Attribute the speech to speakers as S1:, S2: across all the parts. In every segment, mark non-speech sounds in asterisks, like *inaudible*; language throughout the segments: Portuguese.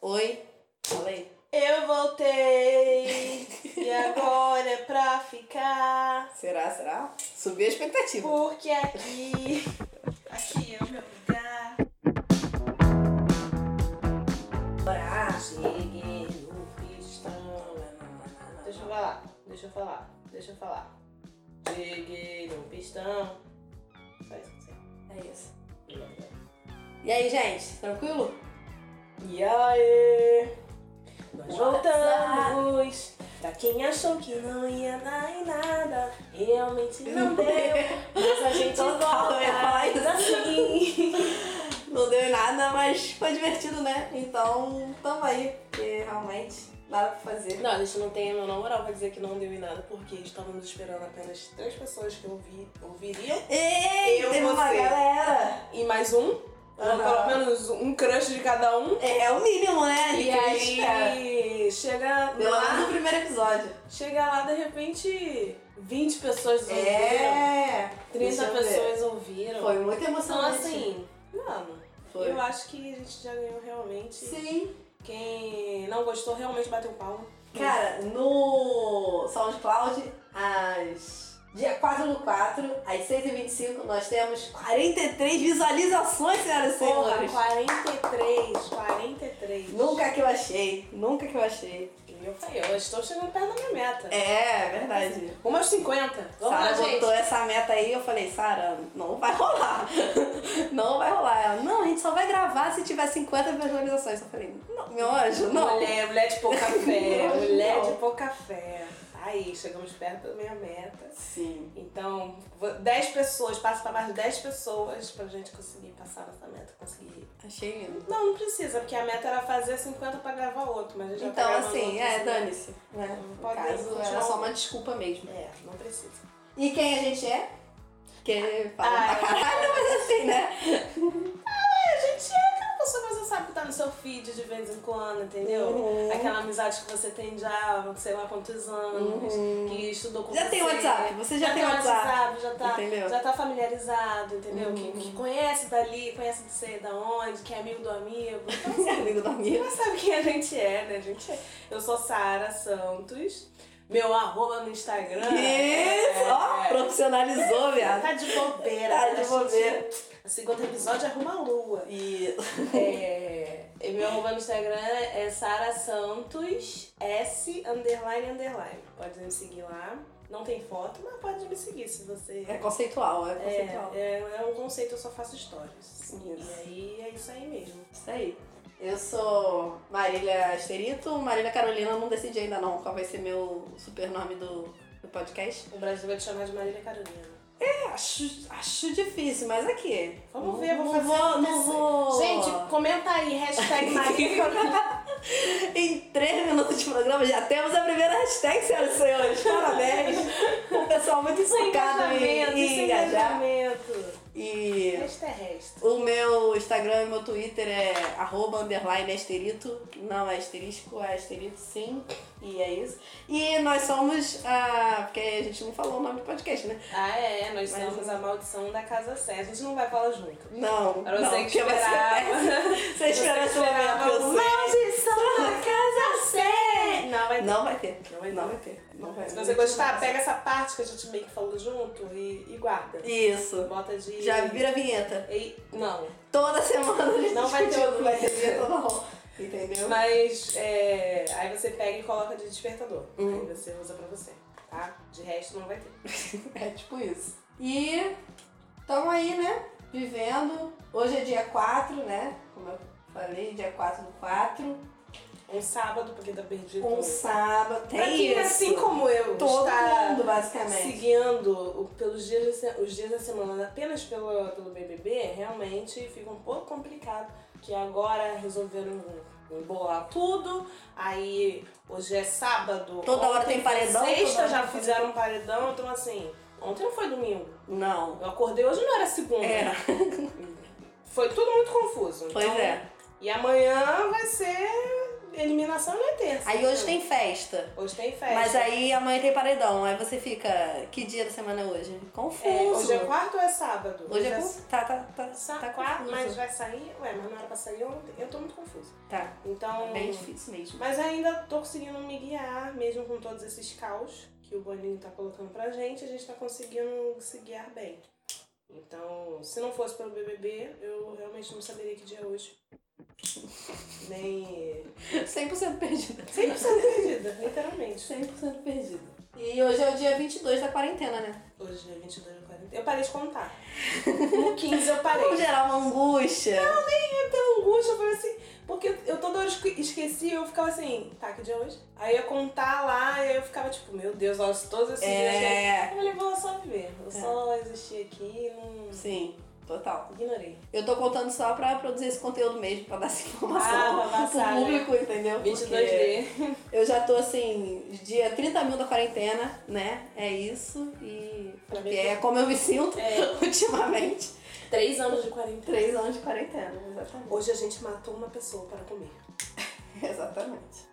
S1: Oi? Falei?
S2: Eu voltei e agora é pra ficar.
S1: Será, será? Subiu a expectativa.
S2: Porque aqui, aqui é o meu lugar.
S1: Agora cheguei no pistão.
S2: Deixa eu falar, deixa eu falar, deixa eu falar. Cheguei no pistão. Só isso que eu sei.
S1: É isso. E aí, gente? Tranquilo?
S2: E aí?
S1: Nós
S2: Voltamos! Pra quem achou que não ia dar em nada, realmente
S1: *laughs*
S2: *laughs* não deu. Mas a gente é,
S1: Total, eu ia falar isso.
S2: volta assim. *laughs*
S1: Não deu em nada, mas foi divertido, né? Então, tamo aí. Porque realmente, nada pra fazer.
S2: Não, a gente não tem a menor moral pra dizer que não deu em nada, porque estávamos esperando apenas três pessoas que ouvi, ouviriam.
S1: Ei,
S2: Eu,
S1: teve uma
S2: você.
S1: galera.
S2: E mais um, ou
S1: Aham.
S2: pelo menos um crush de cada um.
S1: É, é o mínimo, né?
S2: E
S1: que a gente espera.
S2: aí, chega
S1: Pelo menos no
S2: lá,
S1: primeiro episódio.
S2: chega lá, de repente, 20 pessoas ouviram,
S1: É.
S2: 30
S1: Deixa eu ver.
S2: pessoas ouviram.
S1: Foi muito
S2: Então,
S1: emocionante.
S2: assim, mano,
S1: Foi.
S2: eu acho que a gente já ganhou realmente.
S1: Sim.
S2: Quem não gostou, realmente bateu palma.
S1: Cara, no SoundCloud, às dia 4 do 4, às 6h25, nós temos 43 visualizações, senhoras e
S2: Porra,
S1: senhores.
S2: 43, 43.
S1: Nunca que eu achei, nunca que eu achei.
S2: E eu falei, eu estou chegando perto da minha meta.
S1: É, verdade.
S2: Umas 50. Vamos
S1: Sara
S2: lá, gente.
S1: botou essa meta aí, eu falei, Sara, não vai rolar. *laughs* não vai rolar. Ela, não, a gente só vai gravar se tiver 50 visualizações. Eu falei, não, meu anjo, não.
S2: Mulher, mulher
S1: *laughs*
S2: de pouca fé.
S1: Não,
S2: mulher
S1: não.
S2: de pouca fé. Aí, chegamos perto da minha meta.
S1: Sim.
S2: Então, vou- 10 pessoas, passa pra mais 10 pessoas pra gente conseguir passar nessa meta, conseguir.
S1: Achei lindo.
S2: Não, não precisa, porque a meta era fazer 50 pra gravar outro, mas a gente já tá
S1: Então,
S2: gravando
S1: assim,
S2: outro,
S1: é,
S2: assim.
S1: dane-se. Né? No
S2: Pode
S1: caso,
S2: continuar.
S1: era só uma desculpa mesmo.
S2: É, não precisa.
S1: E quem a gente é? Que fala
S2: Ah,
S1: pra caralho, mas assim, né?
S2: A gente é aquela pessoa que você sabe que tá no seu feed de vez em quando, entendeu?
S1: Uhum.
S2: Aquela amizade que você tem já, não sei lá quantos anos,
S1: Uhum.
S2: que estudou com
S1: Já
S2: você.
S1: tem WhatsApp, você já tem
S2: já, tá,
S1: entendeu?
S2: já tá familiarizado, entendeu? Que,
S1: Uhum.
S2: que conhece dali, conhece de sei da onde, que é amigo do amigo. Então, assim,
S1: Amigo do amigo.
S2: você sabe quem a gente é, né? A gente é. Eu sou Sara Santos, meu arroba no Instagram.
S1: Isso, ó,
S2: Ah, é-
S1: profissionalizou, viado.
S2: Tá de bobeira.
S1: Tá de
S2: a gente-
S1: bobeira.
S2: O segundo episódio arruma a lua.
S1: E
S2: É, e meu arroba no Instagram é Sara Santos S underline underline. Pode me seguir lá. Não tem foto, mas pode me seguir se você.
S1: é conceitual, é
S2: É,
S1: conceitual.
S2: é, é um conceito, eu só faço stories.
S1: Isso.
S2: E aí é isso aí mesmo.
S1: Isso aí. Eu sou Marília Asterito, Marília Carolina, não decidi ainda não qual vai ser meu supernome do, do podcast.
S2: O Brasil vai te chamar de Marília Carolina.
S1: É, acho, acho difícil, mas aqui.
S2: Vamos ver, vou
S1: não
S2: fazer
S1: Vou, não
S2: acontecer.
S1: vou.
S2: Gente, comenta aí, hashtag
S1: *laughs*
S2: Marília
S1: em três minutos de programa já temos a primeira hashtag, senhoras e senhores. Parabéns. O pessoal muito focado
S2: engajamento,
S1: em, em
S2: sem
S1: engajar.
S2: engajamento.
S1: E
S2: Resta é resto.
S1: o meu Instagram e meu Twitter é arroba underline asterito. Não é asterisco, é asterito sim. E é isso. E nós somos a. Porque a gente não falou o nome do podcast, né?
S2: Ah, é, nós
S1: Mas-
S2: somos a maldição da casa certa. A gente não vai falar junto.
S1: Não.
S2: Era
S1: não,
S2: você que
S1: porque
S2: esperava.
S1: *laughs* Você esperava esse
S2: esperava
S1: momento. eu
S2: o
S1: sei.
S2: casa certa! Não, vai
S1: é Não vai ter.
S2: Não vai ter.
S1: Não vai ter. Não vai
S2: Se você gostar, pega essa parte que a gente meio que falou junto e, e guarda.
S1: Isso.
S2: Bota de.
S1: Já vira a vinheta.
S2: E- Não.
S1: Toda semana a gente
S2: Não vai ter
S1: discute,
S2: outro.
S1: não vai ter vinheta não. Entendeu?
S2: Mas é, aí você pega e coloca de despertador.
S1: Uhum.
S2: Aí você usa pra você, tá? De resto não vai ter.
S1: É tipo isso. E tamo aí, né? Vivendo. Hoje é dia 4, né? Como eu falei, dia 4 do 4.
S2: Um sábado, porque tá perdido.
S1: Um sábado. Tem
S2: pra quem,
S1: isso.
S2: assim como eu,
S1: Todo
S2: está
S1: mundo, basicamente.
S2: seguindo o- pelos dias da, se- os dias da semana apenas pelo, pelo BBB, realmente fica um pouco complicado, que agora resolveram embolar tudo, aí hoje é sábado.
S1: Toda hora tem
S2: foi
S1: paredão, toda
S2: Sexta
S1: hora
S2: já
S1: tem
S2: fizeram um paredão, então assim, ontem não foi domingo.
S1: Não.
S2: Eu acordei hoje não era segunda.
S1: É.
S2: Foi tudo muito confuso.
S1: Pois
S2: Então,
S1: é.
S2: E amanhã vai ser programação não é terça.
S1: Aí hoje
S2: né?
S1: tem Então, festa.
S2: Hoje tem festa.
S1: Mas aí amanhã tem paredão. Aí você fica. Que dia da semana é hoje? Confuso.
S2: É, hoje é quarta ou é sábado?
S1: Hoje é com- Tá, tá, tá.
S2: Sa-
S1: tá
S2: quarta,
S1: confuso.
S2: mas vai sair? Ué, mas não era pra sair ontem. Eu tô muito confusa.
S1: Tá.
S2: Então.
S1: Bem difícil mesmo.
S2: Mas ainda tô conseguindo me guiar, mesmo com todos esses caos que o Boninho tá colocando pra gente, a gente tá conseguindo se guiar bem. Então, se não fosse pelo BBB, eu realmente não saberia que dia é hoje. Nem.
S1: 100% perdida.
S2: 100% perdida, literalmente.
S1: 100% perdida. E hoje é o dia 22 da quarentena, né?
S2: Hoje é 22 h 40. Eu parei de contar. No 15 eu parei.
S1: Vamos gerar uma angústia.
S2: tanta angústia, eu falei assim, porque eu toda hora esque- esquecia, eu ficava assim, tá, que dia é hoje? Aí eu ia contar lá, e aí eu ficava tipo, meu Deus, olha, todos esses dias.
S1: É.
S2: Eu falei, vou só viver, vou
S1: É.
S2: só existir aqui, não.
S1: Sim, total.
S2: Ignorei.
S1: Eu tô contando só pra produzir esse conteúdo mesmo, pra dar essa
S2: Ah,
S1: informação
S2: pra passar,
S1: pro público, entendeu? Porque
S2: 22D.
S1: Eu já tô assim, dia 30 mil da quarentena, né? É isso. E. Porque é como eu me sinto
S2: É.
S1: *laughs* ultimamente.
S2: Três anos de quarentena.
S1: Três anos de quarentena, exatamente.
S2: Hoje a gente matou uma pessoa para comer.
S1: *laughs* Exatamente.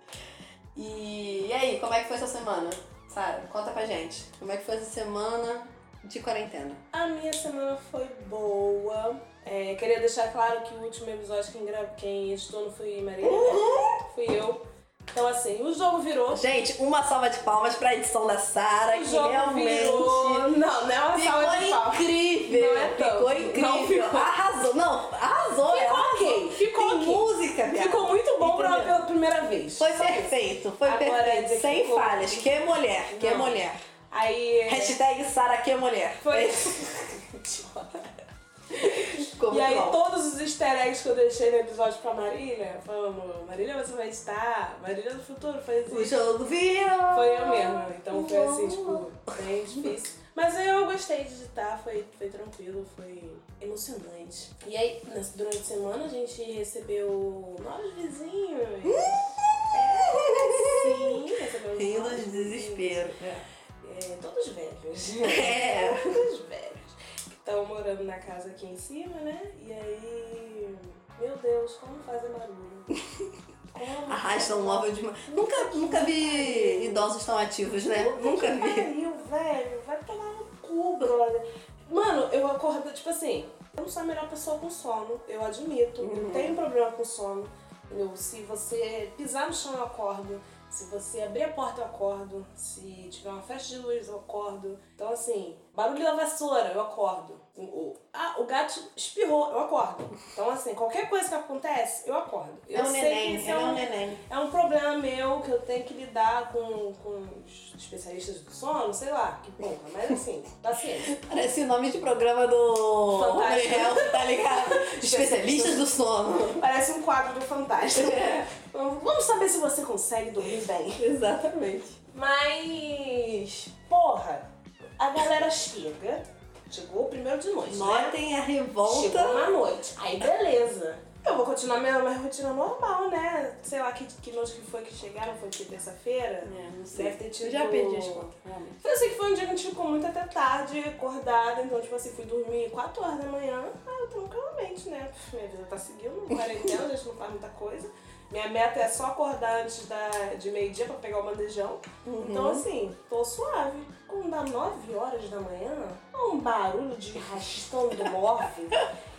S1: E, e aí, como é que foi essa semana? Sara, conta pra gente. Como é que foi essa semana de quarentena?
S2: A minha semana foi boa. É, queria deixar claro que o último episódio quem, gra... quem editou não foi Maria, né? fui eu. Então assim, o jogo virou.
S1: Gente, uma salva de palmas pra edição da Sara,
S2: O
S1: que
S2: jogo
S1: realmente
S2: virou. Não, não é uma salva de
S1: ficou
S2: palmas.
S1: incrível.
S2: Não é tanto.
S1: ficou
S2: Não
S1: incrível.
S2: ficou.
S1: Arrasou. Não, arrasou.
S2: Ficou
S1: ela
S2: ok,
S1: arrasou.
S2: ficou
S1: Tem
S2: ok.
S1: música, viado.
S2: Ficou é. muito bom pra uma
S1: Entendeu?
S2: pela primeira vez.
S1: Foi perfeito, foi
S2: Agora, dizer
S1: perfeito.
S2: que
S1: Sem
S2: ficou-
S1: falhas. Que mulher, que
S2: Não.
S1: mulher.
S2: Aí. é,
S1: Hashtag Sara, que mulher.
S2: Foi.
S1: Ficou
S2: e
S1: muito
S2: aí,
S1: bom.
S2: todos os easter eggs que eu deixei no episódio pra Marília, falando: Marília, você vai editar? Marília do futuro, foi
S1: O
S2: isso.
S1: jogo virou.
S2: Foi eu mesma, então foi assim, tipo, bem difícil. Mas eu gostei de editar, foi, foi tranquilo, foi emocionante. E aí, nas- durante a semana, a gente recebeu novos vizinhos. Sim, recebemos
S1: Rindo
S2: novos
S1: de
S2: vizinhos.
S1: desespero.
S2: É, todos velhos.
S1: *laughs* É.
S2: *laughs* Todos velhos. Que estão morando na casa aqui em cima, né? E aí. Meu Deus, como fazem
S1: *laughs*
S2: barulho. Como
S1: Arrastam um móvel de uma. Nunca, nunca vi idosos tão ativos, né? Nunca
S2: que
S1: vi.
S2: Pariu, velho. Vai tomar no cu, brother. Mano, eu acordo, tipo assim, eu não sou a melhor pessoa com sono, eu admito.
S1: Uhum.
S2: Eu tenho problema com sono. entendeu? se você pisar no chão, eu acordo. Se você abrir a porta, eu acordo. Se tiver uma festa de luz, eu acordo. Então, assim, barulho da vassoura, eu acordo. O, o- ah, o gato espirrou, eu acordo. Então, assim, qualquer coisa que acontece, eu acordo. Eu
S1: É um
S2: sei que
S1: neném,
S2: isso
S1: é um
S2: um-
S1: neném.
S2: é um problema meu que eu tenho que lidar com, com os especialistas do sono, sei lá, que porra, mas assim, paciência.
S1: Parece nome de programa do Homem
S2: Fantástico.
S1: Health, tá *laughs* ligado? Especialistas do sono.
S2: *laughs* Parece um quadro do Fantástico. Então, Vamos saber se você consegue dormir bem.
S1: Exatamente.
S2: Mas, porra, a galera chega, chegou o primeiro de noite, né?
S1: Notem a
S2: Chegou
S1: revolta.
S2: na noite. Aí beleza. Eu vou continuar minha, minha rotina normal, né? Sei lá que, que noite que foi que chegaram, foi que terça-feira.
S1: É, não
S2: Deve ter tido-
S1: Eu já perdi as contas, realmente.
S2: Eu sei que foi um dia que a gente ficou muito até tarde, acordada, então, tipo assim, fui dormir 4 horas da manhã, ah, eu tranquilamente, né? Pff, Minha vida tá seguindo, quarentena, a gente não faz muita coisa. Minha meta é só acordar antes da, de meio-dia pra pegar o bandejão. Então, assim, tô suave. Quando dá 9 horas da manhã, há um barulho de rastão do móvel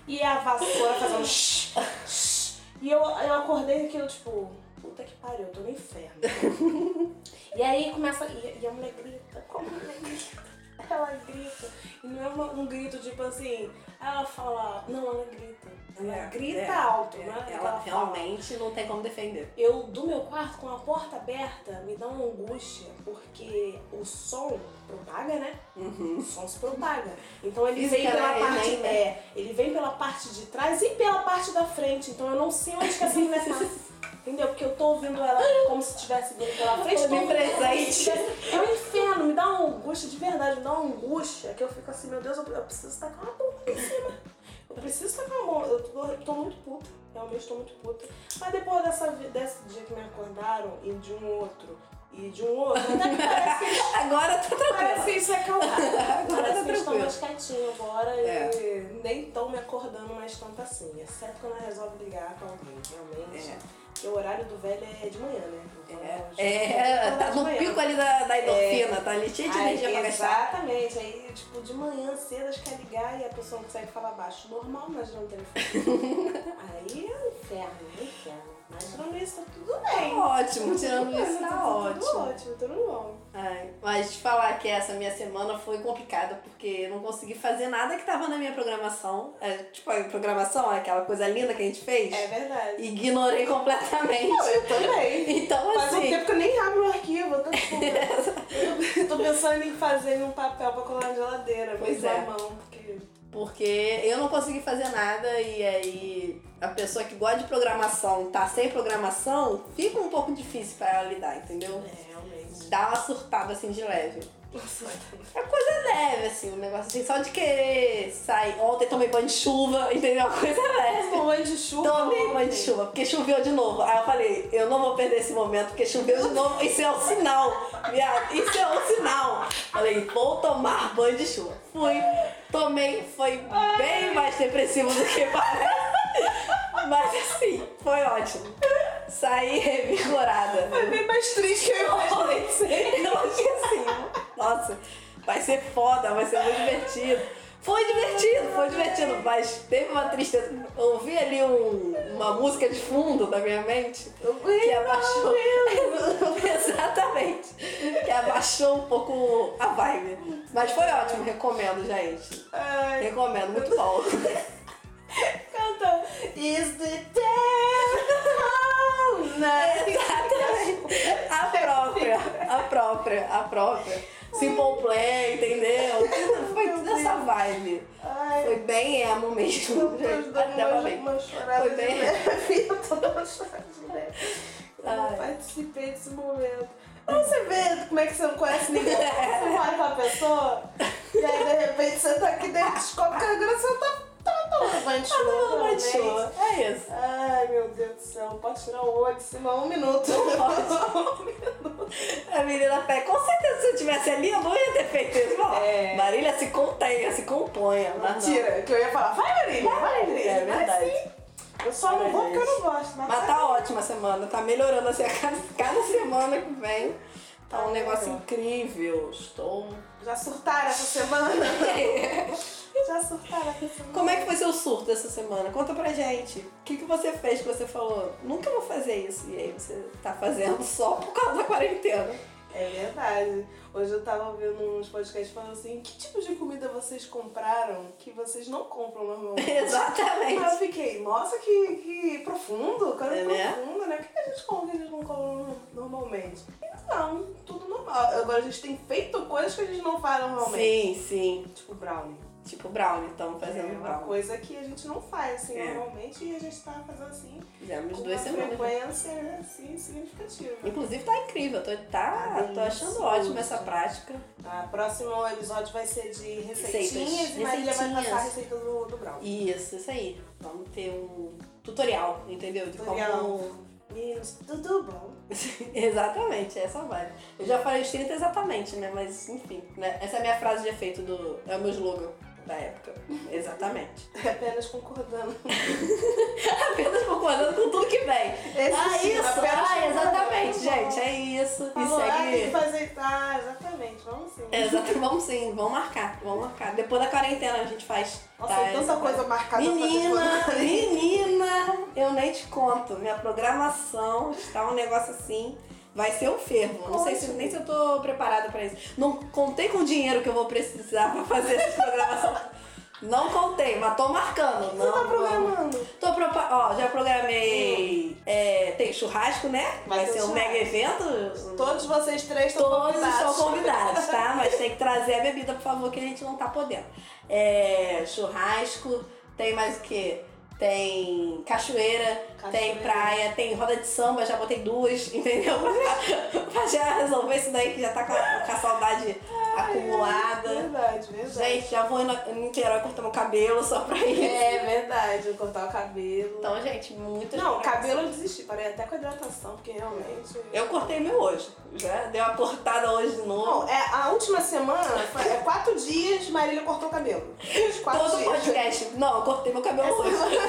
S2: e a vassoura fazendo shh, shh. E eu, eu acordei aquilo, tipo, puta que pariu, eu tô no inferno. E aí começa. E, e a mulher grita, como a mulher grita? Ela grita. E não é uma- um grito tipo assim. Ela fala. Não, ela grita. Ela
S1: É,
S2: grita
S1: é,
S2: alto, né?
S1: Ela,
S2: Ela fala.
S1: realmente não tem como defender.
S2: Eu, do meu quarto, com a porta aberta, me dá uma angústia, porque o som propaga, né? O som se propaga. Então ele vem
S1: Física,
S2: pela
S1: né?
S2: parte.
S1: Enem, né?
S2: É, ele vem pela parte de trás e pela parte da frente. Então eu não sei onde que essa mulher tá. Entendeu? Porque eu tô ouvindo ela como se estivesse vindo pela frente. tô ouvindo ela como se
S1: Onipresente.
S2: estivesse- É um inferno, me dá uma angústia, de verdade, me dá uma angústia que eu fico assim, meu Deus, eu eu preciso tacar uma bomba em cima. Eu preciso tacar uma bomba. Eu tô, eu tô muito puta, realmente tô muito puta. Mas depois dessa, vi- desse dia que me acordaram e de um outro, e de um *laughs* outro, até que parece
S1: *laughs*
S2: que
S1: Agora tá
S2: Parece
S1: tranquilo.
S2: que isso é acalmar.
S1: *laughs* Agora tá
S2: Parece que eles estão
S1: tranquilo.
S2: mais quietinhos agora
S1: É.
S2: e nem estão me acordando mais tanto assim. Exceto quando eu resolvo brigar com alguém, realmente.
S1: É.
S2: Que Porque o horário do velho é de manhã, né? Então, hoje-
S1: É,
S2: hoje
S1: tá
S2: de
S1: no
S2: manhã.
S1: pico ali da, da endorfina, tá ali cheio de
S2: Aí,
S1: energia pra gastar.
S2: Exatamente. Aí, tipo, de manhã cedo as quer ligar e a pessoa não consegue falar baixo. Normal, mas não tem
S1: *laughs*
S2: telefone. Aí é um inferno, é um inferno. Mas tirando isso, tá tudo
S1: Tá
S2: bem.
S1: Ótimo, tirando isso,
S2: Tá
S1: tá
S2: Tudo
S1: ótimo.
S2: ótimo, tudo bom.
S1: Ai, mas te falar que essa minha semana foi complicada, porque eu não consegui fazer nada que tava na minha programação. É, tipo, a programação, aquela coisa linda que a gente fez.
S2: É verdade.
S1: Ignorei
S2: Não, *laughs*
S1: completamente. *laughs*
S2: eu também.
S1: Então,
S2: Faz um
S1: assim.
S2: tempo que eu nem abro o arquivo, eu tô, tipo, *laughs* eu tô pensando em fazer num papel pra colar na geladeira,
S1: Pois
S2: mas
S1: é.
S2: na mão, porque
S1: Porque eu não consegui fazer nada e aí a pessoa que gosta de programação tá sem programação, fica um pouco difícil pra ela lidar, entendeu?
S2: é realmente.
S1: Dá uma surtada assim de leve.
S2: Nossa,
S1: É Leve, assim, um negócio assim, só de querer sair. Ontem tomei banho de chuva, *laughs* entendeu? Uma coisa leve.
S2: um banho de chuva.
S1: Tomei banho de
S2: ontem.
S1: chuva, porque choveu de novo. Aí eu falei, eu não vou perder esse momento, porque choveu de novo. Isso é um sinal, viado. Isso é um sinal. Falei, vou tomar banho de chuva. Fui, tomei, foi bem mais depressivo do que parece. Mas assim, foi ótimo. Saí revigorada.
S2: Foi É bem mais triste que eu imaginei.
S1: Eu achei assim, nossa, vai ser foda, vai ser muito divertido. Foi divertido, foi divertido, mas teve uma tristeza. Eu ouvi ali um- uma música de fundo da minha mente que abaixou. *laughs* Exatamente. Que abaixou um pouco a vibe. Mas foi ótimo, recomendo, gente.
S2: Ai,
S1: Recomendo, muito bom.
S2: cantou. Is the *laughs* devil
S1: Exatamente. Né? A própria, a própria, a própria. Simple play, entendeu? Tudo- Foi tudo essa vibe.
S2: Ai,
S1: Foi bem emo
S2: meu
S1: mesmo,
S2: Deus,
S1: gente.
S2: deu
S1: Até
S2: uma,
S1: babei.
S2: uma chorada
S1: Foi bem-
S2: de *laughs* leve. Eu tô dando uma chorada de leve. Eu
S1: Ai.
S2: não participei desse momento. Aí você vê como é que você não conhece ninguém, você vai pra pessoa, e aí de repente você tá aqui dentro, descobre que agora você tá, tá tomando banho de
S1: Ah, não, não,
S2: chuva.
S1: mas
S2: também.
S1: show. É isso.
S2: Ai, meu Deus do céu, pode tirar o olho de cima um minuto. *laughs* Um
S1: A menina pé, com certeza se eu tivesse ali, eu não ia ter feito isso. Bom,
S2: É.
S1: Marília se contenha, se componha. mas não.
S2: Mentira, que eu ia falar, vai Marília, vai Marília.
S1: É
S2: vai
S1: verdade.
S2: sim. Eu só não vou porque eu não gosto, mas,
S1: Mas tá ótima a semana, tá melhorando assim a cada, cada semana que vem. Tá um
S2: Tá
S1: negócio
S2: melhor.
S1: incrível.
S2: *laughs*
S1: Estou.
S2: já surtaram essa semana. Já surtaram essa semana.
S1: Como é que foi seu surto dessa semana? Conta pra gente. O que, que você fez que você falou? Nunca vou fazer isso. E aí você tá fazendo *laughs* só por causa da quarentena.
S2: É verdade. Hoje eu tava ouvindo uns podcasts falando assim, que tipo de comida vocês compraram que vocês não compram normalmente? Aí
S1: *laughs* Exatamente.
S2: eu fiquei, nossa, que, que profundo, cara
S1: É, né?
S2: profundo, né? O que que a gente come que a gente não come no- normalmente? Não, tudo normal. Agora a gente tem feito coisas que a gente não faz normalmente.
S1: Sim, sim.
S2: Tipo brownie.
S1: Tipo brownie, estamos
S2: é
S1: fazendo
S2: uma
S1: brownie.
S2: coisa que a gente não faz assim
S1: É.
S2: normalmente e a gente tá fazendo assim
S1: Fizemos
S2: com
S1: duas
S2: uma
S1: semanas. né?
S2: frequência assim significativa.
S1: Inclusive tá incrível, tô, tá,
S2: Tá
S1: tô achando
S2: delicioso.
S1: ótima essa prática.
S2: O próximo episódio vai ser de receitinhas
S1: Receitas.
S2: e Marília vai passar a
S1: Receitinhas.
S2: receita do, do brownie.
S1: Isso, isso aí. Vamos ter um tutorial, entendeu? De
S2: Tutorial.
S1: como.
S2: Meninos, tudo bom?
S1: *laughs*
S2: *laughs*
S1: exatamente, é essa vibe. Eu já falei os 30 exatamente, né? Mas enfim, né? Essa é a minha frase de efeito do. É o meu slogan da
S2: *laughs*
S1: época. Exatamente.
S2: Apenas concordando.
S1: Apenas concordando com tudo que vem.
S2: Esse
S1: ah,
S2: sim,
S1: isso!
S2: apenas
S1: Ah,
S2: concordando.
S1: exatamente, gente. É isso. E
S2: Falou, ah, tem que
S1: segue. É,
S2: fazer. Ah, exatamente, vamos sim.
S1: Exato, vamos sim, vamos marcar, vamos marcar. Depois da quarentena a gente faz.
S2: Nossa,
S1: tá?
S2: tem tanta
S1: Essa-
S2: coisa marcada pra
S1: Menina,
S2: fazer.
S1: menina, eu nem te conto. Minha programação está um negócio assim. Vai ser um fervo. Não sei se, nem se eu tô preparada pra isso. Não contei com o dinheiro que eu vou precisar pra fazer essa
S2: *laughs*
S1: programação. Não contei, mas tô marcando.
S2: Você
S1: Não,
S2: tá
S1: vamos.
S2: programando?
S1: Tô propa- Ó, já programei. é, tem churrasco, né?
S2: Uhum. Vai
S1: Vai,
S2: ter
S1: ser um
S2: churrasco.
S1: mega evento.
S2: Todos vocês três estão
S1: Todos
S2: convidados.
S1: estão convidados, tá? Mas tem que trazer a bebida, por favor, que a gente não tá podendo. É, churrasco, tem mais o quê? Tem cachoeira, tem
S2: Cachoeira.
S1: praia, tem roda de samba, já botei duas, *laughs* entendeu? Pra- pra já resolver isso daí que já tá com a, com a saudade acumulada.
S2: É, Verdade, verdade.
S1: Gente, já vou em Niterói cortar meu cabelo só pra isso.
S2: É verdade, cortar o cabelo.
S1: Então, gente, muitas
S2: não, o
S1: coisas.
S2: cabelo eu desisti, parei até com a hidratação, porque realmente.
S1: Eu cortei meu hoje, já dei uma cortada hoje de novo.
S2: Não, é, a última semana, foi- é quatro dias, Marília cortou o cabelo. Os quatro
S1: Todo
S2: dias.
S1: podcast. Não, eu cortei meu cabelo hoje.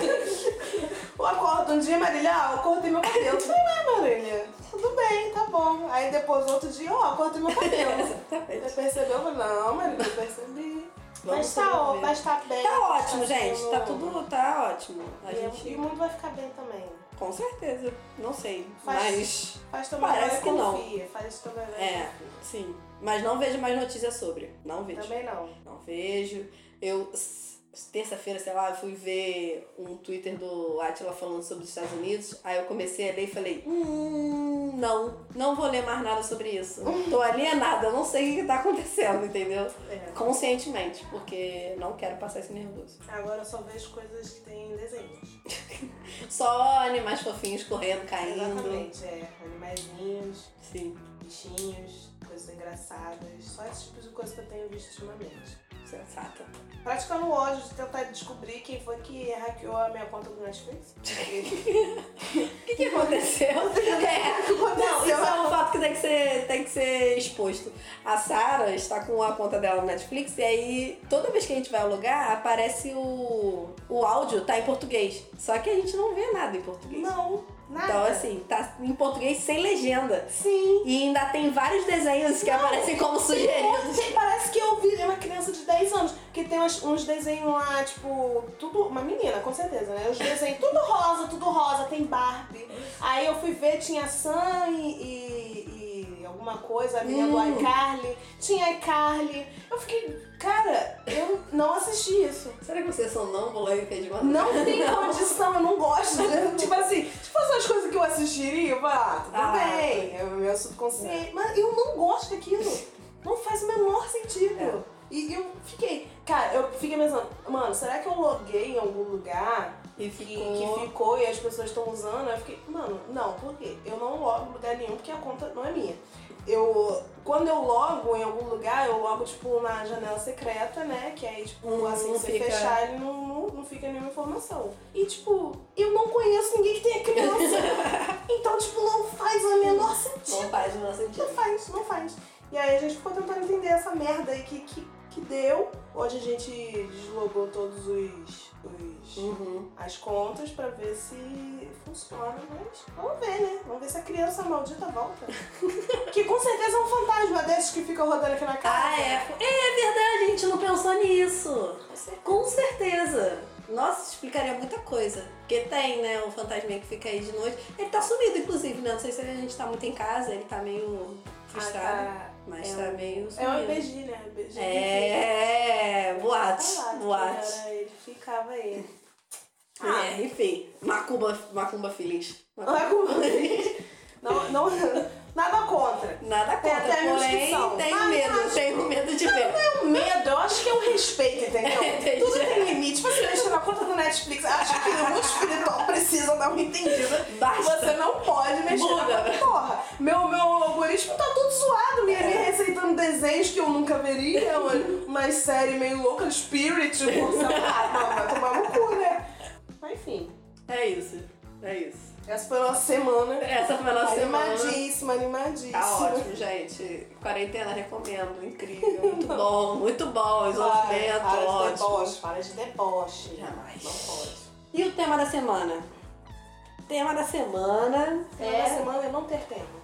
S2: Eu acordo um dia, Marília, ah, eu cortei meu cabelo. Falei, ué, Marília, tudo bem, tá bom. Aí depois, outro dia, ó, eu cortei meu cabelo.
S1: Exatamente.
S2: Você percebeu? Eu falei, não, Marília, eu percebi.
S1: Vamos
S2: Mas tá, ó,
S1: resolver.
S2: mas tá
S1: *laughs*
S2: bem.
S1: Tá ótimo, gente.
S2: sendo-
S1: Tá tudo, tá ótimo. A
S2: E, e o
S1: gente,
S2: mundo vai ficar bem também.
S1: com certeza, não sei, mas
S2: Faz- Faz tua melhor
S1: Parece
S2: e
S1: que não.
S2: confia. Faz tua melhor e
S1: É.
S2: confia.
S1: sim. Mas não vejo mais notícias sobre. Não vejo.
S2: Também não.
S1: Não vejo. Eu, s- terça-feira, sei lá, fui ver um Twitter do Atila falando sobre os Estados Unidos. Aí eu comecei a ler e falei: hum, não, não vou ler mais nada sobre isso. Tô alienada, não sei o que que tá acontecendo, entendeu?
S2: É.
S1: Conscientemente, porque não quero passar esse nervoso.
S2: Agora eu só vejo coisas que tem desenhos.
S1: Só animais fofinhos correndo, caindo.
S2: Exatamente, é. Animaizinhos,
S1: Sim,
S2: bichinhos, coisas engraçadas. Só esse tipo de coisa que eu tenho visto ultimamente.
S1: sensata.
S2: Praticando o ódio de tentar descobrir quem foi que hackeou a minha conta do
S1: *laughs*
S2: Netflix.
S1: O que, que aconteceu? *laughs* É, Não, isso é um fato que tem que ser, tem que ser exposto. A Sarah está com a conta dela no Netflix e aí toda vez que a gente vai ao lugar aparece o, o áudio, tá em português. Só que a gente não vê nada em português.
S2: Não, nada.
S1: é um Então, assim, tá em português sem legenda.
S2: Sim.
S1: E ainda tem vários desenhos que aparecem como sugeridos.
S2: Gente, Parece que eu vi é uma criança de 10 anos, porque tem umas- uns desenhos lá, tipo, tudo. Uma menina, com certeza, né? Os desenhos, tudo rosa, tudo rosa, tem Barbie. Aí eu fui ver, tinha Sam e, e- e alguma coisa, a menina
S1: Hum.
S2: do iCarly, tinha iCarly. Eu fiquei, cara, eu não assisti isso.
S1: Será que vocês são não e fez uma
S2: Não
S1: *laughs*
S2: tem condição, eu não gosto. né? *laughs* tipo assim, se fossem as coisas que eu assistiria, eu falava, ah, tudo
S1: Ah,
S2: bem, é o meu subconsciente. Mas eu não gosto daquilo. Não faz o menor sentido.
S1: É.
S2: E eu fiquei, cara, eu fiquei pensando, mano, será que eu loguei em algum lugar
S1: E
S2: que,
S1: ficou.
S2: que ficou e as pessoas estão usando? Eu fiquei, mano, não, por quê? Eu não logo em lugar nenhum porque a conta não é minha. Eu, quando eu logo em algum lugar, eu logo, tipo, na janela secreta, né? Que aí, tipo,
S1: Hum,
S2: assim,
S1: não
S2: se
S1: fica-
S2: fechar, ele não, não, não fica nenhuma informação. E, tipo, eu não conheço ninguém que
S1: *laughs*
S2: tenha criança. então, tipo, não faz o menor
S1: Não
S2: sentido.
S1: faz o menor
S2: Não
S1: sentido.
S2: faz, não faz. E aí a gente ficou tentando entender essa merda aí que, que, que deu. Hoje a gente deslogou todos os... os
S1: Uhum.
S2: as contas pra ver se funciona, mas vamos ver, né? Vamos ver se a criança
S1: *laughs*
S2: maldita volta. que com certeza é um fantasma desses que fica rodando aqui na casa.
S1: Ah, é. É verdade, a gente não pensou nisso.
S2: é
S1: Com certeza. Nossa, explicaria muita coisa. Porque tem, né, um fantasminha que fica aí de noite. Ele tá sumido, inclusive, né? Não sei se a gente tá muito em casa, ele tá meio frustrado,
S2: Ah,
S1: mas
S2: É
S1: tá
S2: um-
S1: meio sumido.
S2: É um IBG, né? Um IBG.
S1: É, boates,
S2: Falado que
S1: boates.
S2: era, Ele ficava aí. Ah.
S1: É, enfim, macumba, macumba feliz.
S2: Não é com- não, não, nada contra.
S1: Nada
S2: Tem
S1: contra,
S2: até minha
S1: porém,
S2: inscrição.
S1: tenho
S2: Mas tá,
S1: medo,
S2: acho-
S1: tenho medo de ver.
S2: Eu medo, eu acho que é um respeito, entendeu?
S1: *laughs* Entendi.
S2: Tudo tem limite. Você mexe na conta do Netflix, acho que o mundo espiritual precisa dar uma entendida.
S1: Basta.
S2: Você não pode mexer
S1: Muda.
S2: na porra. Meu, meu algoritmo tá tudo zoado, me, me receitando desenhos que eu nunca veria, olha, umas séries meio louca, Spirit, tipo, sei lá, não, vai tomar no cu, né? Mas enfim,
S1: É isso, é isso.
S2: essa foi a nossa semana.
S1: Essa foi a nossa semana.
S2: Animadíssima, animadíssima.
S1: Tá ótimo, gente. Quarentena, recomendo. Incrível,
S2: *laughs*
S1: muito bom, muito bom. Isolamento,
S2: para de
S1: ótimo.
S2: deboche, para de deboche.
S1: Jamais.
S2: Não pode.
S1: E o tema da semana? Tema da semana
S2: Semana
S1: é...
S2: a semana é não ter tema.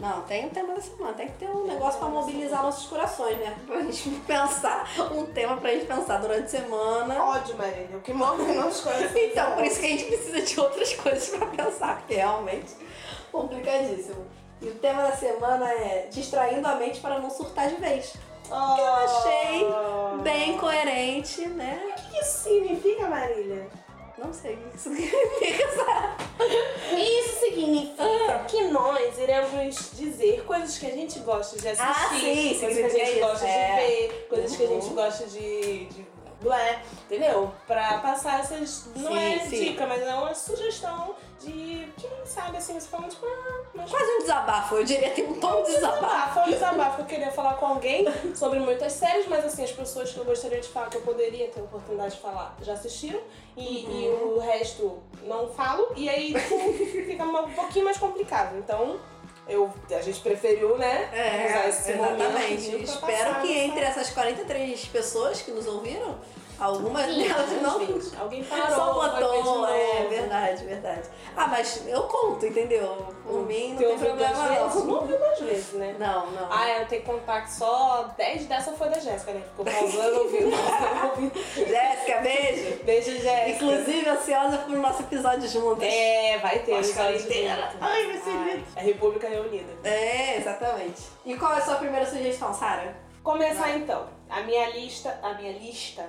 S1: Não, tem o tema da semana. Tem que ter um
S2: Tem
S1: negócio
S2: o
S1: pra
S2: tema da
S1: mobilizar
S2: semana.
S1: nossos corações, né? *laughs* Pra gente pensar, um tema pra gente pensar durante a semana.
S2: É Ódio, Marília, o que move nós coisas.
S1: *laughs* Então, por isso que a gente precisa de outras coisas pra pensar, porque é realmente complicadíssimo. E o tema da semana é distraindo a mente para não surtar de vez.
S2: que
S1: eu achei Bem coerente, né?
S2: O que isso significa, Marília?
S1: Não sei o que isso *laughs* significa, sabe?
S2: Isso significa que nós iremos dizer coisas que a gente gosta de assistir,
S1: Ah, sim,
S2: coisas que a
S1: significa
S2: gente
S1: isso,
S2: gosta
S1: é.
S2: de ver, coisas que a gente
S1: Uhum.
S2: gosta de. de blé, entendeu? Pra passar essas. Não
S1: Sim,
S2: é
S1: sim.
S2: dica, mas é uma sugestão de. Quem sabe assim, você fala, tipo, ah, mas
S1: Quase um desabafo, eu diria tem um tom de desabafo.
S2: desabafo, é um desabafo. Eu queria falar com alguém sobre muitas séries, mas assim, as pessoas que eu gostaria de falar, que eu poderia ter a oportunidade de falar, já assistiram. E, e
S1: Uhum.
S2: o resto não falo. E aí *laughs* tipo, fica um pouquinho mais complicado. Então, eu, a gente preferiu, né? usar esse momento
S1: É, exatamente.
S2: aqui pra
S1: Espero
S2: *laughs* passar né?
S1: que
S2: essa-
S1: entre essas 43 pessoas que nos ouviram, Algumas
S3: Sim,
S1: delas não
S2: Gente, alguém parou.
S1: só
S2: foi ver de
S1: botou.
S2: novo.
S1: É verdade, verdade. Ah, mas eu conto, entendeu? Por mim não
S2: Você
S1: tem
S2: ouviu
S1: problema
S2: duas vezes? um Não
S1: não.
S2: ouviu duas vezes, né?
S1: Não, não.
S2: Ah, eu tenho que contar que só 10 dessa foi da Jéssica, né? Ficou pausando, ouvindo, pausando, ouvindo.
S1: Jéssica, beijo.
S2: Beijo, Jéssica.
S1: Inclusive, ansiosa por nosso episódio juntas.
S2: É, vai ter.
S1: Acho
S2: vai
S1: que ela
S2: ter de
S1: inteira.
S2: novo.
S1: Ai, vai ser lindo.
S2: A República Reunida.
S1: É, exatamente. E qual é a sua primeira sugestão, Sara?
S2: Começar então. A minha lista, a minha lista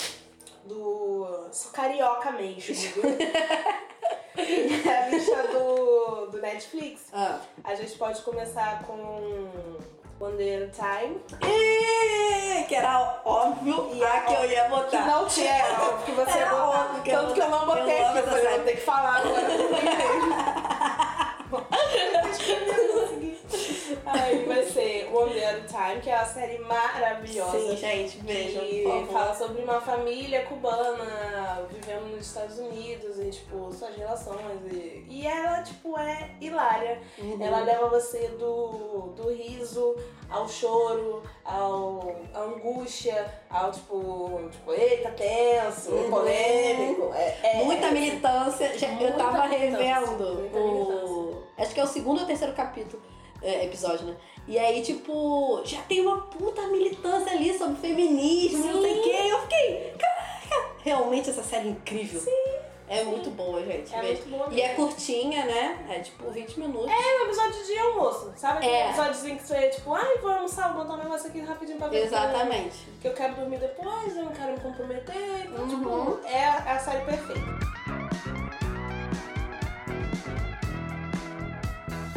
S2: do. Sou carioca mesmo,
S1: *laughs*
S2: viu? a lista do, do Netflix.
S1: Ah.
S2: A gente pode começar com Bandeira Time.
S1: Ih, É, que era óbvio
S2: E
S1: a que eu ia
S2: Que
S1: botar.
S2: não tinha, Tá. É, óbvio que você
S1: Era
S2: ia botar.
S1: óbvio que eu
S2: Tanto que eu não
S1: botei.
S2: botei
S1: Eu
S2: aqui, eu
S1: amo essa
S2: falei, eu vou
S1: série.
S2: ter que falar agora. Aí vai ser Wonder Time, que é uma série maravilhosa.
S1: Sim, gente, beijo.
S2: que
S1: por favor.
S2: fala sobre uma família cubana vivendo nos Estados Unidos e, tipo, suas relações. E, e ela, tipo, é hilária. Ela leva você do, do riso ao choro, ao, à angústia, ao, tipo, tipo eita, tenso,
S1: Uhum.
S2: polêmico. É, é-
S1: Muita militância. Já- eu
S2: Muita
S1: tava
S2: militância,
S1: revendo
S2: muita
S1: o. Acho que é o segundo ou terceiro capítulo. é, episódio, né? E aí, tipo, já tem uma puta militância ali sobre feminismo, não sei o quê. Eu fiquei, caraca, realmente essa série é incrível. É muito boa, gente.
S2: É
S1: beijo.
S2: muito boa
S1: E é
S2: mesmo.
S1: curtinha, né? É tipo 20 minutos.
S2: É um episódio de almoço, sabe? Aquele
S1: É.
S2: episódiozinho que você é tipo, ai, vou almoçar, vou botar um negócio aqui rapidinho pra ver. se-
S1: Exatamente.
S2: Que eu quero dormir depois, eu não quero me comprometer. Então,
S1: Uhum.
S2: tipo, é a série perfeita.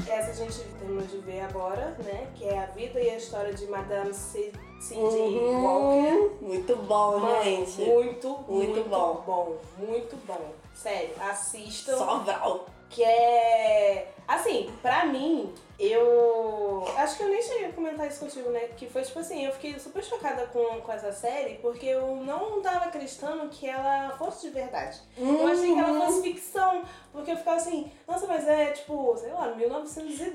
S2: Essa a gente terminou de ver agora, né? Que é a vida e a história de Madame C- Cindy
S1: Uhum.
S2: Walker.
S1: Muito bom,
S2: Mano,
S1: gente.
S2: muito, muito,
S1: bom.
S2: bom. Muito bom. Sério, assistam.
S1: Só Vral.
S2: Que é. Assim, pra mim, eu. Acho que eu nem cheguei a comentar isso contigo, né? Que foi tipo assim, eu fiquei super chocada com, com essa série, porque eu não tava acreditando que ela fosse de verdade. Eu achei que ela
S1: Uhum.
S2: fosse ficção, porque eu ficava assim, nossa, mas é tipo, sei lá, 1910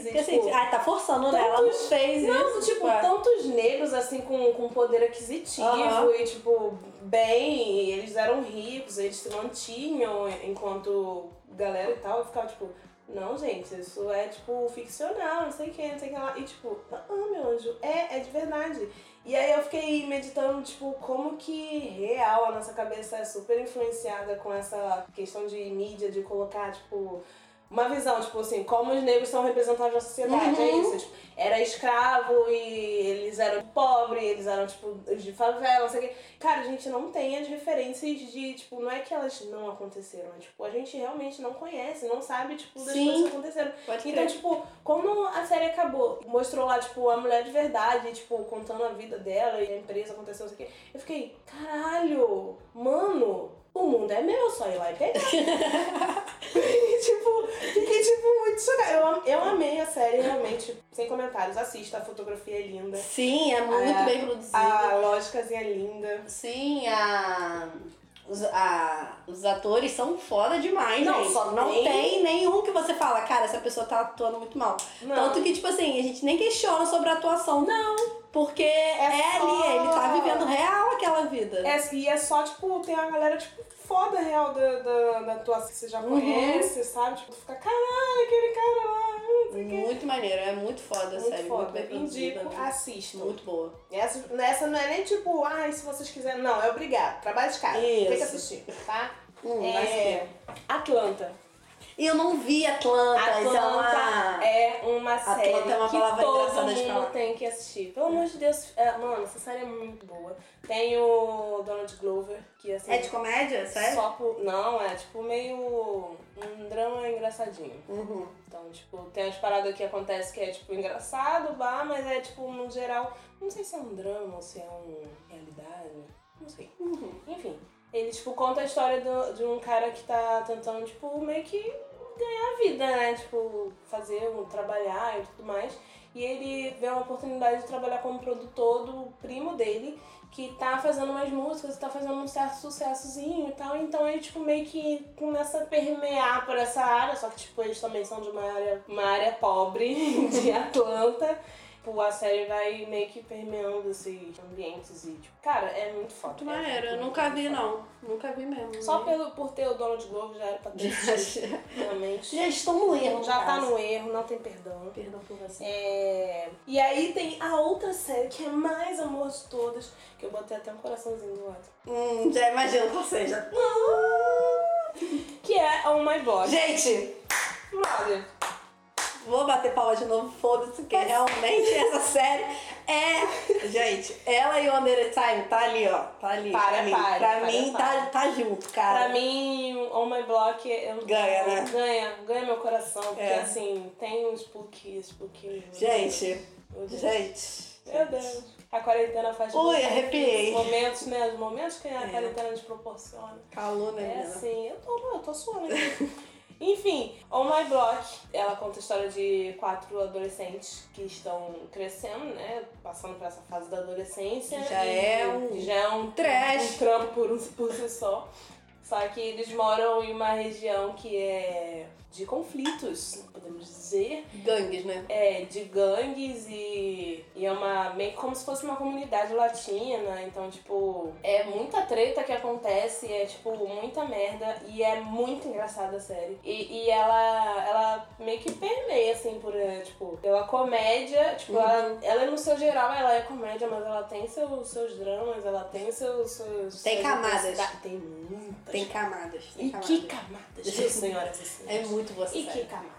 S2: e
S1: Porque,
S2: tipo.
S1: assim, ah, tá forçando, né? Ela não
S2: tantos-
S1: fez
S2: Não,
S1: isso.
S2: tipo,
S1: ué.
S2: tantos negros assim com, com poder aquisitivo
S1: Aham.
S2: e tipo, bem, e eles eram ricos, eles se mantinham enquanto galera e tal, eu ficava tipo, não, gente, isso é tipo ficcional, não sei o que, não sei o que lá. E tipo, ah, meu anjo, é, é de verdade. E aí eu fiquei meditando, tipo, como que real a nossa cabeça é super influenciada com essa questão de mídia, de colocar, tipo, uma visão, tipo assim, como os negros são representados na sociedade, é isso. Tipo, era escravo e eles eram pobres, eles eram, tipo, os de favela, não sei o quê. Cara, a gente não tem as referências de, tipo, não é que elas não aconteceram, é, tipo, a gente realmente não conhece, não sabe, tipo, das
S1: Sim.
S2: coisas que aconteceram.
S1: Pode crer.
S2: Então, tipo, quando a série acabou, mostrou lá, tipo, a mulher de verdade, tipo, contando a vida dela e a empresa aconteceu, não sei o quê. Eu fiquei, caralho, mano, o mundo é meu, só ir lá *laughs* e pegar. E, tipo, fiquei, tipo, muito chocada. Eu, am- eu amei a série, realmente, sem comentários. Assista, a fotografia é linda.
S1: Sim, é muito
S2: Ah,
S1: bem produzido.
S2: A lógicazinha é linda.
S1: Sim, a... Os, a- os atores são foda demais,
S2: Não,
S1: gente.
S2: só
S1: não
S2: tem-
S1: tem... nenhum que você fala, cara, essa pessoa tá atuando muito mal.
S2: Não,
S1: Tanto que, tipo assim, a gente nem questiona sobre a atuação. Não. Porque é,
S2: só-
S1: ali, ele tá vivendo real aquela vida.
S2: É, e é só, tipo, tem uma galera, tipo, foda real da, da, da atuação que você já
S1: Uhum.
S2: conhece, sabe? Tipo, tu fica, caralho, aquele cara lá, não sei o quê.
S1: Muito maneiro, é muito foda a
S2: Muito
S1: série.
S2: foda.
S1: Muito bem produzida. né?
S2: Indico, assistam.
S1: Muito boa.
S2: Essa, essa não é nem tipo, ai, se vocês quiserem. Não, é obrigado. Trabalho de casa.
S1: Isso.
S2: Tem que assistir, tá?
S1: Hum, vai ser.
S2: É, Atlanta.
S1: E eu não vi Atlanta, isso é uma...
S2: Atlanta é uma série
S1: Atlanta é uma
S2: que
S1: palavra
S2: todo
S1: engraçada de
S2: mundo
S1: falar.
S2: tem que assistir. Pelo amor de Deus, é, mano, essa série é muito boa. Tem o Donald Glover, que assim.
S1: É de comédia? Sério?
S2: só por- Não, é tipo meio um drama engraçadinho.
S1: Uhum.
S2: Então, tipo, tem as paradas que acontecem que é, tipo, engraçado, bah, mas é, tipo, no geral, não sei se é um drama ou se é um realidade, não sei.
S1: Uhum.
S2: Enfim, ele, tipo, conta a história do- de um cara que tá tentando, tipo, meio que ganhar a vida, né? Tipo, fazer, um- trabalhar e tudo mais. E ele vê uma oportunidade de trabalhar como produtor do primo dele, que tá fazendo umas músicas, tá fazendo um certo sucessozinho e tal. Então ele, tipo, meio que começa a permear por *laughs* essa área. Só que, tipo, eles também são de uma área, uma área pobre de Atlanta. tipo, a série vai meio que permeando esses ambientes e, tipo, cara, é muito foda.
S1: Muito maneiro,
S2: é
S1: eu
S2: muito,
S1: nunca
S2: muito
S1: vi,
S2: foda.
S1: não. Nunca vi mesmo.
S2: Só pelo, por ter o Donald Globo já era
S1: *laughs*
S2: pra ter assistido,
S1: Já
S2: realmente.
S1: estão no erro.
S2: Já tá
S1: caso.
S2: no erro, não tem perdão.
S1: Perdão por você.
S2: É... E aí tem a outra série que é mais amor de todas, que eu botei até um coraçãozinho do lado.
S1: Hum, já imagino que você já.
S2: Que é Oh My Blood.
S1: Ah! Gente,
S2: Brother.
S1: vou bater palma de novo, foda-se, porque realmente essa série é. Gente, ela e o Under Time tá ali, ó. Tá ali.
S2: Para,
S1: pra mim,
S2: para,
S1: pra
S2: para,
S1: mim
S2: para.
S1: Tá, tá junto, cara.
S2: Pra mim, On My Block eu-
S1: Ganha, né?
S2: ganha, ganha meu coração, porque
S1: É.
S2: assim, tem uns pouquinhos, pouquinhos.
S1: Gente,
S2: meu Deus.
S1: gente.
S2: Meu Deus. A quarentena faz
S1: Ui,
S2: muito-
S1: arrepiei.
S2: Os momentos, né? Os momentos que a
S1: É.
S2: quarentena nos proporciona.
S1: Calou, né,
S2: É
S1: menina?
S2: assim, eu tô, eu tô suando. *laughs* Enfim, On My Block, ela conta a história de quatro adolescentes que estão crescendo, né? Passando por essa fase da adolescência.
S1: Já
S2: E
S1: é um-
S2: Já é um
S1: trash.
S2: Um trampo por, por si só. Só que eles moram em uma região que é de conflitos, podemos dizer.
S1: Gangues, né?
S2: É, de gangues e, e é uma. meio que como se fosse uma comunidade latina. Então, tipo, é muita treta que acontece, é tipo muita merda e é muito engraçada a série. E, e ela, ela meio que permeia, assim, por, é, tipo, pela comédia. Tipo,
S1: Uhum.
S2: ela, ela no seu geral ela é comédia, mas ela tem seu, seus dramas, ela tem seus. seus
S1: Tem
S2: suas
S1: camadas.
S2: intensidades. Tem muitas.
S1: Tem camadas. Tem
S2: E
S1: camadas.
S2: que camadas, senhoras e senhores.
S1: É muito você.
S2: E que Ah.
S1: série.
S2: camadas.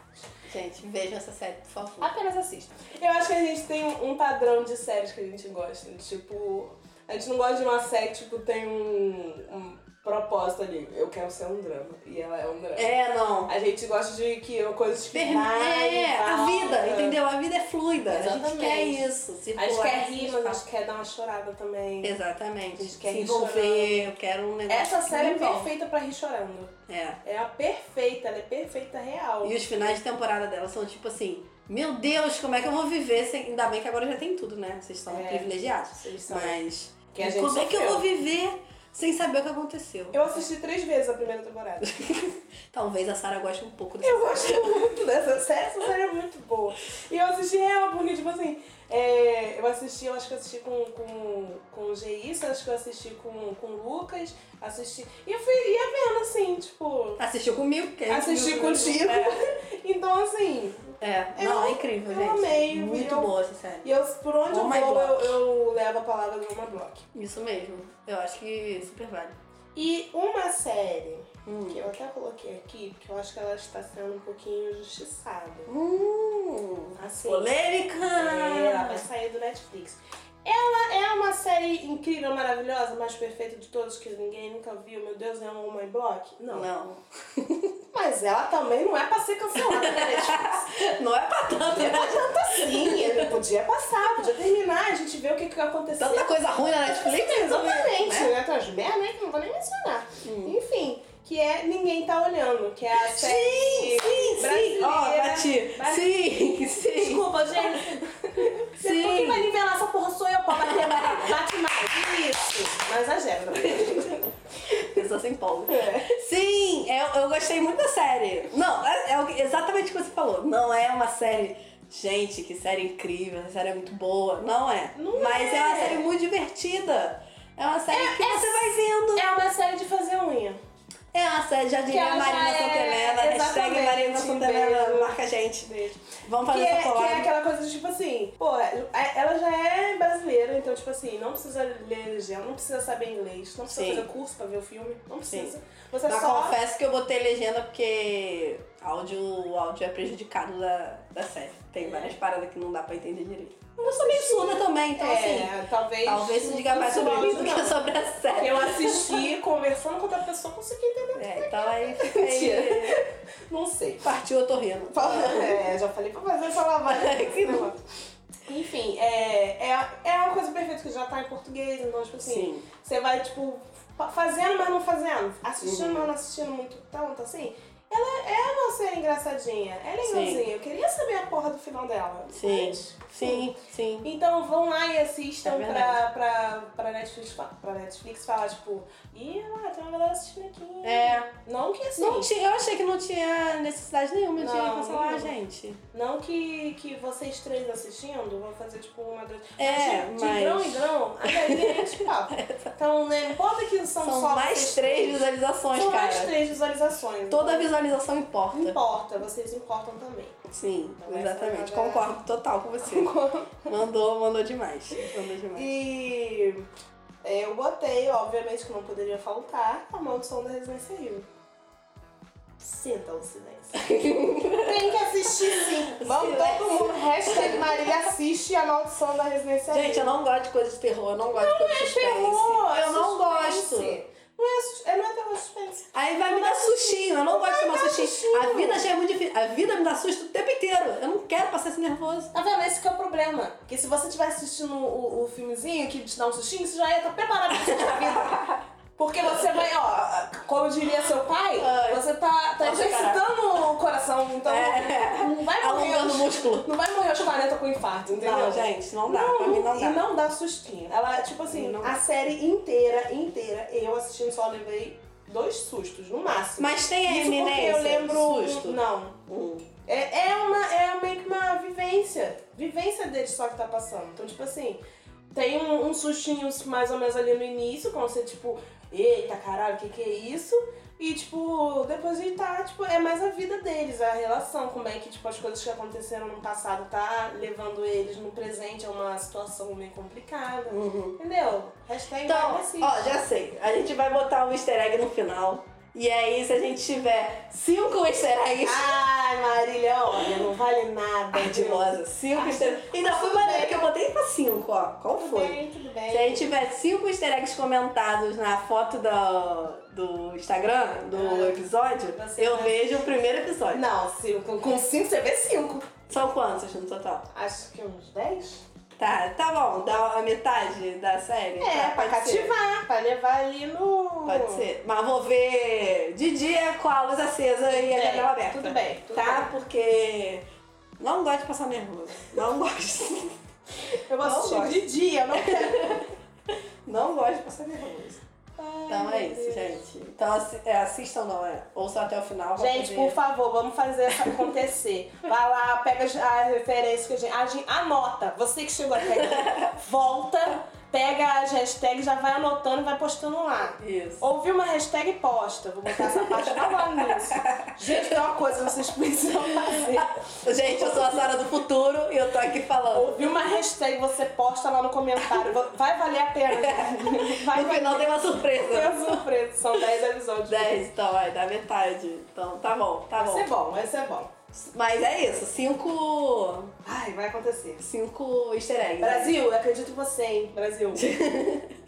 S1: Gente, vejam essa série, por favor.
S2: Apenas assista. Eu acho que a gente tem um um padrão de séries que a gente gosta. né? Tipo, a gente não gosta de uma série que tipo, tem um, um propósito ali. Eu quero ser um drama. E ela é um drama.
S1: É, não.
S2: A gente gosta de que coisas que
S1: Perme-
S2: vai,
S1: é, a
S2: volta.
S1: vida, entendeu? Tipo, A vida é fluida. A gente
S2: Exatamente.
S1: quer isso. Circular,
S2: A gente quer
S1: esse
S2: rir, mas assim, a
S1: espaço.
S2: gente quer dar uma chorada também.
S1: Exatamente.
S2: A gente quer
S1: Se
S2: ir
S1: envolver, eu quero um negócio.
S2: Essa
S1: que
S2: série é
S1: me envolve.
S2: perfeita pra rir chorando.
S1: É.
S2: É a perfeita, ela é perfeita real.
S1: E os finais de temporada dela são tipo assim: Meu Deus, como é que eu vou viver? Sem... Ainda bem que agora já tem tudo, né? Vocês estão
S2: É.
S1: privilegiados.
S2: Vocês são-
S1: Mas.
S2: Que a gente
S1: como é que eu
S2: sofreu.
S1: vou viver sem saber o que aconteceu?
S2: Eu assisti três vezes a primeira temporada.
S1: Talvez a Sarah goste um pouco dessa
S2: Eu gosto muito dessa série, essa série é muito boa. E eu assisti ela porque, tipo assim, é, eu assisti, eu acho que eu assisti com, com, com o Geissa, acho que eu assisti com, com o Lucas, assisti. E eu fui ia vendo assim, tipo.
S1: Assistiu comigo, que
S2: Assisti contigo. *laughs* Então, assim,
S1: né? É,
S2: Eu-
S1: não, é incrível,
S2: eu
S1: gente.
S2: amei,
S1: Muito
S2: eu-
S1: boa essa série.
S2: e eu, por onde
S1: Oh
S2: eu
S1: my
S2: vou, eu,
S1: block.
S2: eu levo a palavra do Uma Block.
S1: Isso mesmo. Eu acho que super vale.
S2: E uma série
S1: Hum.
S2: que eu até coloquei aqui, porque eu acho que ela está sendo um pouquinho injustiçada.
S1: Hum.
S2: Assim,
S1: Polêmica!
S2: É, Ela vai sair do Netflix. Ela é uma série incrível, maravilhosa, mais perfeita de todos que ninguém nunca viu. Meu Deus, é um My Block? Não.
S1: Não.
S2: Mas ela também não é pra ser cancelada da
S1: *laughs* *laughs*
S2: Netflix.
S1: Não é pra tanto,
S2: Podia
S1: né?
S2: adianta sim, ele podia passar, podia terminar, a gente vê o que, que aconteceu.
S1: Tanta coisa ruim na Então, tá Netflix.
S2: Sim, exatamente,
S1: né? Hum.
S2: né? Tem umas merda aí que não vou nem mencionar. Enfim, que é Ninguém Tá Olhando, que é a série
S1: Sim, sim.
S2: brasileira.
S1: Ó, Tati.
S2: Bra-
S1: Sim, sim.
S2: Desculpa, gente. Sim.
S1: Sim.
S2: Quem vai nivelar essa porra sou eu pra bater mais. Bate mais. Isso. Mas é exagera.
S1: *laughs* Pessoa sem polvo.
S2: É.
S1: Sim, eu, eu gostei muito da série. Não, é, é o que- exatamente o que você falou. Não é uma série. Gente, que série incrível, essa série é muito boa. Não é.
S2: Não
S1: Mas é.
S2: é.
S1: uma série muito divertida. É uma série que você vai vendo.
S2: É uma série de fazer unha.
S1: É uma série, já diria
S2: ela já
S1: Marina
S2: é-
S1: Santelena, hashtag
S2: exatamente,
S1: Marina Santelena,
S2: beijo.
S1: marca a gente.
S2: Beijo.
S1: Vamos
S2: Que
S1: fazer
S2: é,
S1: essa
S2: que é
S1: colada.
S2: aquela coisa de tipo assim, pô, ela já é brasileira, então tipo assim, não precisa ler legenda, não precisa saber inglês, não precisa
S1: Sim.
S2: fazer curso pra ver o filme, não precisa. Você
S1: Mas
S2: só.
S1: confesso que eu botei legenda porque áudio, o áudio é prejudicado da, da série. Tem
S2: É.
S1: várias paradas que não dá pra entender direito. Eu sou meio surda também, então assim.
S2: é, talvez.
S1: Talvez isso diga
S2: não
S1: mais sobre mim
S2: funcione,
S1: do que
S2: não.
S1: sobre a série.
S2: Eu assisti conversando com outra pessoa, consegui entender.
S1: É, então aí fica aí.
S2: Mentira. Não sei.
S1: Partiu, eu tô rindo.
S2: *laughs* É, já falei pra fazer essa lavagem.
S1: *laughs*
S2: né?
S1: Que não.
S2: Enfim, é, é, é uma coisa perfeita que já tá em português, então, tipo assim,
S1: Sim.
S2: você vai, tipo, fa- fazendo, mas não fazendo, assistindo,
S1: Uhum.
S2: mas não assistindo muito tanto, assim. Ela é uma série engraçadinha, é legalzinha. Eu queria saber a porra do final dela.
S1: Sim.
S2: Mas,
S1: Sim, sim.
S2: Então vão lá e assistam
S1: É
S2: pra,
S1: verdade.
S2: pra, pra, Netflix, fa- pra Netflix falar, tipo, ih, olha lá, tem uma galera assistindo aqui.
S1: É,
S2: Não que assim,
S1: não tinha, eu achei que não tinha necessidade nenhuma de
S2: Não, Então,
S1: cancelar a
S2: nenhuma.
S1: gente.
S2: não que, que vocês três assistindo vão fazer, tipo, uma grande.
S1: É,
S2: de,
S1: mas-
S2: de grão em grão, aí *laughs* é gente papo. Então, né, importa que são,
S1: São
S2: só
S1: mais
S2: vocês
S1: três visualizações,
S2: São
S1: cara.
S2: mais três visualizações.
S1: Toda
S2: Então,
S1: visualização importa.
S2: Importa, vocês importam *laughs* também.
S1: Sim,
S2: Então, essa
S1: exatamente.
S2: é uma-
S1: Concordo total com você. Mandou, mandou demais. Mandou demais.
S2: E é, eu botei, obviamente, que não poderia faltar, a maldição da Residência Rio. Sinta o *laughs* silêncio. Tem que assistir sim. Vamos todo mundo. Hashtag Maria assiste a maldição da Residência Rio.
S1: Gente, eu não gosto de coisa de terror, eu não gosto de coisa de suspense.
S2: é terror, é
S1: eu não gosto.
S2: suspense. Não é, sus- é, não é terror suspense.
S1: Aí vai me dar sustinho, eu não gosto de tomar sustinho. A vida já é muito difícil. A vida me dá susto o tempo inteiro. Eu não quero passar esse nervoso.
S2: Tá vendo? Esse que é o problema. Porque se você estiver assistindo o, o filmezinho que te dá um sustinho, você já ia estar preparado pra assistir a
S1: *laughs*
S2: vida. Porque você vai, ó, como diria seu pai,
S1: Ai.
S2: você tá, tá
S1: Ah, é. Nossa,
S2: exercitando o coração, então
S1: É.
S2: não vai morrer.
S1: Alongando o
S2: aos-
S1: músculo.
S2: Não vai morrer aos 40 com infarto, entendeu?
S1: Não, gente, não dá. pra mim não
S2: e
S1: dá.
S2: não dá sustinho. Ela, tipo assim,
S1: Não
S2: a série inteira, inteira, eu assistindo só levei dois sustos, no máximo.
S1: Mas tem a
S2: Isso porque
S1: É, eminência.
S2: eu lembro.
S1: Susto.
S2: Não.
S1: Hum.
S2: É, é uma, é meio que uma vivência. Vivência dele só que tá passando. Então, tipo assim, tem um, um sustinho mais ou menos ali no início, quando você, tipo, eita caralho, o que que é isso? E, tipo, depois ele tá, tipo, é mais a vida deles, a relação, como é que, tipo, as coisas que aconteceram no passado tá levando eles no presente a uma situação meio complicada.
S1: Uhum.
S2: Entendeu? Hashtag
S1: Então,
S2: vai, assiste.
S1: ó, já sei. A gente vai botar um easter egg no final. E aí, se a gente tiver cinco easter eggs.
S2: Ah, Ai, Marília, olha, não vale nada.
S1: Ardilosa, cinco easter eggs. Ainda foi maneiro que eu botei pra cinco, ó. Qual
S2: Ah, Tudo
S1: foi?
S2: bem, tudo bem.
S1: Se a gente tiver cinco easter eggs comentados na foto do, do Instagram, do
S2: Ah,
S1: episódio,
S2: você
S1: eu
S2: vai-
S1: vejo o primeiro episódio.
S2: Não, se, com, com cinco você vê cinco.
S1: São quantos no total?
S2: Acho que uns 10?
S1: Tá, tá bom, dá a metade da série? Tá,
S2: É, pra
S1: pode ser.
S2: cativar, pra levar ali no.
S1: Pode ser. Mas vou ver de dia com a luz acesa e a
S2: É,
S1: janela aberta.
S2: tudo bem, tudo
S1: tá? Porque não gosto de passar nervoso. Não *laughs* gosto.
S2: Eu vou
S1: Não
S2: assistir
S1: gosto.
S2: de dia, eu não *laughs* quero.
S1: Não gosto de passar nervoso. Então é isso, gente. Então assi- é, assistam, não é? Ouçam até o final. pra
S2: Gente, por
S1: poder-
S2: favor, vamos fazer isso acontecer. Vai lá, pega as- a referência que a gente, a gente- Anota. Você que chegou até *laughs* aqui, volta, pega as hashtags, já vai anotando e vai postando lá.
S1: Isso.
S2: Ouvi uma hashtag e posta. Vou botar essa parte lá no início. Gente, tem uma coisa que vocês precisam fazer.
S1: Gente, eu sou a Sara do futuro e eu tô aqui falando.
S2: Ouviu uma hashtag, você posta lá no comentário. Vai valer a pena. Vai
S1: No final tem uma
S2: valer
S1: surpresa.
S2: a surpresa. São 10 episódios.
S1: 10, então, é, da metade. Então tá bom, tá
S2: Vai
S1: bom.
S2: ser bom, vai ser bom.
S1: Mas é isso, cinco.
S2: Ai, vai acontecer.
S1: Cinco easter eggs. né?
S2: Brasil, eu acredito em você, hein?
S1: *laughs*
S2: Brasil.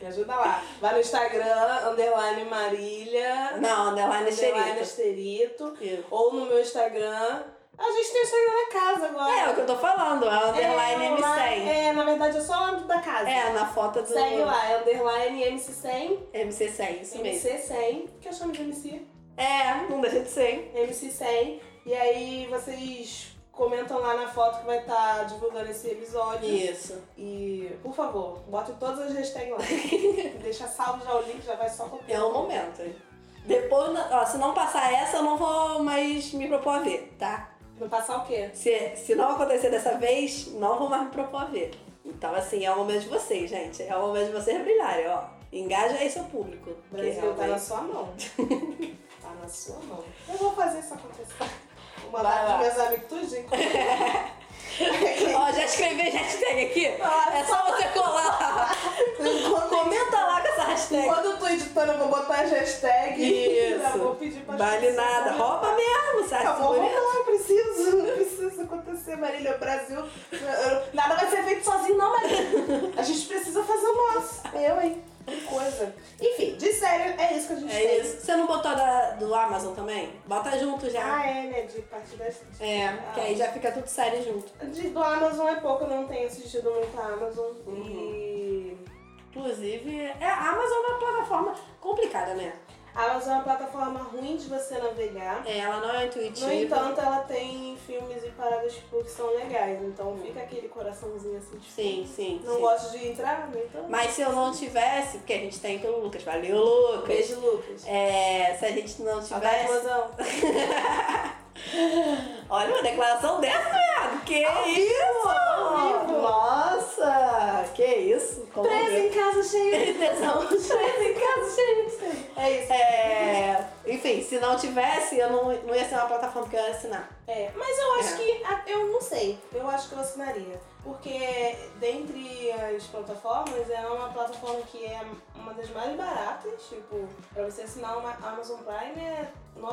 S2: Me ajuda lá. Vai no Instagram, underline Marília.
S1: Não, underline
S2: Underline
S1: xerife.
S2: asterito.
S1: Isso.
S2: Ou no meu Instagram. A gente tem o Instagram da casa agora.
S1: É, é o que eu tô falando, é underline
S2: É, lá-
S1: MC100.
S2: É, na verdade é só o da casa.
S1: É, na foto do
S2: Segue lá, é underline MC100.
S1: MC100, isso mesmo.
S2: MC100, que eu chamo de MC.
S1: É, não deixa de ser. hein?
S2: MC100. E aí vocês comentam lá na foto que vai estar divulgando esse episódio.
S1: Isso.
S2: E, por favor, bota todas as hashtags
S1: *laughs*
S2: lá. Deixa salvo já o link, já vai só copiar.
S1: É o momento. hein? Depois, ó, se não passar essa, eu não vou mais me propor a ver, tá?
S2: Não passar o quê?
S1: Se, se não acontecer dessa vez, não vou mais me propor a ver. Então, assim, é o momento de vocês, gente. É o momento de vocês brilharem, ó. Engaja aí seu público.
S2: O
S1: porque
S2: Brasil tá na
S1: realmente- *laughs*
S2: sua mão. tá na sua mão. Eu vou fazer isso acontecer. Vou
S1: Vai lá.
S2: mandar pros meus amigos
S1: *laughs*
S2: tudinho.
S1: Ó, já escrevi hashtag aqui.
S2: Ah,
S1: É só você colar lá.
S2: *laughs* né?
S1: Comenta lá com essa hashtag.
S2: Quando eu tô editando, eu vou botar as hashtags. *laughs* Já
S1: Isso.
S2: vou pedir pra né? É
S1: Vale
S2: pessoas
S1: nada.
S2: comentar.
S1: Rouba mesmo, sabe?
S2: Acabou, vamos lá, eu preciso, *laughs* eu preciso acontecer, Marília, o Brasil, eu- nada vai ser feito sozinho não, Marília, a gente precisa fazer o nosso, eu, hein, que coisa. Enfim, de sério, é isso que a gente
S1: É
S2: tem.
S1: isso. Você não botou da, do Amazon também? Bota junto já.
S2: Ah, é, né, de parte das...
S1: É, que aí já fica tudo sério junto.
S2: De, do Amazon é pouco, eu não tenho assistido muito a Amazon
S1: Uhum.
S2: e...
S1: Inclusive, é, a Amazon é uma plataforma complicada, né?
S2: A Amazon é uma plataforma ruim de você navegar.
S1: É, ela não é intuitiva.
S2: No entanto, ela tem filmes e paradas tipo, que são legais, então fica aquele coraçãozinho assim, tipo,
S1: Sim, sim.
S2: não
S1: sim.
S2: gosto de entrar, né? então...
S1: Mas se eu não tivesse, porque a gente tá indo pelo Lucas, valeu, Lucas.
S2: Beijo, Lucas.
S1: É, se a gente não
S2: Saudade,
S1: tivesse.
S2: mozão.
S1: Olha uma declaração dessa, viado. Que isso?
S2: vivo.
S1: Nossa, que é? isso? Como
S2: Preso em casa cheio de *laughs*
S1: Tesão.
S2: Preso em casa cheio de tesão. É isso.
S1: *laughs* É, enfim, se não tivesse, eu não, não ia ser uma plataforma que eu ia assinar.
S2: É, mas eu acho
S1: É.
S2: que. a- Eu não sei. Eu acho que eu assinaria. Porque dentre as plataformas, é uma plataforma que é uma das mais baratas. Tipo, pra você assinar uma Amazon Prime é R$ 9,90,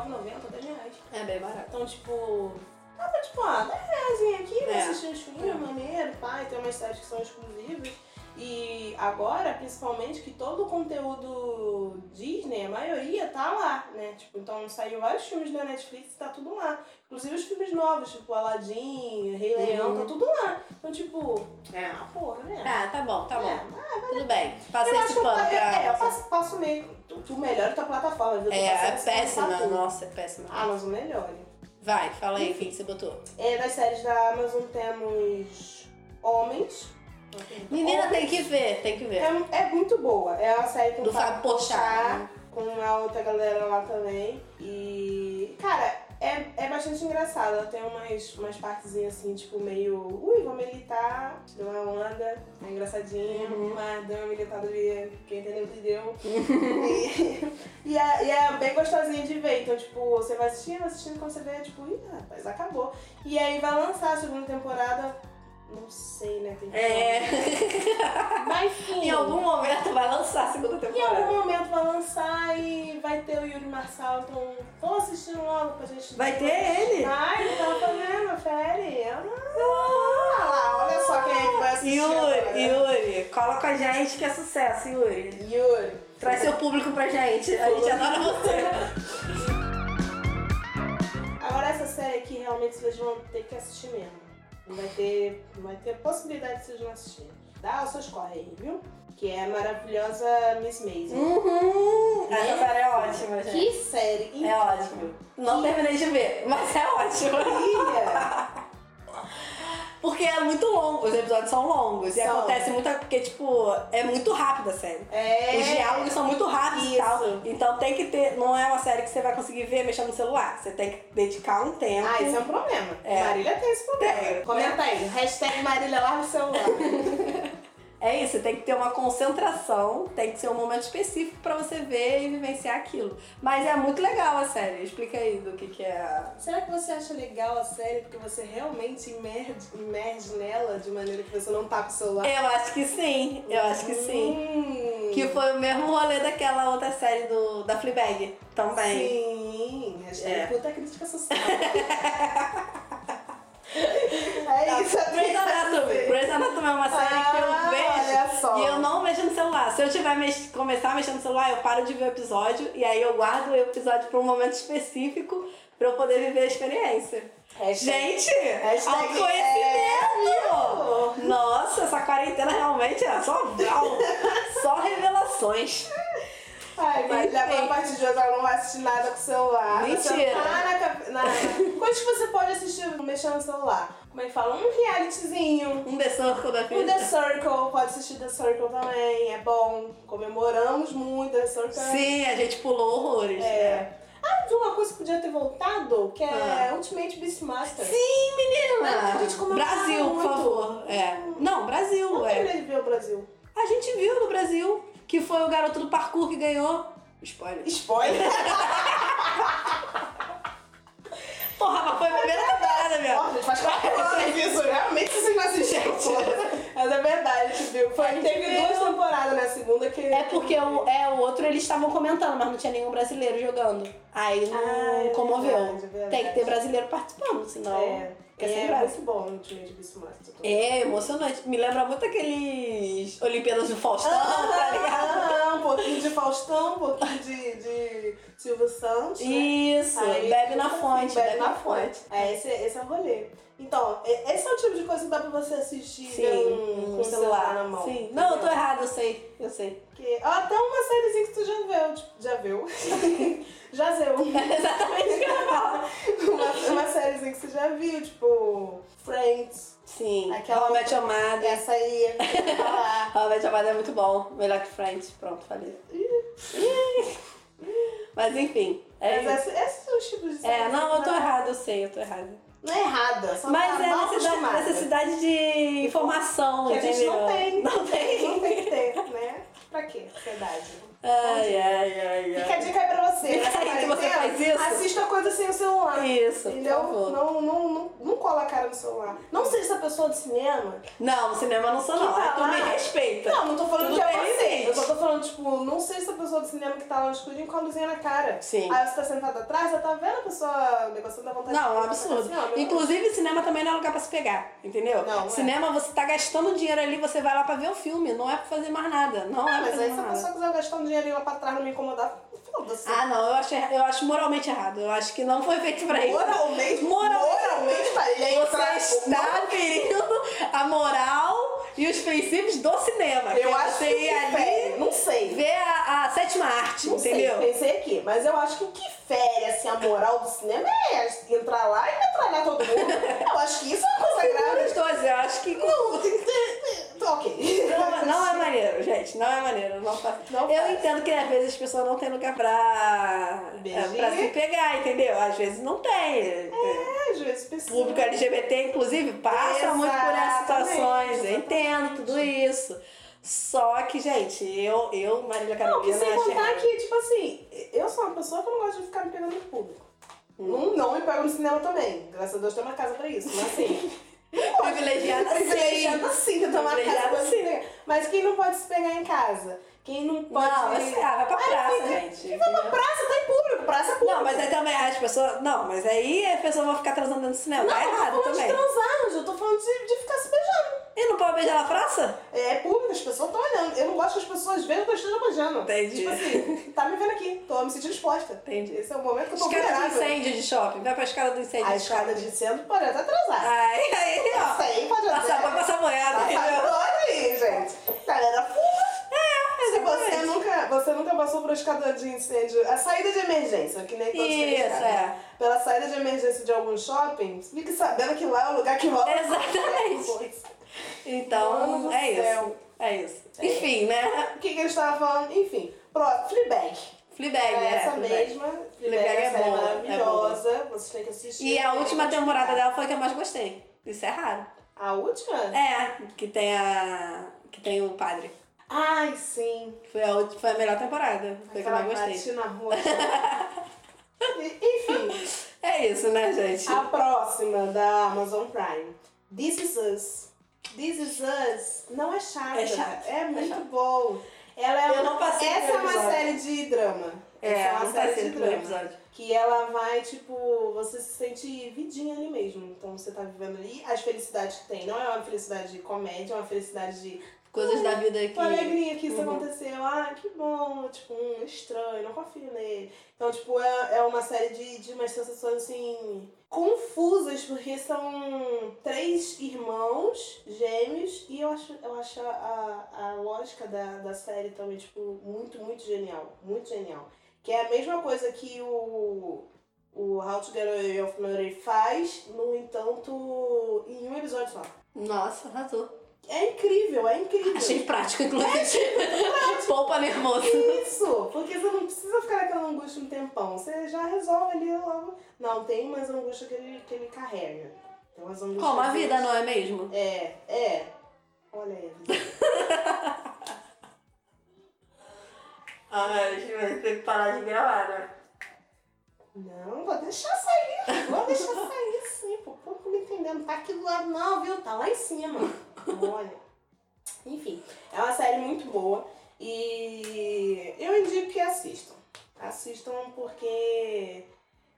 S2: 10 reais.
S1: É bem barato.
S2: Então, tipo. Tava tipo, ah, 10 reais aqui, vai
S1: É.
S2: assistir uns filmes,
S1: É.
S2: maneiro, pai, tem umas séries que são exclusivas. E agora, principalmente, que todo o conteúdo Disney, a maioria, tá lá, né? Tipo, então saiu vários filmes da Netflix e tá tudo lá. Inclusive os filmes novos, tipo Aladdin, Rei Leão,
S1: Uhum.
S2: tá tudo lá. Então, tipo,
S1: É.
S2: ah, porra, né?
S1: Ah, tá bom, tá
S2: É,
S1: bom. Tudo bem. Passei
S2: eu acho
S1: esse
S2: que eu,
S1: pano pra.
S2: é, eu passo, passo meio. Tu, tu melhora a tua plataforma, viu? Tu
S1: É,
S2: passa
S1: é
S2: esse pano pra
S1: péssima.
S2: tudo. Ah,
S1: Nossa, é péssima.
S2: Amazon melhora.
S1: Vai, fala aí, enfim, você botou.
S2: É, nas séries da Amazon temos Homens.
S1: Menina, tem que ver, tem que ver.
S2: É, é muito boa. É uma série com
S1: Do
S2: o Fábio
S1: Fábio Porchat. né?
S2: com a outra galera lá também. E, cara, é, é bastante engraçado. Ela tem umas, umas partezinhas assim, tipo, meio. Ui, vou militar, te dou uma onda, é engraçadinho,
S1: Uhum.
S2: mas deu uma militada de quem entendeu,
S1: *laughs*
S2: entendeu. e, *laughs* e, é, e é bem gostosinho de ver. Então, tipo, você vai assistindo, assistindo, quando você vê, é tipo, ih, rapaz, acabou. E aí vai lançar a segunda temporada. Não sei, né? Tem que
S1: *laughs* É.
S2: Mas enfim.
S1: em algum momento vai lançar a segunda
S2: Em
S1: temporada.
S2: algum momento vai lançar e vai ter o Yuri Marçal, então vão assistindo logo pra gente.
S1: Vai ter ele?
S2: Ai, não tava fazendo, Fere. Ah, olha só quem é que vai assistir. agora.
S1: Yuri, Yuri, cola com a gente que é sucesso, Yuri.
S2: Yuri.
S1: Traz seu público pra gente. A gente adora você.
S2: Agora essa série aqui realmente vocês vão ter que assistir mesmo. Não vai ter, não vai ter possibilidade de vocês não assistirem. Dá os seus corre aí, viu? Que é a maravilhosa Miss Maisel.
S1: Hum, Uhum. Essa série é ótima, gente.
S2: Que série incrível.
S1: É ótimo. Não terminei de ver, mas é ótimo.
S2: Filha.
S1: Porque é muito longo, os episódios são longos. E
S2: São.
S1: acontece muita. Porque, tipo, é muito rápida a série.
S2: É.
S1: Os diálogos são muito rápidos e tal.
S2: Isso.
S1: Então tem que ter. Não é uma série que você vai conseguir ver mexendo no celular. Você tem que dedicar um tempo.
S2: Ah, isso é um problema.
S1: É.
S2: Marília tem esse problema.
S1: Tem.
S2: Comenta aí. Hashtag Marília larga o celular.
S1: É isso, tem que ter uma concentração, tem que ser um momento específico pra você ver e vivenciar aquilo. Mas é muito legal a série. Explica aí do que, que é. a-
S2: Será que você acha legal a série porque você realmente imerge, imerge nela de maneira que você não tá com o celular?
S1: Eu acho que sim, eu acho que sim.
S2: Hum.
S1: Uhum. Que foi o mesmo rolê daquela outra série do, da Fleabag também.
S2: Sim. Hashtag
S1: É.
S2: puta
S1: *laughs*
S2: crítica social.
S1: Tá
S2: é isso.
S1: Grey's Anatomy. Grey's Anatomy é uma série que eu
S2: Ah,
S1: vejo
S2: olha só.
S1: e eu não mexo no celular. Se eu tiver mex... começar a mexer no celular, eu paro de ver o episódio e aí eu guardo o episódio pra um momento específico pra eu poder viver a experiência.
S2: Hashtag...
S1: Gente, é
S2: Hashtag
S1: autoconhecimento!
S2: é, viu?
S1: Nossa, essa quarentena realmente é só *laughs* brau, só revelações.
S2: Ai, mas
S1: Enfim.
S2: a partir de hoje ela não vai assistir nada com o celular. Você
S1: Mentira.
S2: tá na, cap- na... Coisas que você pode assistir mexendo no celular. Como é que fala? Um realityzinho.
S1: Um The Circle da
S2: O
S1: vida.
S2: The Circle, pode assistir The Circle também, é bom. Comemoramos muito The Circle.
S1: Sim, a gente pulou horrores. né?
S2: É. Ah, viu uma coisa que podia ter voltado? Que é
S1: Ah.
S2: Ultimate Beastmaster. Ah,
S1: Sim, menina!
S2: A gente comemorava
S1: Brasil,
S2: muito.
S1: por favor. É. Não, Brasil,
S2: Não
S1: é.
S2: terminei de ver o Brasil.
S1: A gente viu no Brasil que foi o garoto do parkour que ganhou. Spoiler.
S2: Spoiler.
S1: Porra, mas foi a primeira temporada, meu.
S2: Nossa, faz quatro *laughs* anos isso, realmente vocês não assistiram. Mas é verdade, a gente viu. Foi,
S1: gente
S2: teve
S1: viu.
S2: duas temporadas na segunda que.
S1: É porque o, é, o outro eles estavam comentando, mas não tinha nenhum brasileiro jogando. Aí não
S2: Ah, é
S1: um comoveu.
S2: verdade, é verdade.
S1: Tem que ter brasileiro participando, senão.
S2: É. Que é,
S1: É,
S2: sempre
S1: mas-
S2: muito bom o time de Beastmaster.
S1: É emocionante. Me lembra muito aqueles Olimpíadas do Faustão, tá ligado?
S2: Ah, um pouquinho de Faustão, um pouquinho de, de Silvio Santos. né?
S1: Isso,
S2: Aí,
S1: bebe na
S2: assim,
S1: fonte, bebe, na fonte.
S2: É, esse, esse é o rolê. Então, é- esse é o tipo de coisa que dá pra você assistir um,
S1: Sim, um
S2: com, com o celular na mão.
S1: Sim. Não, eu tô errada, eu sei, eu sei. *laughs*
S2: Porque, ó, até uma sériezinha que tu já viu. tipo, Já viu? *laughs* já
S1: *laughs*
S2: zeu.
S1: Exatamente o que eu falo.
S2: uma, uma sériezinha que você já viu, tipo Friends.
S1: Sim,
S2: Aquela-
S1: Aquela Homem Amada.
S2: Essa aí. Ah,
S1: Homem Amada é muito bom, melhor que Friends. Pronto, falei. Mas enfim, é
S2: Mas
S1: isso.
S2: esse- esses são os tipos de
S1: É,
S2: séries
S1: não,
S2: que
S1: eu tô
S2: dá-
S1: errada, eu sei, eu tô errada.
S2: Não é errada, só
S1: Mas
S2: tá
S1: é
S2: mal
S1: necessidade,
S2: acostumada.
S1: necessidade de informação,
S2: Que a gente não
S1: um entendeu?
S2: tem.
S1: Não
S2: *laughs* Não
S1: tem.
S2: tem que ter, né? Pra quê? Verdade.
S1: Ai, ai, ai,
S2: Fica a
S1: ai.
S2: dica aí pra você.
S1: Fica
S2: nessa
S1: aí que você
S2: quarentena,
S1: faz isso.
S2: Assista coisa sem o celular.
S1: Isso, por
S2: Entendeu?
S1: favor.
S2: Não, não, não, não cola a cara no celular. Não seja essa pessoa do cinema.
S1: Não, no cinema eu não sou, não.
S2: Que tá
S1: tu
S2: lá.
S1: me respeita.
S2: Não, não tô falando
S1: Tudo
S2: que é
S1: tem
S2: você.
S1: limite.
S2: Eu só tô falando, tipo, não seja essa pessoa do cinema que tá lá no escurinho com a luzinha na cara.
S1: Sim.
S2: Aí você tá sentada atrás, você tá vendo a pessoa negociando a vontade
S1: Não, é um
S2: de
S1: absurdo.
S2: Assim, ó, meu-
S1: Inclusive, cinema também não é lugar pra se pegar, entendeu?
S2: Não, é.
S1: cinema, você tá gastando dinheiro ali, você vai lá pra ver o filme, não é pra fazer mais nada. Não é
S2: Ah,
S1: pra
S2: mas
S1: fazer
S2: aí se a
S1: mais nada.
S2: pessoa quiser gastar um dinheirinho lá pra trás não me incomodar, foda-se.
S1: Ah, não, eu acho, erra- eu acho moralmente errado. Eu acho que não foi feito pra isso.
S2: Moralmente,
S1: Moralmente.
S2: moralmente, pra ele é entrar-
S1: Você está ferindo a moral e os princípios do cinema. que é
S2: Eu acho
S1: você
S2: que
S1: ir ali
S2: fere, não sei.
S1: ver a, a sétima arte,
S2: Não
S1: entendeu?
S2: sei, pensei aqui, mas eu acho que o que fere assim, a moral do cinema é entrar lá e metralhar todo mundo. eu acho que isso é uma coisa
S1: Não,
S2: grave.
S1: um dos dois, eu acho que.
S2: Não, tem que ter- tá, ok.
S1: Não, não é maneiro, gente. Não é maneiro. Não faz.
S2: Não
S1: eu
S2: faz.
S1: entendo que às vezes as pessoas não têm lugar pra, é,
S2: Beijinho.
S1: pra se pegar, entendeu? Às vezes não tem.
S2: É, às vezes
S1: O
S2: pessoa.
S1: público LGBT, inclusive, passa muito por essas
S2: Exatamente,
S1: situações. Eu
S2: exatamente.
S1: entendo tudo isso. Só que, gente, eu, eu Marília
S2: Não, que
S1: Carolina.
S2: sem
S1: achei-
S2: contar que, tipo assim, eu sou uma pessoa que não gosto de ficar me pegando no público.
S1: Hum.
S2: Não, não me pego no cinema também. Graças a Deus tem uma casa pra isso, mas
S1: *laughs*
S2: assim.
S1: Privilegiada sim.
S2: Privilegiada sim, tem uma casa pra
S1: Privilegiada
S2: se pegar. Mas quem não pode se pegar em casa? Quem não pode.
S1: Não, assim, ah, vai pra
S2: Ai,
S1: praça,
S2: fica-
S1: gente.
S2: Vai pra praça, tá em público, praça é público.
S1: Não, mas aí também as pessoas. Não, mas aí as pessoas vão ficar transando dentro do cinema. tá errado
S2: eu tô falando
S1: também.
S2: de transar, Anjo, eu tô falando de, de ficar se beijando.
S1: E não pode beijar na praça?
S2: É público, as pessoas estão olhando. Eu não gosto que as pessoas vejam que eu esteja beijando.
S1: Entendi.
S2: Tipo assim, tá me vendo aqui, tô me sentindo exposta.
S1: Entendi.
S2: Esse é o momento que eu tô
S1: Escada do
S2: vulnerável.
S1: incêndio de shopping. Vai pra escada do incêndio
S2: A
S1: de shopping.
S2: escada de centro pode até atrasar.
S1: Aí, *laughs* aí,
S2: Isso
S1: ó.
S2: aí né? pode
S1: Passar pra
S2: até
S1: passar boiada, entendeu?
S2: Olha aí, gente. Tá, Galera fuma. Se você
S1: exatamente.
S2: nunca, você nunca passou por escada de incêndio, a saída de emergência, que nem todos têm
S1: Isso,
S2: escada.
S1: é.
S2: Pela saída de emergência de algum shopping, fique sabendo que lá é o lugar que rola.
S1: Exatamente.
S2: Coisa. Mano
S1: Então,
S2: do
S1: é
S2: céu.
S1: isso. É isso. Enfim, né?
S2: O que, que eu estava falando? Enfim, pronto, Fleabag.
S1: Fleabag,
S2: É
S1: né?
S2: essa
S1: Fleabag.
S2: mesma. Fleabag,
S1: Fleabag é
S2: essa série
S1: boa, é
S2: maravilhosa. Vocês têm que assistir.
S1: E a
S2: tem
S1: última
S2: que
S1: temporada
S2: escutar.
S1: dela foi a que tá eu mais gostei. Isso é raro.
S2: A última?
S1: É, que tem a. que tem o padre.
S2: Ai, sim.
S1: Foi a, ulti- foi a melhor temporada. Foi a que eu
S2: Aquela
S1: mais gostei.
S2: patina roxa. E- Enfim,
S1: *laughs* É isso, né, gente?
S2: a próxima da Amazon Prime. This Is Us. This Is Us não é chata.
S1: É chata,
S2: é muito
S1: chata.
S2: bom. Ela é
S1: Eu
S2: uma-
S1: não passei
S2: Essa é
S1: pelo
S2: uma
S1: episódio.
S2: série de drama.
S1: É,
S2: Essa é uma
S1: não
S2: série
S1: passei
S2: de
S1: pelo
S2: drama.
S1: episódio.
S2: Que ela vai, tipo, você se sente vidinha ali mesmo. Então você tá vivendo ali. As felicidades que tem. Não é uma felicidade de comédia, é uma felicidade de
S1: Coisas da vida aqui.
S2: com alegria que isso
S1: Uhum.
S2: aconteceu. Ah, que bom. Tipo, um estranho, não confio nele. Então, tipo, é, é uma série de, de umas sensações assim. confusas, porque são três irmãos gêmeos. E eu acho, eu acho a, a lógica da, da série também, tipo, muito, muito genial. Muito genial. Que é a mesma coisa que o. O How to Get Away with Murder faz, no entanto, em um episódio só.
S1: Nossa, arrasou.
S2: É incrível, é incrível.
S1: É, Achei prático, inclusive. Poupa nervoso.
S2: Isso! Porque você não precisa ficar naquela angústia um tempão. Você já resolve ali logo. Não, tem mais angústia que ele, que ele carrega. Tem umas angústias.
S1: Como a vida, não é mesmo?
S2: É, é. Olha aí.
S1: Ah, a gente vai ter que parar de gravar, né?
S2: Não, vou deixar sair. Vou deixar sair sim, pô. O povo me entendendo. Não tá aqui do lado, não, viu? Tá lá em cima. Olha. Enfim, é uma série muito boa. E eu indico que assistam. Assistam porque.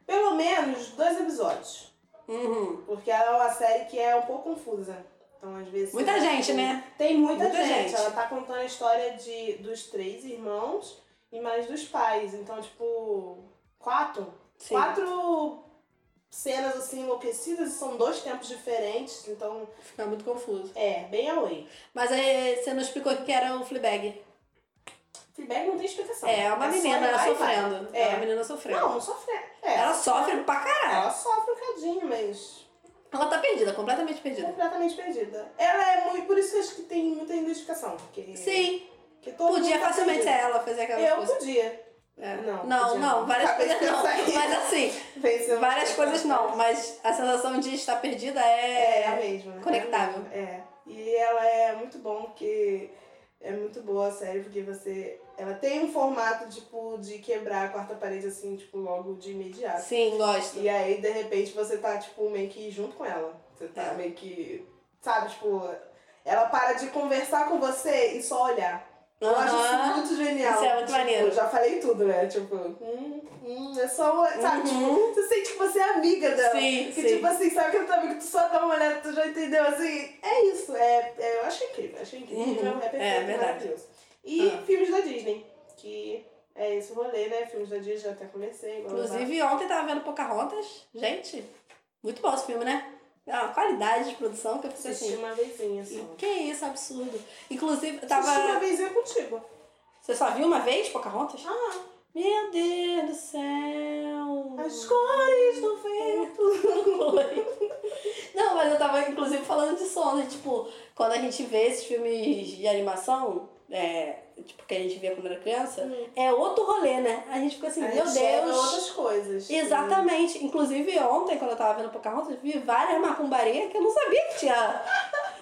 S2: Pelo menos dois episódios.
S1: Uhum.
S2: Porque ela é uma série que é um pouco confusa. Então, às vezes.
S1: Muita
S2: você-
S1: gente, né?
S2: Tem muita,
S1: Muita
S2: gente.
S1: gente.
S2: Ela tá contando a história de, dos três irmãos e mais dos pais. Então, tipo, quatro.
S1: Sim.
S2: Quatro cenas assim enlouquecidas e são dois tempos diferentes. Então,
S1: Fica muito confuso.
S2: é, bem away.
S1: Mas aí você não explicou o que era o Fleabag.
S2: Fleabag não tem explicação.
S1: É, é uma
S2: só
S1: menina
S2: vai e vai.
S1: sofrendo. É.
S2: É.
S1: uma menina sofrendo.
S2: Não, não sofre. É,
S1: Ela sofre pra caralho.
S2: ela sofre um bocadinho, mas
S1: Ela tá perdida, completamente perdida.
S2: completamente perdida. Ela é muito. Por isso que eu acho que tem muita identificação. Porque,
S1: Sim,
S2: que É. todo
S1: podia
S2: mundo tá
S1: facilmente é.
S2: perdido.
S1: ela fazer aquelas
S2: Eu
S1: coisas.
S2: podia.
S1: É.
S2: Não,
S1: não, não,
S2: podia não. *laughs*
S1: várias
S2: Acabei de
S1: coisas não.
S2: pensar nisso.
S1: Mas assim,
S2: *laughs* Pensando
S1: várias
S2: que-
S1: coisas não. Mas a sensação de estar perdida é.
S2: É, é a mesma. né?
S1: Conectável.
S2: É. E ela é muito bom porque é muito boa a série, porque você. Ela tem um formato, tipo, de quebrar a quarta parede, assim, tipo, logo de imediato.
S1: Sim, gosto.
S2: E aí, de repente, você tá, tipo, meio que junto com ela. Você tá
S1: É.
S2: meio que. Sabe, tipo. Ela para de conversar com você e só olhar. Eu acho
S1: Aham.
S2: isso muito genial.
S1: Isso é muito
S2: Tipo,
S1: maneiro.
S2: Eu já falei tudo, né? Tipo, hum, hum, é só. Sabe,
S1: Uhum.
S2: tipo, você sente que você é amiga dela.
S1: Sim,
S2: Que
S1: sim.
S2: tipo assim, sabe que eu também que tu só dá uma olhada, tu já entendeu assim? É isso, é, é- eu acho incrível, acho incrível,
S1: Uhum,
S2: é perfeito,
S1: é verdade.
S2: maravilhoso. E
S1: Ah.
S2: filmes da Disney, que é esse rolê, né? Filmes da Disney, já até comecei. blá, blá, blá.
S1: Inclusive, ontem tava vendo Pocahontas. Gente, muito bom esse filme, né? É uma qualidade de produção que eu fiquei
S2: assisti
S1: assim.
S2: uma vezinha só.
S1: E que isso, absurdo. Inclusive, eu
S2: Assisti uma
S1: tava. Uhum.
S2: vezinha contigo.
S1: Você só viu uma vez Pocahontas?
S2: Ah,
S1: Meu Deus do céu.
S2: as cores do vento.
S1: *laughs* Não, mas eu tava inclusive falando de sono, tipo, quando a gente vê esses filmes de animação, é, tipo, que a gente via quando era criança,
S2: Hum.
S1: é outro rolê, né? A gente fica assim,
S2: Aí
S1: meu
S2: chega
S1: Deus.
S2: outras coisas.
S1: Exatamente. Inclusive ontem, quando eu tava vendo Pocahontas, vi várias macumbarias que eu não sabia que tinha.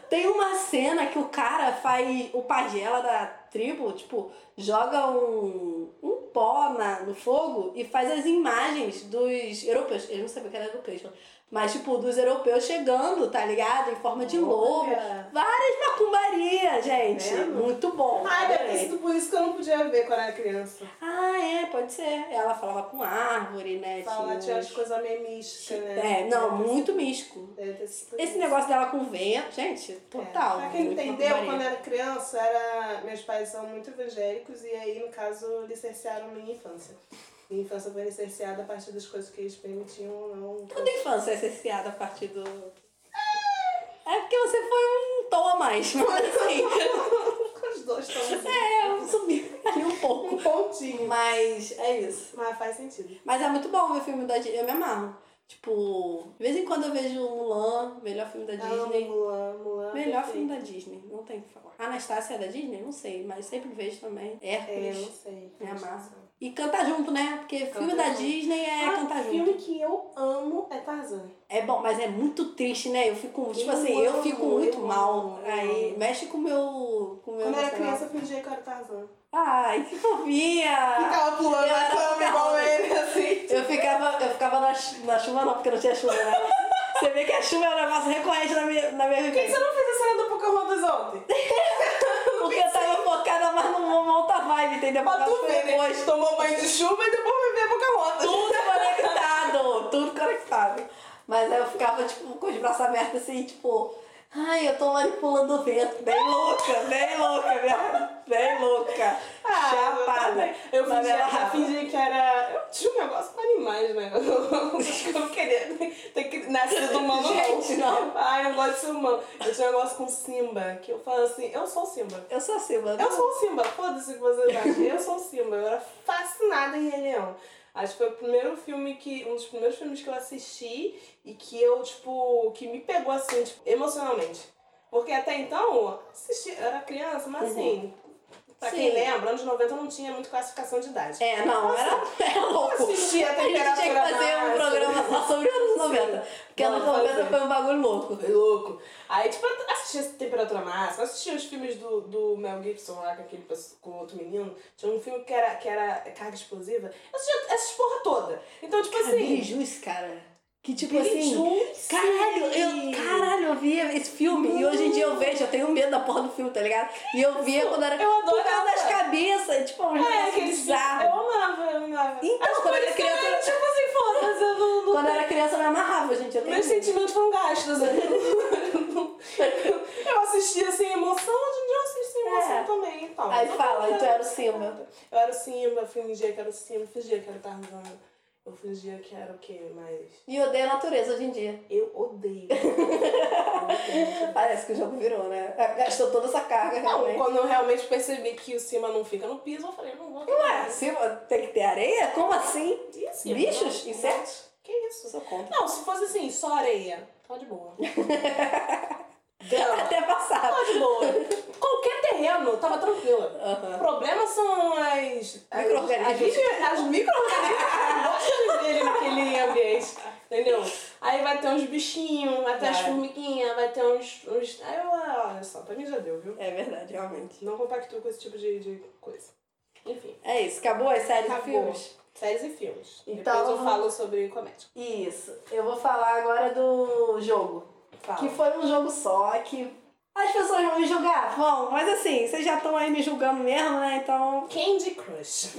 S1: Tem uma cena que o cara faz. O pagela da tribo, tipo, joga um, um pó na, no fogo e faz as imagens dos europeus. Eu não sabia que era europeus, mas, tipo, dos europeus chegando, tá ligado? Em forma de lobo.
S2: Uhum. Olha.
S1: Várias macumbarias, gente.
S2: Tá vendo?
S1: Muito bom.
S2: Ah, deve ter
S1: adorei.
S2: sido por isso que eu não podia ver quando era criança.
S1: Ah, é, pode ser. Ela falava com árvore, né?
S2: Fala, tinha
S1: os-
S2: as coisas meio místicas, né?
S1: É, não, muito místico.
S2: Deve ter sido
S1: Esse
S2: isso.
S1: negócio dela com vento, gente, total.
S2: É. Pra quem
S1: muito
S2: entendeu,
S1: barbaria.
S2: quando é- era criança, era... meus pais são muito evangélicos e aí, no caso, licenciaram minha infância. Minha infância foi licenciada a partir das coisas que eles permitiam ou não.
S1: Toda a infância é cerceada a partir do. É porque você foi um tom a mais, mas
S2: *laughs*
S1: assim,
S2: Os dois estão
S1: *laughs*
S2: assim,
S1: é, eu subi ali um pouco.
S2: um pontinho.
S1: Mas é isso.
S2: Mas faz sentido.
S1: Mas é muito bom ver filme da Disney, eu me amarro. Tipo, de vez em quando eu vejo Mulan, melhor filme da Disney.
S2: Amo, amo, amo.
S1: Melhor filme
S2: perfeito.
S1: da Disney, não tem o que falar. Anastácia é da Disney? Não sei, mas sempre vejo também.
S2: É, eu
S1: Hércules.
S2: não sei.
S1: Me amarra. E cantar junto, né? Porque filme
S2: Canta
S1: da
S2: junto.
S1: Disney é
S2: Ah,
S1: cantar junto.
S2: filme que eu amo é Tarzan.
S1: É bom, mas é muito triste, né? Eu fico, tipo
S2: Eu
S1: assim, eu
S2: amo,
S1: fico muito
S2: eu
S1: mal.
S2: amo, eu
S1: Aí
S2: amo.
S1: mexe com o meu. Com o meu
S2: Quando eu era
S1: emocional.
S2: criança, eu fingia que eu era Tarzan.
S1: Ai, que fofinha!
S2: Ficava pulando
S1: eu
S2: na
S1: era
S2: cama igual
S1: Pocahontas.
S2: ele, assim.
S1: Eu ficava, eu ficava na, chu- na chuva, não, porque não tinha chuva, né? Você vê que a chuva é um negócio recorrente na minha, na minha
S2: Por que que
S1: vivência.
S2: *laughs* você não fez a cena do Pocahontas ontem?
S1: Porque eu tava focada mais numa outra vibe, entendeu?
S2: *laughs* Pra tu
S1: Focada
S2: ver, né?
S1: depois.
S2: Tomou banho de chuva e depois foi ver Pocahontas.
S1: Tudo conectado, tudo conectado. Mas aí eu ficava, tipo, com os braços abertos assim, tipo, ai, eu tô manipulando o vento, bem louca, bem louca, minha, bem louca. Chapada.
S2: Ah, Eu
S1: Favela
S2: fingia, eu
S1: rapa.
S2: fingia que era... Eu tinha um negócio com animais, né? *laughs* Eu acho que eu não queria ter que nascer do humano, não.
S1: Gente, não.
S2: Ai, eu não gosto de ser humano. Eu tinha um negócio com Simba, que eu falo assim, eu sou o Simba.
S1: Eu sou assim, mano.
S2: Eu sou o Simba, foda-se o que vocês acham. Eu sou o Simba, eu era fascinada em Rei Leão. Acho que foi o primeiro filme que. Um dos primeiros filmes que eu assisti e que eu, tipo, que me pegou assim, tipo, emocionalmente. Porque até então, assisti, eu era criança, mas assim, pra
S1: Uhum. Sim.
S2: quem lembra, anos 90 não tinha muito classificação de idade.
S1: É, não, era, era louco.
S2: Assisti a
S1: A gente tinha que
S2: temperatura
S1: fazer um
S2: máxima.
S1: programa só sobre os anos 90. Porque anos
S2: Bora assim.
S1: 90
S2: fazer.
S1: foi um bagulho louco.
S2: Foi louco. Aí, tipo, eu assistia essa Temperatura Máxima, assistia os filmes do, do Mel Gibson lá com aquele pessoa- com outro menino. Tinha um filme que era, que era carga explosiva. Eu assistia essas porra toda. Então, tipo
S1: Cara, Billy
S2: assim.
S1: É Juice, cara. Que tipo
S2: Billy
S1: assim.
S2: Joyce.
S1: Caralho, eu, caralho, eu via esse filme e hoje em dia eu vejo, eu tenho medo da porra do filme, tá ligado? E eu via quando era.
S2: Eu
S1: por
S2: adoro
S1: causa das
S2: ela.
S1: cabeças, tipo, um
S2: É,
S1: negócio
S2: aqueles filmes.
S1: bizarro.
S2: Eu amava, eu amava.
S1: Então,
S2: As
S1: quando eu era
S2: coisas
S1: criança-
S2: também, Tipo assim, foda-se, eu não, não
S1: Quando Quando eu era criança eu me amarrava, gente. Eu tenho...
S2: Meus sentimentos foram gastos.
S1: né?
S2: eu assistia sem emoção, hoje em dia eu assisto sem emoção
S1: É.
S2: também. Então,
S1: Aí
S2: Não
S1: fala,
S2: tem
S1: e tu era o
S2: nada.
S1: Simba.
S2: Eu era o Simba, eu fingia que era o Simba, fingia que era o Tarzan. Eu fingia que era o quê? Mas
S1: E odeio a natureza hoje em dia.
S2: eu odeio. Eu odeio.
S1: Parece que o jogo virou, né? Gastou toda essa carga,
S2: Não,
S1: realmente.
S2: quando eu realmente percebi que o Simba não fica no piso, eu falei, não vou.
S1: Ué, Simba Ah, tem que ter areia? Como assim?
S2: E assim,
S1: Bichos?
S2: não-
S1: Insetos?
S2: Que isso?
S1: Eu sou contra.
S2: Não, se fosse assim, só areia, tá
S1: *laughs*
S2: de boa. Grama,
S1: Até passado.
S2: tá de boa. Qualquer terreno, tava tranquila. O
S1: Aham.
S2: problema são as. as-
S1: Micro-organismos.
S2: As, as micro-organismos dele naquele ambiente. Entendeu? Aí vai ter uns bichinhos, vai ter as
S1: Vai.
S2: formiguinhas, vai ter uns. uns... Aí eu, ah, olha só, pra mim já deu, viu?
S1: É verdade, realmente.
S2: Não compactuo com esse tipo de, de coisa. Enfim,
S1: É isso, acabou as séries e
S2: Acabou.
S1: filmes?
S2: séries e filmes.
S1: Então-
S2: Depois eu falo sobre comédia.
S1: Isso. Eu vou falar agora do jogo.
S2: Fala.
S1: Que foi um jogo só, que as pessoas vão me julgar, vão. Mas assim, vocês já estão aí me julgando mesmo, né? Então...
S2: Candy
S1: *laughs*
S2: Crush.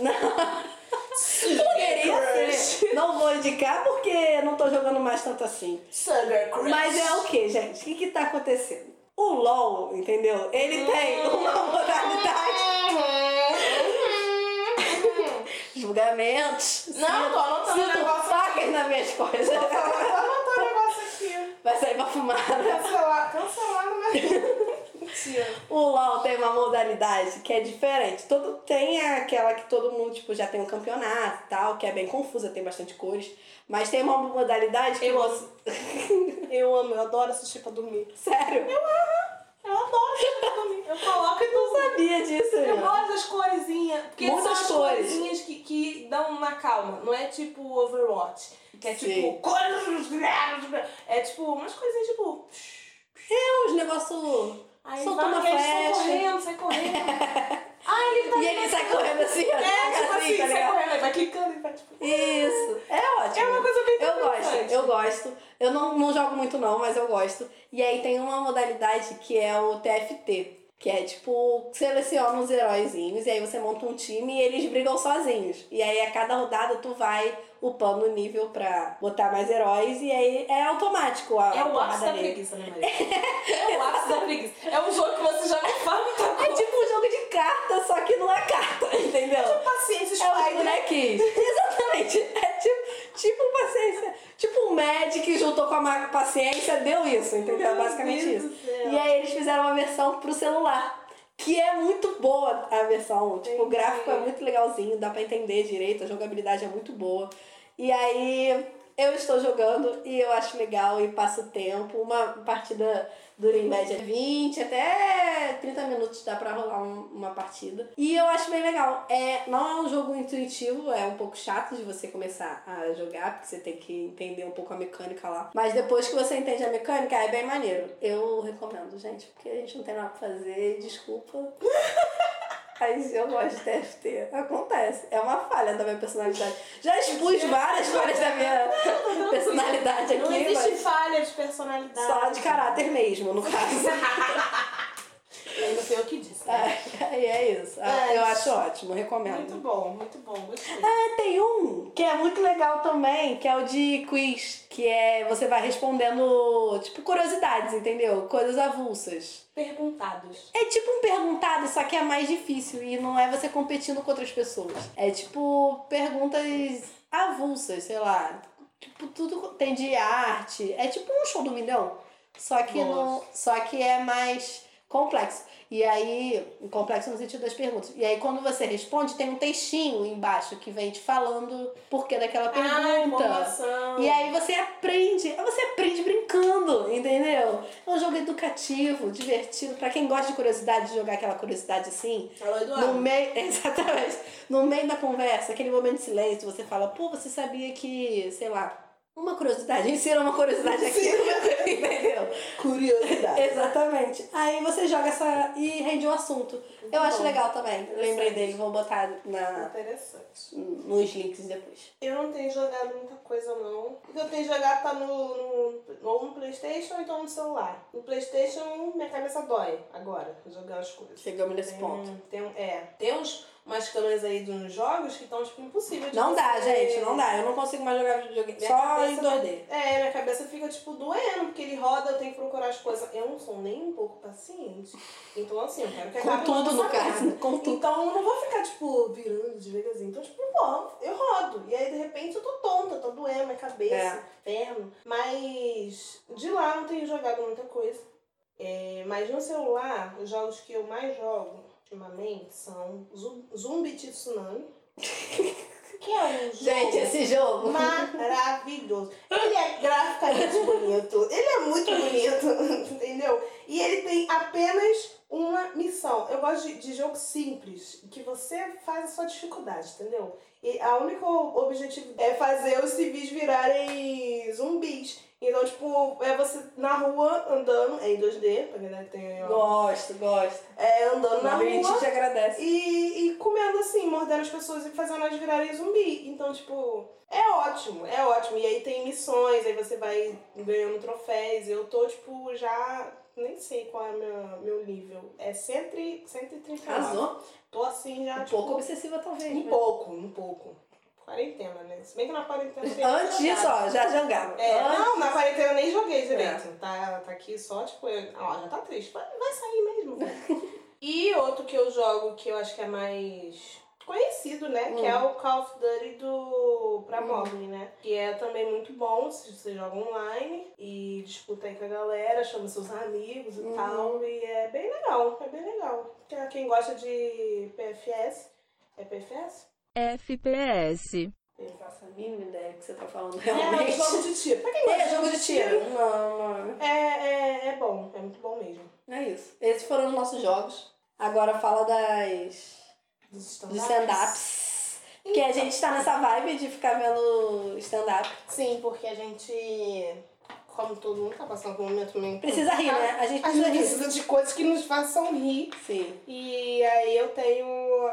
S1: Poderia
S2: Sugar
S1: ser. Não vou indicar porque não tô jogando mais tanto assim.
S2: Sugar Crush.
S1: Mas é o que, gente? O que que tá acontecendo? O LOL, entendeu? Ele tem
S2: Hum.
S1: uma modalidade julgamentos.
S2: *laughs* Não, tô anotando o
S1: sinto
S2: um negócio
S1: facas nas minhas coisas.
S2: Anotou o negócio aqui.
S1: Vai sair pra fumar. né?
S2: Cancelar, cancelar, mas. Mentira.
S1: O LOL tem uma modalidade que é diferente. Todo, tem aquela que todo mundo tipo, já tem um campeonato e tal, que é bem confusa, tem bastante cores. Mas tem uma modalidade que
S2: Eu
S1: você. *laughs*
S2: Eu amo, eu adoro assistir pra dormir.
S1: Sério? Eu
S2: Eu adoro assistir pra dormir. Eu coloco e
S1: não
S2: durmo.
S1: sabia disso,
S2: Eu
S1: né?
S2: gosto das coresinhas. Porque
S1: Muitas
S2: são as
S1: cores.
S2: coresinhas que, que dão uma calma. Não é tipo Overwatch. Que é
S1: Sim.
S2: tipo. cores- É tipo umas coisinhas tipo.
S1: É uns negócio.
S2: Aí
S1: Soltou
S2: vai,
S1: uma
S2: que eles saem
S1: flecha.
S2: correndo,
S1: *laughs*
S2: sai correndo. ah, ele tá.
S1: E ele sai correndo assim, ó.
S2: É, tipo
S1: tá
S2: assim, sai
S1: ligado?
S2: correndo. Aí vai clicando e vai tipo.
S1: Isso. É
S2: É
S1: ótimo.
S2: uma coisa bem
S1: Eu gosto,
S2: interessante.
S1: eu gosto. Eu não, não jogo muito não, mas eu gosto. E aí tem uma modalidade que é o TFT. Que é tipo, seleciona uns heróizinhos e aí você monta um time e eles brigam sozinhos. E aí a cada rodada tu vai upando o nível pra botar mais heróis e aí é automático a,
S2: É
S1: a
S2: o ápice
S1: porrada
S2: da
S1: dele.
S2: preguiça, né,
S1: *laughs*
S2: Maria? É o ápice da preguiça. É um jogo que você já não faz muita
S1: É
S2: coisa.
S1: tipo um jogo de carta, só que não é carta, *laughs* entendeu?
S2: Paciência,
S1: É os
S2: Spider.
S1: bonequinhos. *laughs* Exatamente. É tipo, tipo paciência. Tipo um médico que juntou com a ma- paciência, deu isso, entendeu? É
S2: Meu
S1: Basicamente
S2: Deus
S1: isso.
S2: do céu. *laughs*
S1: E é aí eles fizeram uma versão pro celular. Que é muito boa a versão. Tipo, o
S2: Entendi.
S1: gráfico é muito legalzinho, dá pra entender direito, a jogabilidade é muito boa. E aí eu estou jogando e eu acho legal e passo tempo. Uma partida dura em média 20 até 30 minutos dá pra rolar um- uma partida. E eu acho bem legal. É, não é um jogo intuitivo, é um pouco chato de você começar a jogar, porque você tem que entender um pouco a mecânica lá. Mas depois que você entende a mecânica, é bem maneiro. Eu recomendo, gente, porque a gente não tem nada pra fazer, desculpa. *laughs* Mas eu gosto de TFT. Acontece. É uma falha da minha personalidade. Já expus várias falhas da minha personalidade
S2: Não
S1: aqui,
S2: existe
S1: mas
S2: falha de personalidade.
S1: só de
S2: *laughs*
S1: caráter mesmo, no caso.
S2: Eu não sei o que disse. né?
S1: Aí *laughs* é isso. Ah, Eu acho ótimo, recomendo.
S2: Muito bom, muito bom. Gostei.
S1: Tem um que é muito legal também, que é o de quiz, que é você vai respondendo, tipo, curiosidades, entendeu? Coisas avulsas.
S2: Perguntados.
S1: É tipo um perguntado, só que é mais difícil e não é você competindo com outras pessoas. É tipo perguntas avulsas, sei lá. Tipo, tudo tem de arte. É tipo um show do milhão. Só que não. Só que é mais complexo. E aí, complexo no sentido das perguntas. E aí, quando você responde, tem um textinho embaixo que vem te falando por que daquela
S2: Ah,
S1: pergunta.
S2: informação.
S1: e aí você aprende, você aprende brincando, entendeu? É um jogo educativo, divertido, pra quem gosta de curiosidade, de jogar aquela curiosidade assim,
S2: Alô,
S1: no
S2: Eduardo.
S1: meio, *laughs* exatamente. No meio da conversa, aquele momento de silêncio, *laughs* você fala, pô, você sabia que, sei lá, uma curiosidade, insira uma curiosidade aqui. Entendeu?
S2: Curiosidade.
S1: Exatamente. Aí você joga essa e rende o assunto. Eu acho legal também. Lembrei dele, vou botar na,
S2: Ah, Interessante.
S1: nos links depois.
S2: Eu não tenho jogado muita coisa, não. O que eu tenho jogado tá no, no, ou no Playstation ou então no celular. No Playstation, minha cabeça dói agora, jogar as coisas.
S1: Chegamos nesse
S2: Tem-
S1: ponto.
S2: Tem, é, tem uns, umas câmeras aí de uns jogos que estão, tipo, impossível de
S1: Não dá,
S2: você-
S1: gente, não dá. Eu não consigo mais jogar videogame.
S2: Minha
S1: Só em
S2: cabeça-
S1: 2D.
S2: É, minha cabeça fica, tipo, doendo, porque ele roda, eu tenho que procurar as coisas. Eu não sou nem um pouco paciente. Então, assim, eu quero que
S1: Com
S2: acabe
S1: tudo,
S2: logo
S1: no
S2: essa merda.
S1: caso. né? Com tudo.
S2: Então eu não vou ficar, tipo, virando devagarzinho. Então, tipo, bom, eu rodo. E aí, de repente, eu tô tonta, tô doendo, minha cabeça,
S1: É.
S2: perna. Mas de lá eu não tenho jogado muita coisa. É, mas no celular, os jogos que eu mais jogo ultimamente são Zu- Zumbi Tsunami. *laughs* que é um jogo.
S1: Gente, esse jogo.
S2: Maravilhoso. Ele é graficamente bonito. Ele é muito bonito, *laughs* entendeu? E ele tem apenas uma missão. Eu gosto de, de jogo simples, que você faz a sua dificuldade, entendeu? E a único objetivo é fazer os civis virarem zumbis. Então, tipo, é você na rua andando, é em 2D, pra galera que tem. ó,
S1: Gosto, gosto.
S2: É andando na
S1: a
S2: rua.
S1: gente te agradece.
S2: E, e comendo assim, mordendo as pessoas e fazendo elas virarem zumbi. Então, tipo, é ótimo, é ótimo. E aí tem missões, aí você vai ganhando troféus. Eu tô, tipo, já. Nem sei qual é o meu, meu nível. É 100 e- 130
S1: Arrasou.
S2: Tô assim já.
S1: Um
S2: tipo,
S1: pouco obsessiva, talvez.
S2: Um
S1: né?
S2: pouco, um pouco. Quarentena, né? Se bem que
S1: *laughs*
S2: na quarentena tem.
S1: Antes disso, ó, já jangava.
S2: É,
S1: Antes-
S2: não, na quarentena eu nem
S1: É.
S2: joguei direito. Tá, tá aqui só, tipo, eu- ó, já tá triste. Vai, vai sair mesmo. né?
S1: *laughs*
S2: e outro que eu jogo que eu acho que é mais conhecido, né? Que é o Call of Duty do pra
S1: Hum.
S2: móvel, né? Que é também muito bom, se você joga online e disputa aí com a galera, chama seus amigos e
S1: Uhum.
S2: tal. E é bem legal, é bem legal. Pra quem gosta de PFS, é PFS?
S3: FPS.
S1: Eu não faço a mínima ideia do que você tá falando
S2: É,
S1: realmente.
S2: jogo de tiro. Pra quem
S1: *laughs*
S2: gosta
S1: É, jogo de tiro. Não, não.
S2: É, é, é bom, é muito bom mesmo.
S1: É isso. Esses foram os nossos jogos. Agora fala das.
S2: Dos
S1: dos stand-ups. Porque
S2: Então.
S1: a gente tá nessa vibe de ficar vendo stand-up.
S2: Sim, porque a gente, como todo mundo tá passando por um momento meio...
S1: Precisa rir, né? A gente
S2: A
S1: precisa
S2: gente
S1: rir.
S2: precisa de coisas que nos façam rir.
S1: Sim.
S2: E aí eu tenho,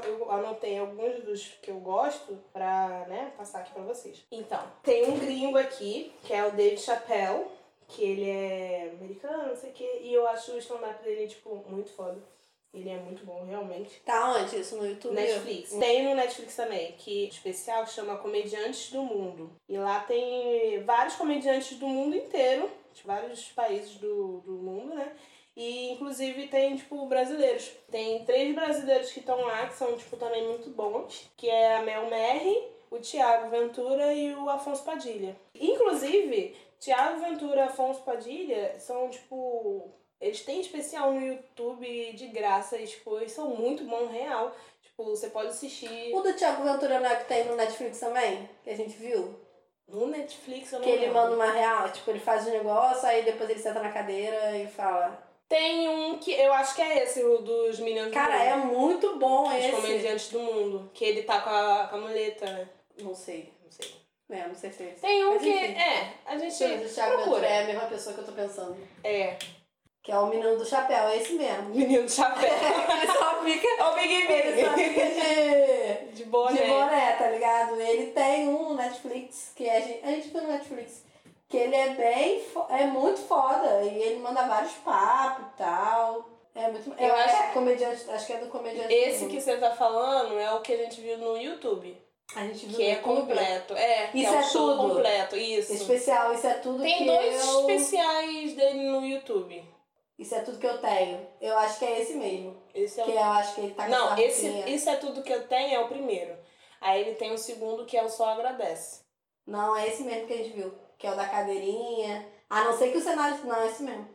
S2: eu anotei alguns dos que eu gosto pra, né, passar aqui pra vocês. Então, tem um gringo aqui, que é o Dave Chappelle, que ele é americano, não sei o quê, e eu acho o stand-up dele, tipo, muito foda. Ele é muito bom, realmente.
S1: Tá onde isso? No YouTube?
S2: Netflix. Tem no Netflix também, que especial que chama Comediantes do Mundo. E lá tem vários comediantes do mundo inteiro, de vários países do, do mundo, né? E inclusive tem, tipo, brasileiros. Tem três brasileiros que estão lá, que são, tipo, também muito bons, que é a Mel Merri, o Tiago Ventura e o Afonso Padilha. Inclusive, Tiago Ventura e Afonso Padilha são, tipo. Eles têm especial no YouTube de graça, e, tipo, eles são muito bom real. Tipo, você pode assistir
S1: O do Thiago Ventura não é que tem no Netflix também? Que a gente viu?
S2: no Netflix, eu não
S1: Que ele
S2: lembro.
S1: manda uma real, tipo, ele faz um negócio, aí depois ele senta na cadeira e fala.
S2: Tem um que eu acho que é esse, o dos meninos
S1: Cara, é
S2: do
S1: muito bom
S2: mundo. Os
S1: esse.
S2: comediantes do mundo. Que ele tá com a, com a muleta, né?
S1: Não sei.
S2: Não sei.
S1: É, não sei se é esse.
S2: Tem um
S1: Mas
S2: que.
S1: enfim.
S2: É, a
S1: Mas
S2: gente.
S1: o Thiago
S2: procura.
S1: Ventura é a mesma pessoa que eu tô pensando.
S2: É.
S1: Que é o menino do chapéu, é esse mesmo. *laughs*
S2: Menino de chapéu.
S1: Ele só fica,
S2: *laughs* é o Big
S1: ele só
S2: Big.
S1: fica de.
S2: De né?
S1: De
S2: boné.
S1: boné, tá ligado? Ele tem um Netflix que a gente, a gente viu no Netflix. Que ele é bem. fo- É muito foda. E ele manda vários papos e tal. É muito. Eu
S2: Eu
S1: acho
S2: acho-
S1: é comediante. Acho que é do comediante.
S2: Esse
S1: do
S2: que
S1: mundo.
S2: você tá falando é o que a gente viu no YouTube.
S1: A gente viu
S2: Que
S1: no
S2: é
S1: YouTube.
S2: completo. É, que
S1: Isso
S2: é, um
S1: é
S2: show
S1: tudo.
S2: completo. Isso.
S1: Especial, isso é tudo
S2: Tem
S1: que
S2: dois
S1: eu.
S2: especiais dele no YouTube.
S1: Isso é tudo que eu tenho. Eu acho que é esse mesmo.
S2: Esse é o
S1: Que eu acho que ele tá com
S2: Não,
S1: essa
S2: esse,
S1: roupinha.
S2: isso é tudo que eu tenho, é o primeiro. Aí ele tem o segundo que é o Só Agradece.
S1: Não, é esse mesmo que a gente viu. Que é o da cadeirinha. A não ser que o cenário. Não, é esse mesmo.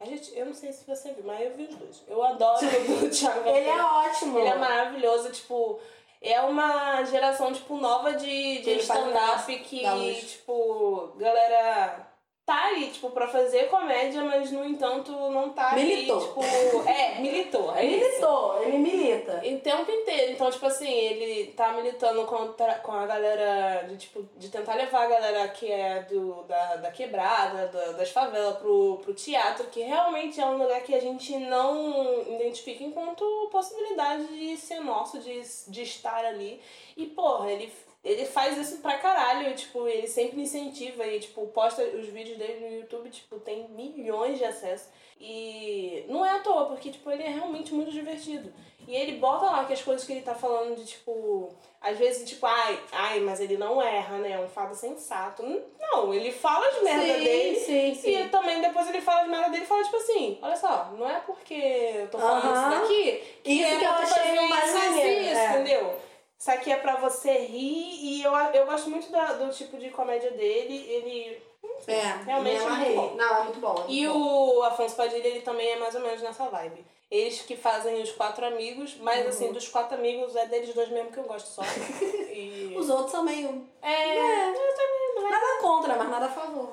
S2: A gente, eu não sei se você viu, mas eu vi os dois. Eu adoro o do *laughs* Thiago Ventura.
S1: Ele é ótimo.
S2: Ele é maravilhoso, tipo, é uma geração, tipo, nova de, de
S1: Ele faz
S2: stand-up que,
S1: da luz.
S2: tipo, galera tá ali, tipo, pra fazer comédia, mas no entanto não tá
S1: Militou.
S2: ali, tipo. É, militou. É
S1: *laughs*
S2: isso.
S1: Militou, ele milita.
S2: E o tempo inteiro. Então, tipo assim, ele tá militando contra, com a galera de, tipo, de tentar levar a galera que é do, da, da quebrada, da- das favelas pro, pro teatro, que realmente é um lugar que a gente não identifica enquanto possibilidade de ser nosso, de, de estar ali. E, porra, ele. Ele faz isso pra caralho, tipo, ele sempre incentiva e, tipo, posta os vídeos dele no YouTube, tipo, tem milhões de acessos. E não é à toa, porque, tipo, ele é realmente muito divertido. E ele bota lá que as coisas que ele tá falando de tipo. Às vezes, tipo, ai, ai, mas ele não erra, né? É um fado sensato. N- Não, ele fala as merda
S1: sim,
S2: dele.
S1: sim, sim.
S2: E também depois ele fala as merda dele e fala, tipo assim, olha só, não é porque eu tô falando
S1: Aham.
S2: isso daqui. que
S1: Isso
S2: é
S1: que eu
S2: pra tu
S1: achei
S2: fazer
S1: um mais
S2: isso, isso,
S1: maneiro,
S2: isso,
S1: é.
S2: entendeu? Isso aqui é pra você rir e eu, eu gosto muito da- do tipo de comédia dele. Ele.
S1: É, me
S2: Realmente é muito
S1: amarrei.
S2: bom.
S1: Não, é muito bom. é
S2: E
S1: muito bom.
S2: o Afonso Padilha, ele também é mais ou menos nessa vibe. Eles que fazem os quatro amigos, mas assim, dos quatro amigos, é deles dois mesmo que eu gosto só. E-
S1: Os outros são meio.
S2: É,
S1: é Nada contra, mas nada a favor.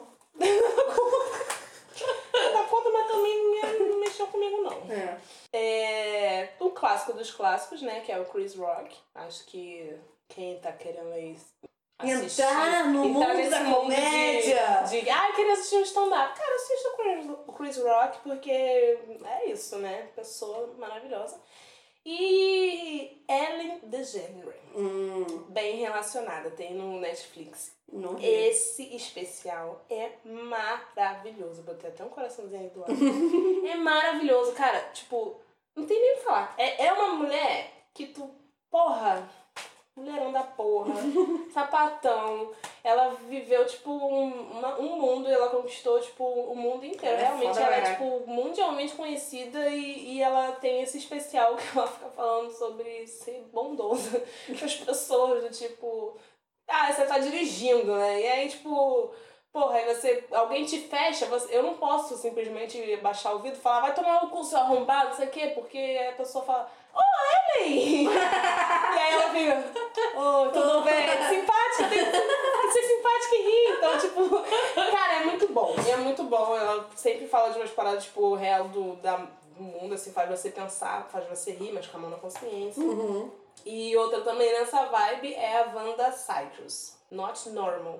S2: da conta, é, tá mas também me- não mexeu comigo, não.
S1: É.
S2: É o clássico dos clássicos, né? Que é o Chris Rock. Acho que quem tá querendo aí assistir-
S1: Entrar no mundo
S2: nesse
S1: da
S2: de-
S1: comédia.
S2: De, ah, eu queria assistir um stand-up. Cara, assista o Chris, o Chris Rock, porque é isso, né? Pessoa maravilhosa. E Ellen DeGeneres,
S1: Hum,
S2: bem relacionada, tem no Netflix.
S1: não vi.
S2: Esse especial é maravilhoso. Botei até um coraçãozinho aí do lado. é maravilhoso, cara. Tipo, não tem nem o que falar. É, é uma mulher que tu. Porra! Mulherão da porra,
S1: *laughs*
S2: sapatão. Ela viveu, tipo, um, uma- um mundo e ela conquistou, tipo, o mundo inteiro.
S1: Ela é
S2: Realmente,
S1: foda,
S2: ela é,
S1: né?
S2: tipo, mundialmente conhecida e, e ela tem esse especial *laughs* que ela fica falando sobre ser bondosa *laughs* com as pessoas, do tipo. Ah, você tá dirigindo, né? E aí, tipo, porra, aí você. Alguém te fecha, você- eu não posso simplesmente baixar o vidro e falar, vai tomar o cu, seu arrombado, não sei o quê, porque a pessoa fala, ô, Ellen! *laughs* e aí ela fica, ô, tudo bem, simpática, tem que ser simpática e rir. Então, tipo, cara, é muito bom. E é muito bom. Ela sempre fala de umas paradas, tipo, real do, da, do mundo, assim, faz você pensar, faz você rir, mas com a mão na consciência.
S1: Uhum.
S2: E outra também nessa vibe é a Wanda Citrus, Not Normal.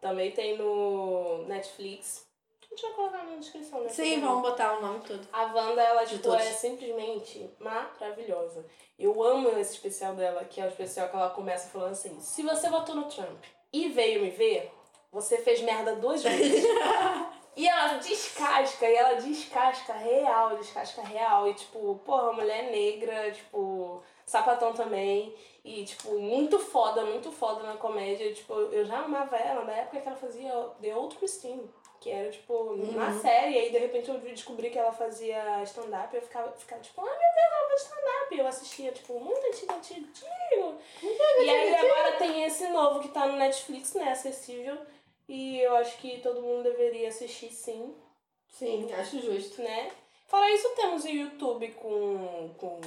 S2: Também tem no Netflix. A gente vai colocar na descrição, né?
S1: Sim,
S2: Porque-
S1: vamos botar o nome todo.
S2: a Wanda, ela,
S1: De
S2: tipo,
S1: todos.
S2: é simplesmente maravilhosa. Eu amo esse especial dela, que é o especial que ela começa falando assim: se você votou no Trump e veio me ver, você fez merda
S1: *laughs*
S2: duas vezes. e ela descasca, e ela descasca real, descasca real. E, tipo, porra, mulher negra, tipo, sapatão também. E, tipo, muito foda, muito foda na comédia. Tipo, eu já amava ela na época que ela fazia The Old Christine. Que era, tipo, na série. E aí, de repente, eu descobri que ela fazia stand-up. E eu ficava, ficava, tipo, ai meu Deus, ela faz stand-up. E eu assistia, tipo, muito antigo, antigo. antigo. E aí, agora tem esse novo que tá no Netflix, né? Acessível. E eu acho que todo mundo deveria assistir, sim,
S1: Sim, acho justo.
S2: né? Fora isso, temos o YouTube com... com...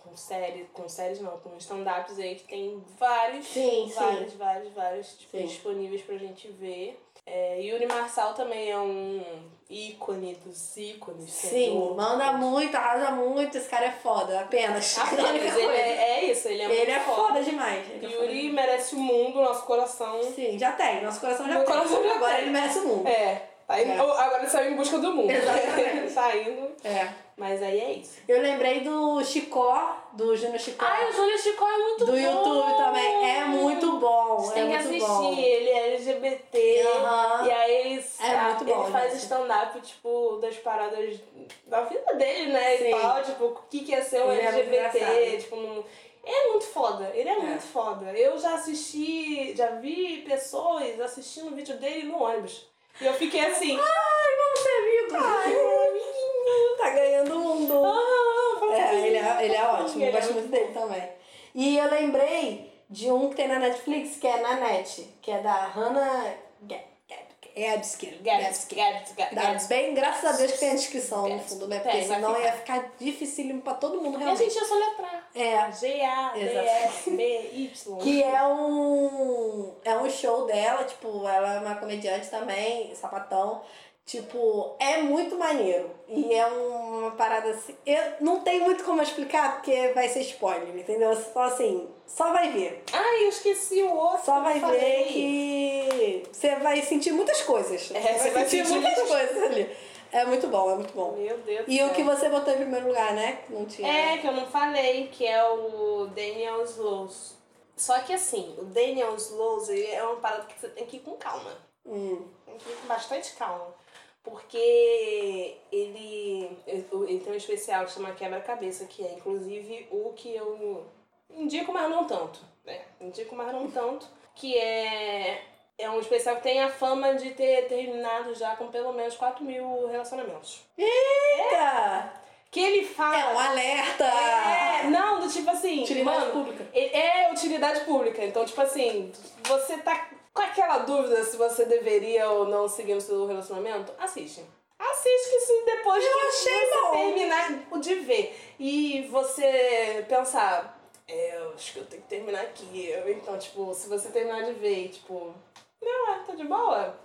S2: Com séries, com séries não, com stand-ups aí que tem vários
S1: Sim,
S2: vários,
S1: sim.
S2: vários, vários tipo,
S1: Sim.
S2: disponíveis pra gente ver. É, Yuri Marçal também é um ícone dos ícones.
S1: Sim,
S2: sendo-
S1: manda muito, arrasa muito, esse cara é foda, apenas.
S2: Apenas, ele é, é isso, ele é muito
S1: Ele é foda demais. ele é foda
S2: Yuri merece o mundo, nosso coração.
S1: demais. Sim, já tem, nosso coração já
S2: Meu
S1: tem.
S2: coração já
S1: Agora
S2: tem.
S1: ele merece o mundo.
S2: É, tá indo-
S1: É.
S2: ou agora ele saiu em busca do mundo.
S1: Exatamente.
S2: *laughs* tá indo,
S1: É.
S2: mas aí é isso.
S1: Eu lembrei do Chicó, do Júnior Chicó.
S2: Ai, o Júlio Chicó é muito
S1: do
S2: bom!
S1: YouTube também. É muito
S2: A
S1: bom.
S2: gente
S1: é
S2: tem que
S1: muito
S2: assistir,
S1: bom.
S2: ele é LGBT.
S1: Aham.
S2: E aí ele,
S1: É muito bom,
S2: ele faz
S1: gente.
S2: stand-up, tipo, das paradas da vida dele, né? E
S1: Sim.
S2: tal, tipo, o que, que é ser um
S1: Ele é muito
S2: LGBT,
S1: engraçado.
S2: tipo, num- é muito foda, ele é, muito foda. Eu já assisti, já vi pessoas assistindo o vídeo dele no ônibus. E eu fiquei
S1: *laughs*
S2: assim,
S1: Ai, vamos ser amigos. Ai, é
S2: *laughs*
S1: meu amiguinho, tá ganhando o mundo.
S2: ah, vamos
S1: É,
S2: ver.
S1: ele é, ele é ótimo, eu
S2: Ele é
S1: gosto muito dele também. E eu lembrei de um que tem na Netflix, que é Nanette, que é da Hannah Gab. Gab- Ebsker.
S2: Gabs,
S1: Ebsker.
S2: Gabs,
S1: Dá
S2: Gabs.
S1: bem, graças a Deus que tem a descrição no fundo, né? Porque
S2: Tem, vai
S1: senão
S2: ficar.
S1: ia ficar dificílimo pra todo mundo
S2: E a
S1: realmente.
S2: gente ia só letrar.
S1: É.
S2: G-A, D-S, B-Y.
S1: Que é um. É um show dela, tipo, ela é uma comediante também, sapatão. Tipo, é muito maneiro. E é uma parada assim. Eu não tem muito como explicar, porque vai ser spoiler, entendeu? Só assim, só vai ver.
S2: Ai, eu esqueci o outro.
S1: Só vai
S2: que eu falei.
S1: ver que você vai sentir muitas coisas.
S2: É, você vai sentir
S1: muitas
S2: muitas-
S1: coisas ali. É muito bom, é muito bom.
S2: Meu Deus do
S1: E o
S2: céu.
S1: que você botou em primeiro lugar, né? Não tinha.
S2: É, que eu não falei, que é o Daniel Slows. Só que assim, o Daniel Slows ele é uma parada que você tem que ir com calma.
S1: Hum.
S2: Tem que ir com bastante calma. Porque ele, ele tem um especial que chama Quebra-Cabeça, que é inclusive o que eu indico, mas não tanto. Né? Indico, mas não tanto. Que é, é um especial que tem a fama de ter terminado já com pelo menos 4 mil relacionamentos.
S1: Eita!
S2: Que ele fala.
S1: É um alerta!
S2: É, não, do tipo assim,
S1: Utilidade
S2: mano,
S1: pública.
S2: é é utilidade pública. Então, tipo assim, você tá com aquela dúvida se você deveria ou não seguir no seu relacionamento, assiste. Assiste que se depois que
S1: achei
S2: você
S1: bom.
S2: terminar tipo, de ver e você pensar, é, eu acho que eu tenho que terminar aqui. Então, tipo, se você terminar de ver e, tipo, não, é, tá de boa.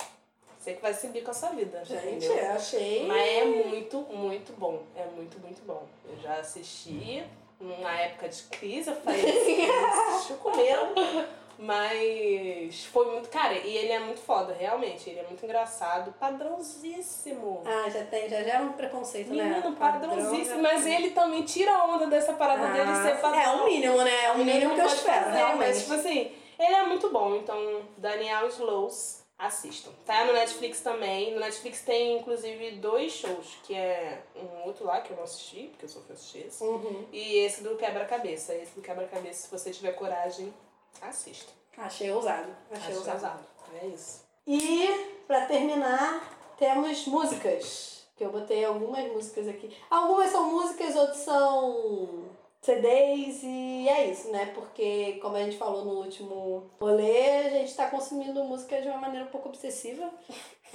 S2: Você que vai seguir com a sua vida.
S1: Gente,
S2: entendeu?
S1: eu achei.
S2: Mas é muito, muito bom. É muito, muito bom. Eu já assisti na época de crise, eu falei assim, deixa eu comer. Mas foi muito, cara, e ele é muito foda, realmente. Ele é muito engraçado, padrãozíssimo.
S1: Ah, já tem, já gera um preconceito, né?
S2: Menino,
S1: Padrão,
S2: padrãozíssimo,
S1: já-
S2: mas ele também tira a onda dessa parada dele
S1: Ah,
S2: ser padrão.
S1: É o mínimo, né? É o mínimo que eu
S2: pode
S1: espero,
S2: fazer, Mas,
S1: realmente.
S2: tipo assim, ele é muito bom. Então, Daniel Slows, assistam. Tá no Netflix também. No Netflix tem, inclusive, dois shows. Que é um outro lá, que eu não assisti, porque eu só fui assistir esse.
S1: Uhum.
S2: E esse do Quebra-Cabeça. Esse do Quebra-Cabeça, se você tiver coragem, assista.
S1: Achei ousado. Achei
S2: Acho
S1: ousado.
S2: ousado. É isso.
S1: E, pra terminar, temos músicas. Que eu botei algumas músicas aqui. Algumas são músicas, outras são CDs e é isso, né? Porque, como a gente falou no último rolê, a gente tá consumindo música de uma maneira um pouco obsessiva.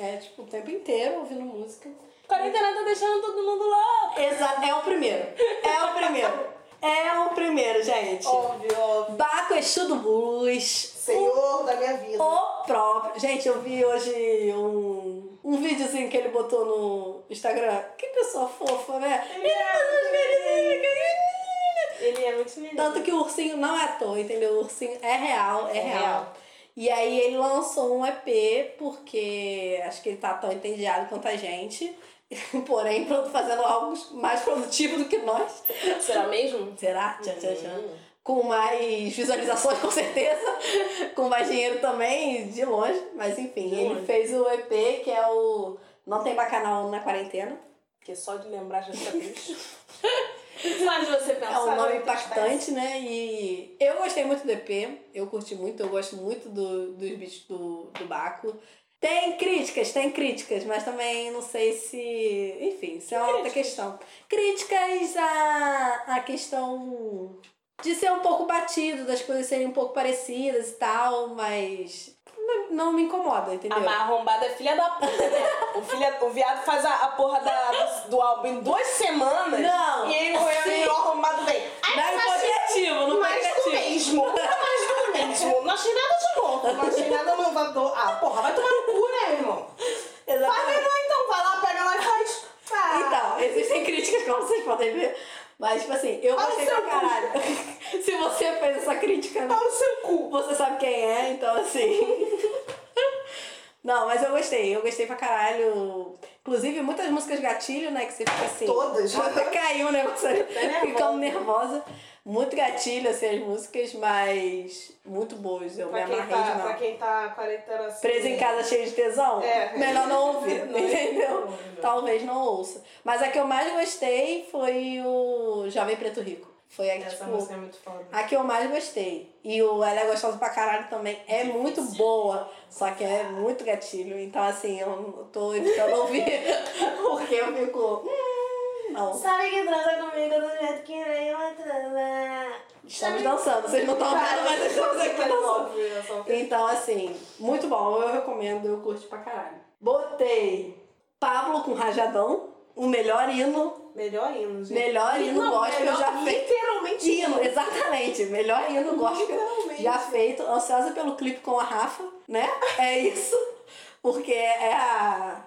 S1: É, tipo, o tempo inteiro ouvindo música.
S2: Quarentena tá deixando todo mundo louco.
S1: Exato, é o primeiro. É o primeiro. É o primeiro, gente.
S2: Óbvio, óbvio.
S1: Baco é Exu do Blues.
S2: Senhor da minha vida.
S1: O próprio. Gente, eu vi hoje um, um videozinho que ele botou no Instagram. Que pessoa fofa, né? Ele faz uns videozinhos, que-
S2: Ele é muito menino.
S1: Tanto que o ursinho não é à toa, entendeu? O ursinho é real, é,
S2: É
S1: real.
S2: real.
S1: E aí ele lançou um EP porque acho que ele tá tão entediado quanto a gente. *laughs* Porém, *laughs* pronto, fazendo algo mais produtivo do que nós.
S2: Será mesmo?
S1: Será? Tchan, tchan, tchan
S2: Hum.
S1: com mais visualizações, *laughs* com certeza, com mais dinheiro também, de longe, mas enfim,
S2: De
S1: ele
S2: longe.
S1: fez o EP que é o Não Tem Bacanal na Quarentena.
S2: Porque só de lembrar já fica *laughs* triste. Mas você pensar.
S1: é um nome
S2: olha,
S1: impactante, né? E eu gostei muito do EP, eu curti muito, eu gosto muito do, dos bichos do, do Baco. Tem críticas, tem críticas, mas também não sei se. Enfim, isso é uma outra
S2: Críticas?
S1: questão. Críticas à, à questão de ser um pouco batido, das coisas serem um pouco parecidas e tal, mas não- não me incomoda,
S2: A
S1: entendeu?
S2: má arrombada é filha da puta, né? O, filha, o viado faz a, a porra da, do, do álbum em duas semanas.
S1: Não, assim,
S2: E ele foi
S1: sim.
S2: o arrombado bem. Ai,
S1: Não é
S2: mas achei
S1: criativo, não é
S2: mais do
S1: criativo.
S2: mesmo. Mais do mesmo. Não achei nada de novo. Não achei nada inovador. Ah, porra, vai tomar no cu, né, irmão? Vai
S1: Exatamente.
S2: melhor então. Vai lá, pega lá e faz. Ah.
S1: Então, existem críticas, como vocês podem ver. Mas, tipo assim, eu
S2: Fala
S1: gostei
S2: seu
S1: pra
S2: cu.
S1: caralho. *laughs* Se você fez essa crítica,
S2: Pau no seu cu.
S1: você sabe quem é, então assim. *laughs* Não, mas eu gostei, eu gostei pra caralho. Inclusive, muitas músicas gatilho, né? Que você fica assim. *laughs*
S2: Todas.
S1: Até caiu o negócio ali.
S2: nervosa.
S1: Ficamos nervosa. Muito gatilho, assim, as músicas, mas muito boas. Eu
S2: Pra
S1: me
S2: quem,
S1: amarrei
S2: tá, pra
S1: demais.
S2: quem tá quarentena assim.
S1: Presa em casa cheia de tesão?
S2: É.
S1: Melhor não ouvir,
S2: *laughs* Não,
S1: entendeu?
S2: não, não.
S1: Talvez não ouça. Mas a que eu mais gostei foi o Jovem Preto Rico. Foi a que,
S2: Essa
S1: tipo,
S2: música é muito foda.
S1: a que eu mais gostei. E o Ela é Gostosa pra Caralho também é muito boa, só que é muito gatilho. Então, assim, eu tô evitando ouvir, *laughs* porque eu fico... "Hum, Não,
S2: Sabe quem transa comigo do jeito que nem ela transa.
S1: estamos dançando, vocês não estão vendo, mas
S2: *laughs*
S1: estamos aqui dançando. Então, assim, muito bom, eu recomendo, eu curto pra caralho. Botei Pablo com Rajadão, o melhor hino.
S2: Melhor hino, gente.
S1: Melhor hino
S2: Não,
S1: gospel
S2: melhor-
S1: já feito.
S2: Literalmente
S1: Hino, exatamente. Melhor hino gospel
S2: Literalmente.
S1: já feito. Ansiosa pelo clipe com a Rafa, né? É isso. Porque é a.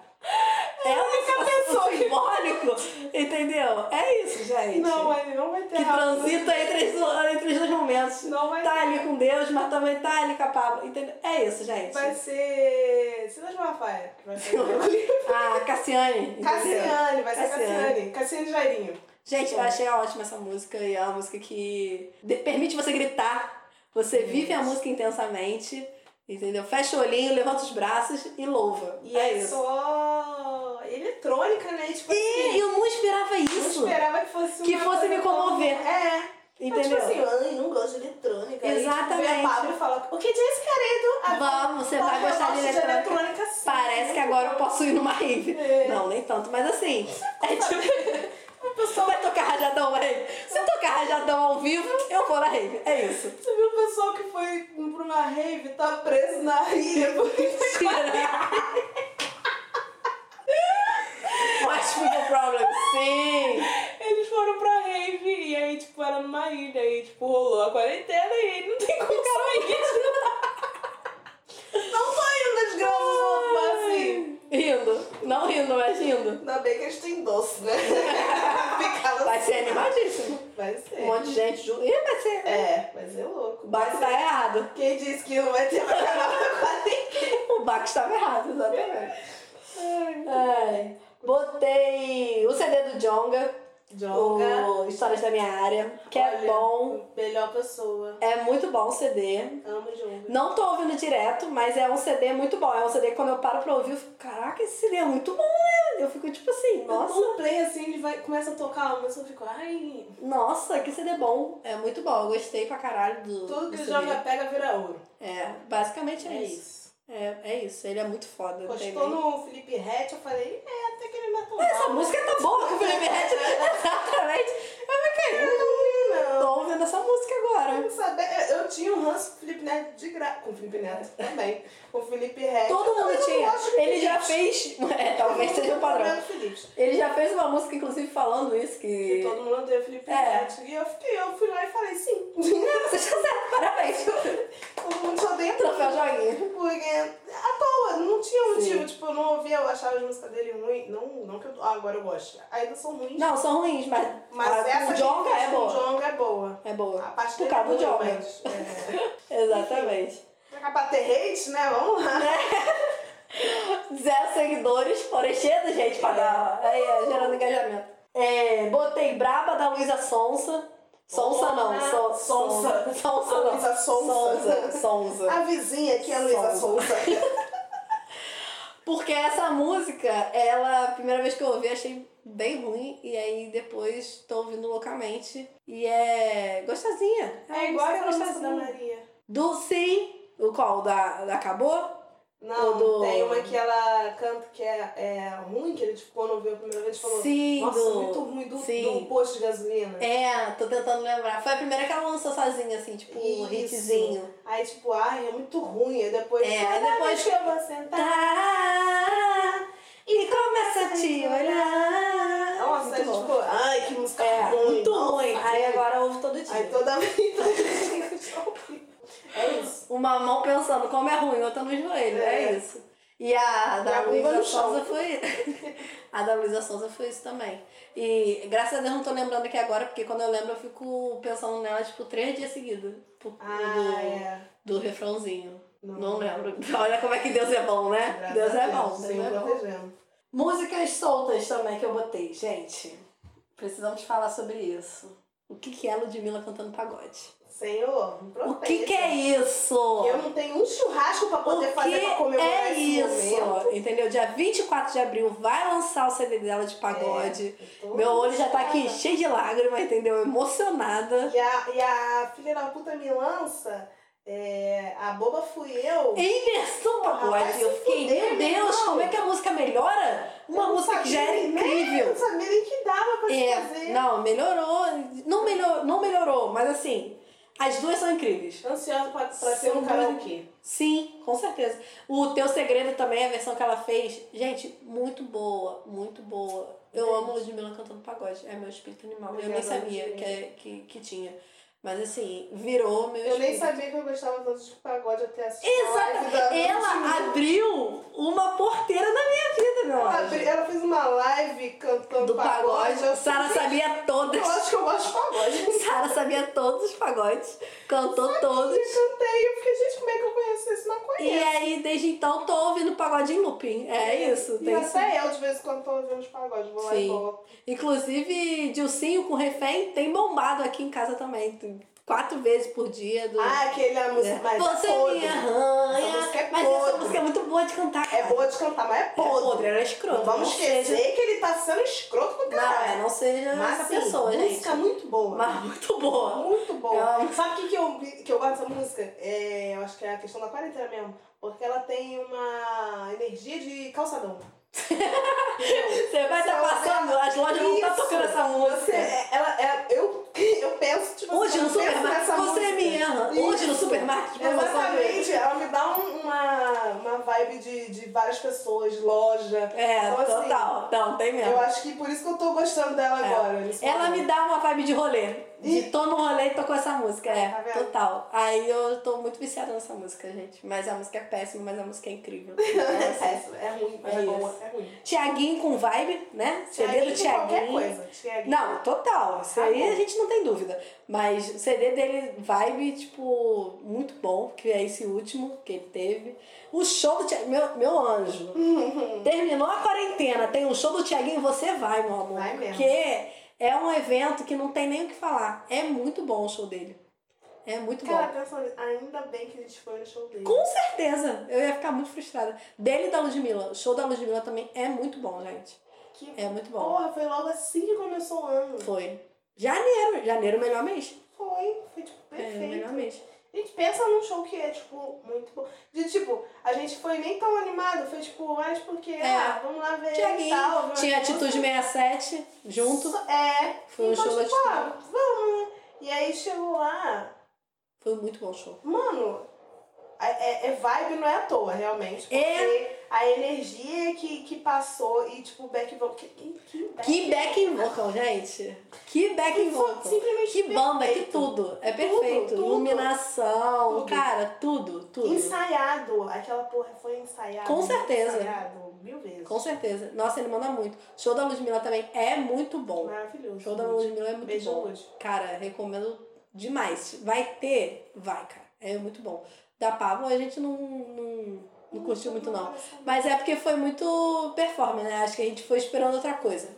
S1: É a única
S2: pessoa que-
S1: simbólico, entendeu? É isso, gente.
S2: Não, é mas não vai ter
S1: que
S2: razão.
S1: transita entre, os- entre os dois momentos.
S2: Não vai
S1: Tá ali com Deus, mas também tá ali com a Pablo. Entendeu? É isso, gente.
S2: Vai ser. tá Silas Malafaia. Vai ser.
S1: A Ah, Cassiane. entendeu?
S2: Cassiane, vai ser
S1: Cassiane.
S2: Cassiane. Cassiane Jairinho.
S1: Gente, eu achei ótima essa música e é uma música que de- permite você gritar. Você vive a música intensamente, entendeu? Fecha o olhinho, levanta os braços e louva.
S2: E
S1: é
S2: é
S1: isso.
S2: só eletrônica, né? Tipo
S1: E
S2: assim,
S1: eu não esperava
S2: não
S1: isso.
S2: esperava que fosse
S1: Que
S2: uma
S1: fosse
S2: coisa
S1: me comover.
S2: tão- É. Mas,
S1: Entendeu?
S2: Tipo assim, ai, não gosto de eletrônica. Aí,
S1: Exatamente.
S2: Tipo, vem a Pablo e fala, o que diz, querido? Aí,
S1: Vamos, você
S2: fala,
S1: vai
S2: "Eu
S1: gostar de
S2: gosto
S1: eletrônica."
S2: eletrônica sim.
S1: Parece que agora eu posso ir numa rave.
S2: É.
S1: Não, nem tanto, mas assim.
S2: *laughs*
S1: É tipo.
S2: Uma pessoa
S1: Vai tocar rajadão na rave? Se tocar rajadão ao vivo, eu vou na rave. É isso.
S2: Você viu o pessoal que foi pra uma rave e tá preso na
S1: *laughs*
S2: ilha? porque-
S1: Watch for the um problem, sim.
S2: Eles foram pra rave e aí, tipo, era numa ilha e, tipo, rolou a quarentena e ele não tem como sair. não tô indo das graças ao povo, assim.
S1: Rindo. Não rindo, mas rindo.
S2: Ainda bem que eles têm doce,
S1: *laughs*
S2: né? Ficava
S1: Vai
S2: assim.
S1: ser animadíssimo.
S2: Vai
S1: Um
S2: ser.
S1: monte de gente junto. Ih, vai ser.
S2: É, mas é louco.
S1: O Baco tá errado.
S2: Quem disse que não vai ter
S1: *laughs*
S2: mais canal pra quarentena?
S1: O Baco estava errado, exatamente.
S2: Ai,
S1: Ai. Botei o CD do Jonga.
S2: Joga.
S1: O Histórias da Minha Área. Que é
S2: Olha,
S1: bom.
S2: Melhor pessoa.
S1: É muito bom o CD.
S2: Amo Jonga.
S1: Não tô ouvindo direto, mas é um CD muito bom. É um CD que quando eu paro pra ouvir, eu fico, caraca, esse CD é muito bom, né? Eu fico tipo assim, nossa.
S2: Eu play assim, ele vai, começa a tocar a música, eu fico, ai.
S1: Nossa, que CD bom. É muito bom. Eu gostei pra caralho do.
S2: Tudo que
S1: do
S2: o
S1: CD.
S2: Jonga pega vira ouro.
S1: É, basicamente é,
S2: É
S1: isso.
S2: isso.
S1: É, é isso. Ele é muito foda. não tem
S2: Postou
S1: nem-
S2: no Felipe Rett, eu falei, é, até que ele matou
S1: Essa música tá boa *laughs* que o Felipe Ret. Exatamente. Eu me caí.
S2: não.
S1: Tô ouvindo essa música agora.
S2: Eu sabia- Eu tinha um ranço com o Felipe Neto de graça. Com o Felipe Neto também. Com o Felipe Rett.
S1: Todo
S2: É, Eu
S1: mundo
S2: não
S1: tinha.
S2: gosto de
S1: Ele já
S2: Felipe.
S1: fez. *laughs* É, talvez seja o padrão.
S2: Eu Felipe.
S1: Ele já fez uma música, inclusive, falando isso que. *laughs*
S2: E todo mundo odeia o Felipe
S1: É.
S2: Neto. E eu, fiquei, eu fui lá e falei, sim.
S1: É, você está certo, parabéns.
S2: Todo mundo só odeia
S1: Troféu joinha.
S2: Porque à toa, não tinha
S1: Sim.
S2: motivo. Tipo, eu não ouvia, eu achava as músicas dele ruim. Não, não que eu. Ah, agora eu gosto. Ainda são ruins.
S1: Não, são ruins, mas,
S2: Mas
S1: a,
S2: essa
S1: o
S2: que
S1: Jonga
S2: ele fez
S1: é
S2: com o
S1: boa.
S2: Jonga é boa.
S1: É
S2: A
S1: boa.
S2: parte
S1: Por
S2: dele
S1: causa do
S2: é ruim,
S1: Jonga.
S2: mas, é.
S1: Exatamente.
S2: Acabar ter hate, né? Vamos lá.
S1: Zero seguidores, porém cheio de gente pra dar. É, é, gerando engajamento. É, botei Braba da Luísa Sonsa. Sonsa não, so,
S2: Sonsa.
S1: Sonsa
S2: A
S1: não.
S2: Luísa Sonsa.
S1: Sonsa. Sonsa.
S2: A vizinha aqui, a Luísa Souza.
S1: *laughs* Porque essa música, ela, a primeira vez que eu ouvi, achei bem ruim. E aí depois tô ouvindo loucamente. E é gostosinha. uma música assim?
S2: Maria.
S1: Do sim. O qual? Da, da acabou?
S2: Não,
S1: Ou do-
S2: tem uma que ela canta que é, é ruim, que ele tipo, quando ouviu a primeira vez falou.
S1: Sim,
S2: Nossa,
S1: do-
S2: muito ruim do,
S1: Sim.
S2: do posto de gasolina.
S1: É, tô tentando lembrar. Foi a primeira que ela lançou sozinha, assim, tipo, um
S2: Isso.
S1: hitzinho.
S2: Aí, tipo, ai, é muito ruim. Aí depois.
S1: É,
S2: "Toda
S1: aí depois-
S2: vez que eu vou sentar.
S1: Tá, e começa a te olhar. Tá,
S2: Nossa,
S1: muito
S2: aí,
S1: bom.
S2: tipo, ai, que música
S1: É,
S2: ruim.
S1: muito
S2: nossa,
S1: ruim. Aí agora eu ouvo todo dia.
S2: Aí toda *laughs* vida. é isso.
S1: Uma mão pensando como é ruim, outra no joelho. É,
S2: É.
S1: isso. E a
S2: E
S1: da
S2: a bunda
S1: Luísa
S2: no chão.
S1: Souza foi. *laughs* a da Luísa Souza foi isso também. E graças a Deus não tô lembrando aqui agora, porque quando eu lembro eu fico pensando nela, tipo, três dias seguidos. Por, do,
S2: Ah, é.
S1: do refrãozinho.
S2: Não.
S1: Não lembro. *laughs* Olha como é que Deus é bom, né?
S2: Graças
S1: Deus
S2: a
S1: é bom. Deus
S2: Sim,
S1: é bom.
S2: protegendo.
S1: Músicas soltas também que eu botei, gente. Precisamos falar sobre isso. O que, que é Ludmilla cantando pagode?
S2: Senhor, me
S1: O
S2: proteja.
S1: que, que é isso?
S2: Eu não tenho um churrasco pra
S1: O
S2: poder fazer pra
S1: que
S2: comemorar
S1: é
S2: esse
S1: isso?
S2: momento.
S1: Entendeu? Dia 24 de abril vai lançar o CD dela de pagode.
S2: Eu tô
S1: Meu olho já tá aqui
S2: emocionada.
S1: cheio de lágrimas, entendeu? Emocionada.
S2: E a, e a filha da puta me lança, é, a boba fui eu.
S1: Inversão
S2: Porra, Ah, vai
S1: pagode.
S2: se
S1: Eu fiquei,
S2: fuder,
S1: meu Deus,
S2: irmão.
S1: como é que a música melhora? Uma
S2: Eu não
S1: música que já era
S2: sabia nem- Eu
S1: incrível.
S2: não sabia nem que dava pra se fazer.
S1: É, não, melhorou. Não, melhor, não melhorou, mas assim, As duas são incríveis.
S2: Ansiosa pra, pra ter
S1: São
S2: um karaokê.
S1: Sim, com certeza. O Teu Segredo também, a versão que ela fez. Gente, muito boa, muito boa. Eu amo Ludmilla cantando pagode. É meu espírito animal. Eu nem
S2: Obrigada,
S1: sabia
S2: Ludmilla.
S1: que, é- que, que tinha. Mas assim, virou meu
S2: Eu nem
S1: espírito.
S2: sabia que eu gostava tanto de pagode até assistir.
S1: Exatamente. Ela abriu uma porteira na minha vida, meu
S2: Ela,
S1: amor.
S2: abri- ela fez uma live cantando
S1: Do pagode.
S2: Eu
S1: Sara sabia *laughs*
S2: Eu
S1: todas.
S2: acho que eu gosto de pagode.
S1: Sara sabia todos os pagodes. Cantou todos.
S2: Eu cantei, eu fiquei, gente, como é que eu conheço isso? Não conheço.
S1: E aí, desde então, tô ouvindo pagode em looping. É isso.
S2: E
S1: Tem isso.
S2: até eu, de vez em quando, tô ouvindo os pagodes. Vou lá
S1: Sim.
S2: e volto.
S1: Inclusive, Dilcinho com refém tem bombado aqui em casa também. Tem Quatro vezes por dia. Do...
S2: Ah, aquele é a música
S1: É.
S2: mais
S1: Você
S2: podre.
S1: me arranha.
S2: Essa música é
S1: mas essa
S2: podre.
S1: música é muito boa de cantar.
S2: É
S1: cara.
S2: boa de cantar, mas é
S1: É podre.
S2: podre.
S1: Ela é escrota.
S2: Não vamos esquecer
S1: Seja...
S2: que ele tá sendo escroto pro
S1: Não, é,
S2: caralho.
S1: não seja
S2: mas
S1: essa
S2: assim,
S1: pessoa, gente.
S2: música muito boa.
S1: Mas muito boa.
S2: Muito boa.
S1: Eu amo.
S2: Sabe o que, que, eu, que eu gosto dessa música? É, eu acho que é a questão da quarentena mesmo. Porque ela tem uma energia de
S1: *laughs*
S2: calçadão. Entendeu?
S1: Você vai estar
S2: Só-
S1: passando, as lojas não estão
S2: Isso.
S1: tocando essa música.
S2: Você, é, ela, ela- eu, *laughs* eu penso, tipo
S1: Hoje
S2: eu
S1: no
S2: penso
S1: supermercado,
S2: nessa
S1: você
S2: música.
S1: me ama. Hoje no
S2: Isso.
S1: supermercado, de promoção,
S2: Exatamente, ela me dá um- uma, uma vibe de, de várias pessoas, loja.
S1: É,
S2: Então, assim,
S1: total. Não, tem mesmo.
S2: Eu acho que por isso que eu tô gostando dela
S1: É.
S2: agora. nesse
S1: Ela me
S2: momento.
S1: dá uma vibe de rolê. De
S2: E-
S1: tô no rolê e tô com essa música. É,
S2: Tá vendo?
S1: total. Aí eu tô muito viciada nessa música, gente. Mas a música é péssima, mas a música é
S2: *laughs*
S1: incrível. Então,
S2: É
S1: assim,
S2: péssimo, é ruim,
S1: *laughs*
S2: mas
S1: É
S2: é, boa,
S1: isso.
S2: é ruim.
S1: Tiaguinho com vibe, né? CD do
S2: Thiaguinho com qualquer
S1: Tiaguinho.
S2: coisa, Thiaguinho. *laughs*
S1: Não, total. Isso
S2: Tá
S1: aí
S2: bom.
S1: a gente não tem dúvida. Mas o CD dele, vibe, tipo, muito bom, que é esse último que ele teve. O show do Tiaguinho, meu, meu anjo. Terminou a quarentena, tem um show do Tiaguinho, você vai, meu amor.
S2: Vai mesmo.
S1: Porque é um evento que não tem nem o que falar. É muito bom o show dele. É muito
S2: Cara,
S1: bom.
S2: pensa nisso. Ainda bem que a gente foi no show dele.
S1: Com certeza, eu ia ficar muito frustrada. Dele e da Ludmilla. O show da Ludmilla também é muito bom, gente.
S2: Que
S1: É muito bom.
S2: porra, foi logo assim que começou o ano.
S1: Foi. Janeiro, janeiro é o melhor mês.
S2: Foi, foi tipo
S1: É, o
S2: perfeito.
S1: melhor mês.
S2: Gente, pensa num show que é, tipo, muito bom. De tipo, a gente foi nem tão animado, foi tipo, mas porque,
S1: É.
S2: ah, vamos lá ver. e tal,
S1: Tiaguinho,
S2: ver
S1: tinha
S2: uma música.
S1: Atitude 67 junto.
S2: É.
S1: Foi um
S2: então,
S1: show da
S2: tipo, ah, vamos, né? E aí chegou lá,
S1: Foi muito bom show.
S2: mano, é, é- é vibe não é à toa, realmente. Porque
S1: É.
S2: a energia que, que passou e, tipo, o back vocal. Que, que, que back,
S1: Que backing vocal, gente. Que backing
S2: que foi
S1: vocal.
S2: simplesmente
S1: Que banda, que
S2: perfeito.
S1: tudo. É perfeito.
S2: tudo.
S1: Iluminação,
S2: Tudo.
S1: cara, tudo, tudo.
S2: Ensaiado. Aquela porra foi ensaiado.
S1: Com certeza.
S2: Ensaiado mil vezes.
S1: Com certeza. Nossa, ele manda muito. Show da Ludmilla também é muito bom.
S2: Maravilhoso.
S1: Show da Ludmilla é muito
S2: Beijo,
S1: bom.
S2: Lud.
S1: Cara, recomendo demais. Vai ter? Vai, cara. É muito bom. Da Pablo a gente não, não, não curtiu muito, não. Mas é porque foi muito performance, né? Acho que a gente foi esperando outra coisa.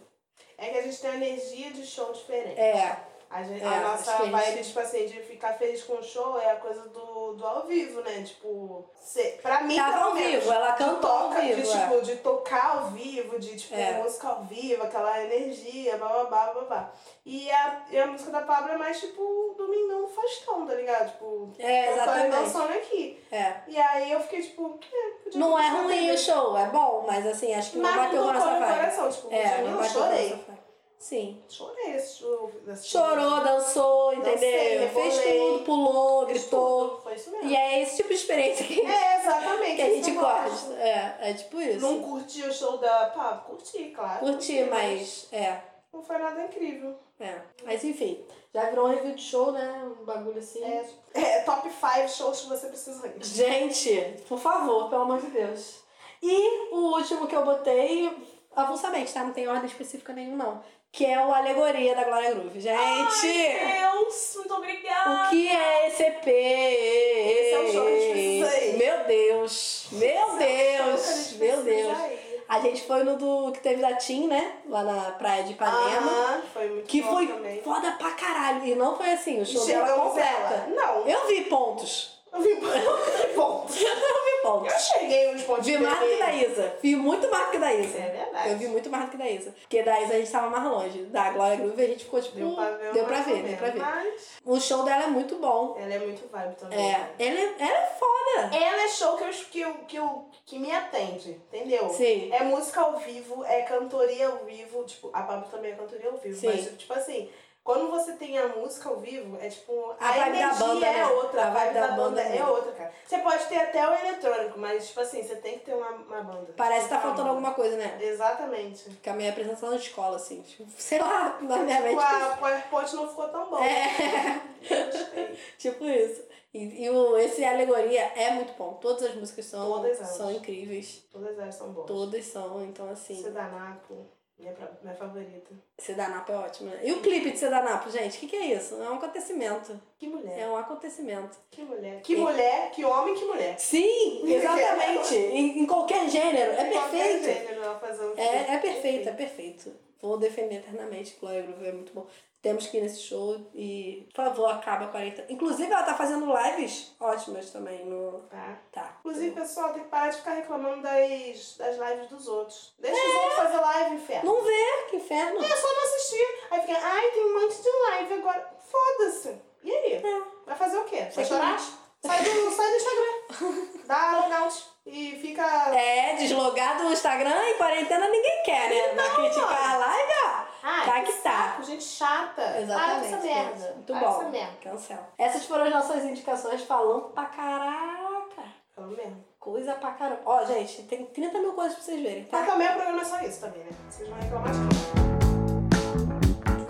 S2: É que a gente tem uma energia de show diferente.
S1: É,
S2: A, gente,
S1: É,
S2: a
S1: acho
S2: nossa
S1: que a gente-
S2: vibe, tipo assim, de ficar feliz com o show é a coisa do, do ao vivo, né? Tipo, se, pra mim,
S1: Tava
S2: pelo
S1: Tá ao
S2: menos,
S1: vivo, ela
S2: de
S1: cantou ao
S2: toca-
S1: vivo,
S2: De, Tá tipo, de tocar ao vivo, de tipo,
S1: É.
S2: música ao vivo, aquela energia, blá blá blá blá blá. E a, e a música da Pablo é mais tipo domingão fastão, tá ligado? Tipo,
S1: é,
S2: eu tô
S1: exatamente.
S2: dançando aqui.
S1: É.
S2: E aí eu fiquei tipo, é, podia
S1: Não é
S2: continuar
S1: ruim o
S2: tendo.
S1: show, é bom, mas assim, acho que não
S2: Mas
S1: bateu com
S2: não
S1: a
S2: tocou
S1: nossa
S2: no
S1: vibe.
S2: coração, tipo,
S1: É,
S2: eu
S1: não bateu com a nossa
S2: chorei.
S1: vibe. Sim.
S2: Chorei esse show. assim. esse show.
S1: Chorou, dançou, entendeu?
S2: Dancei,
S1: Fez
S2: rebolei.
S1: tudo, pulou,
S2: Fiz
S1: gritou.
S2: tudo, Foi isso mesmo.
S1: E é esse tipo de experiência que,
S2: É, exatamente.
S1: que a
S2: isso
S1: gente
S2: eu gosto.
S1: gosta. É, é tipo isso.
S2: Não curti o show da Pablo? Curti, claro.
S1: Curti, mas é.
S2: Não foi nada incrível.
S1: É. Mas enfim, já virou um review de show, né? Um bagulho assim.
S2: É, é, top 5 shows que você precisa ir.
S1: Gente, por favor, pelo amor de Deus. E o último que eu botei, avulsamente, tá? Não tem ordem específica nenhuma, não. Que é o Alegoria da Glória Groove. Gente,
S2: Deus, muito obrigada.
S1: o que é esse EP? Esse
S2: é o show que a gente precisa ir.
S1: Meu Deus,
S2: é um
S1: meu Deus, meu Deus.
S2: Deus.
S1: A gente foi no do que teve da Tim, né? Lá na praia de Ipanema.
S2: Aham, foi muito
S1: Que
S2: Ah, bom
S1: foi
S2: também.
S1: foda pra caralho. E não foi assim, o show dela
S2: Chegamos
S1: completa.
S2: ela. Não,
S1: Eu vi pontos. *laughs*
S2: eu vi *laughs* pontos.
S1: Eu vi pontos.
S2: Eu cheguei uns pontos.
S1: Vi mais do que
S2: vermelhos.
S1: da Isa. Vi muito mais do que da Isa.
S2: É verdade.
S1: Eu vi muito mais do que da Isa. Porque da Isa a gente tava mais longe. Da Glória Groove a gente ficou tipo.
S2: Deu pra ver,
S1: deu pra
S2: mais ou
S1: ver, deu pra ver.
S2: menos, Mas
S1: O show dela é muito bom.
S2: ela é muito vibe também.
S1: É. Ela é, ela é foda.
S2: Ela é show que, eu, que, eu, que, eu, que me atende, entendeu?
S1: Sim.
S2: É música ao vivo, é cantoria ao vivo, tipo, a Pablo também é cantoria ao vivo,
S1: Sim.
S2: mas tipo assim,
S4: Quando você tem a música ao vivo, é tipo.
S1: A
S4: A,
S1: vibe da
S4: energia
S1: banda,
S4: é
S1: né?
S4: outra, a vibe da, banda, é
S1: muda.
S4: outra, cara. Você pode ter até o eletrônico, mas, tipo assim, você tem que ter uma, uma banda.
S1: Parece que tá faltando alguma coisa, né?
S4: Exatamente.
S1: Fica a minha apresentação na escola, assim. Tipo, *laughs* sei lá, na minha mente.
S4: Tipo,
S2: ah.
S4: a PowerPoint não ficou tão bom.
S1: É.
S4: Gostei.
S1: Tipo isso. E, e o, esse Alegoria é muito bom. Todas as músicas são,
S4: Todas elas.
S1: são incríveis.
S4: Todas elas são boas.
S1: Todas são, então assim.
S4: Sedanaco, minha, pra- minha favorita.
S1: Sedanapo é ótimo. né? E o clipe de Sedanapo, gente, o que, que é isso? É um acontecimento.
S4: Que mulher.
S1: É um acontecimento.
S4: Que mulher. Que mulher, que homem, que mulher.
S1: Sim, exatamente. em, em qualquer gênero. É
S4: é Qualquer
S1: perfeito.
S4: gênero ela faz um filme.
S1: É, é perfeito, é perfeito. Vou defender eternamente Chloe Groove, é muito bom. Temos que ir nesse show e, por favor, acaba a 40. Inclusive, ela tá fazendo lives ótimas também no.
S4: Tá.
S1: Tá.
S4: Inclusive, pessoal, tem que parar de ficar reclamando das, das lives dos outros. Deixa os outros fazer live, inferno.
S1: Não vê, que inferno.
S4: É só É. não assistir. Aí fica, ai, tem um monte de live agora. Foda-se. E aí? Vai fazer o quê? Vai
S1: Sei que
S4: chorar? Sai do, sai do *laughs* Instagram. Dá logout. E fica.
S1: É, deslogado o Instagram e quarentena ninguém quer, né? Vai criticar a live, ó.
S4: Ai,
S1: tá que tá.
S4: saco, gente chata.
S1: Exatamente.
S4: Para com essa merda.
S1: gente. Muito
S4: Para com
S1: bom.
S4: essa merda.
S1: Cancela. Essas foram as nossas indicações falando pra caraca.
S4: Pelo menos.
S1: Coisa pra caramba. Ó, gente, tem 30 mil coisas pra vocês verem, tá?
S4: Mas também o programa é só isso também, né? Vocês vão reclamar de tudo.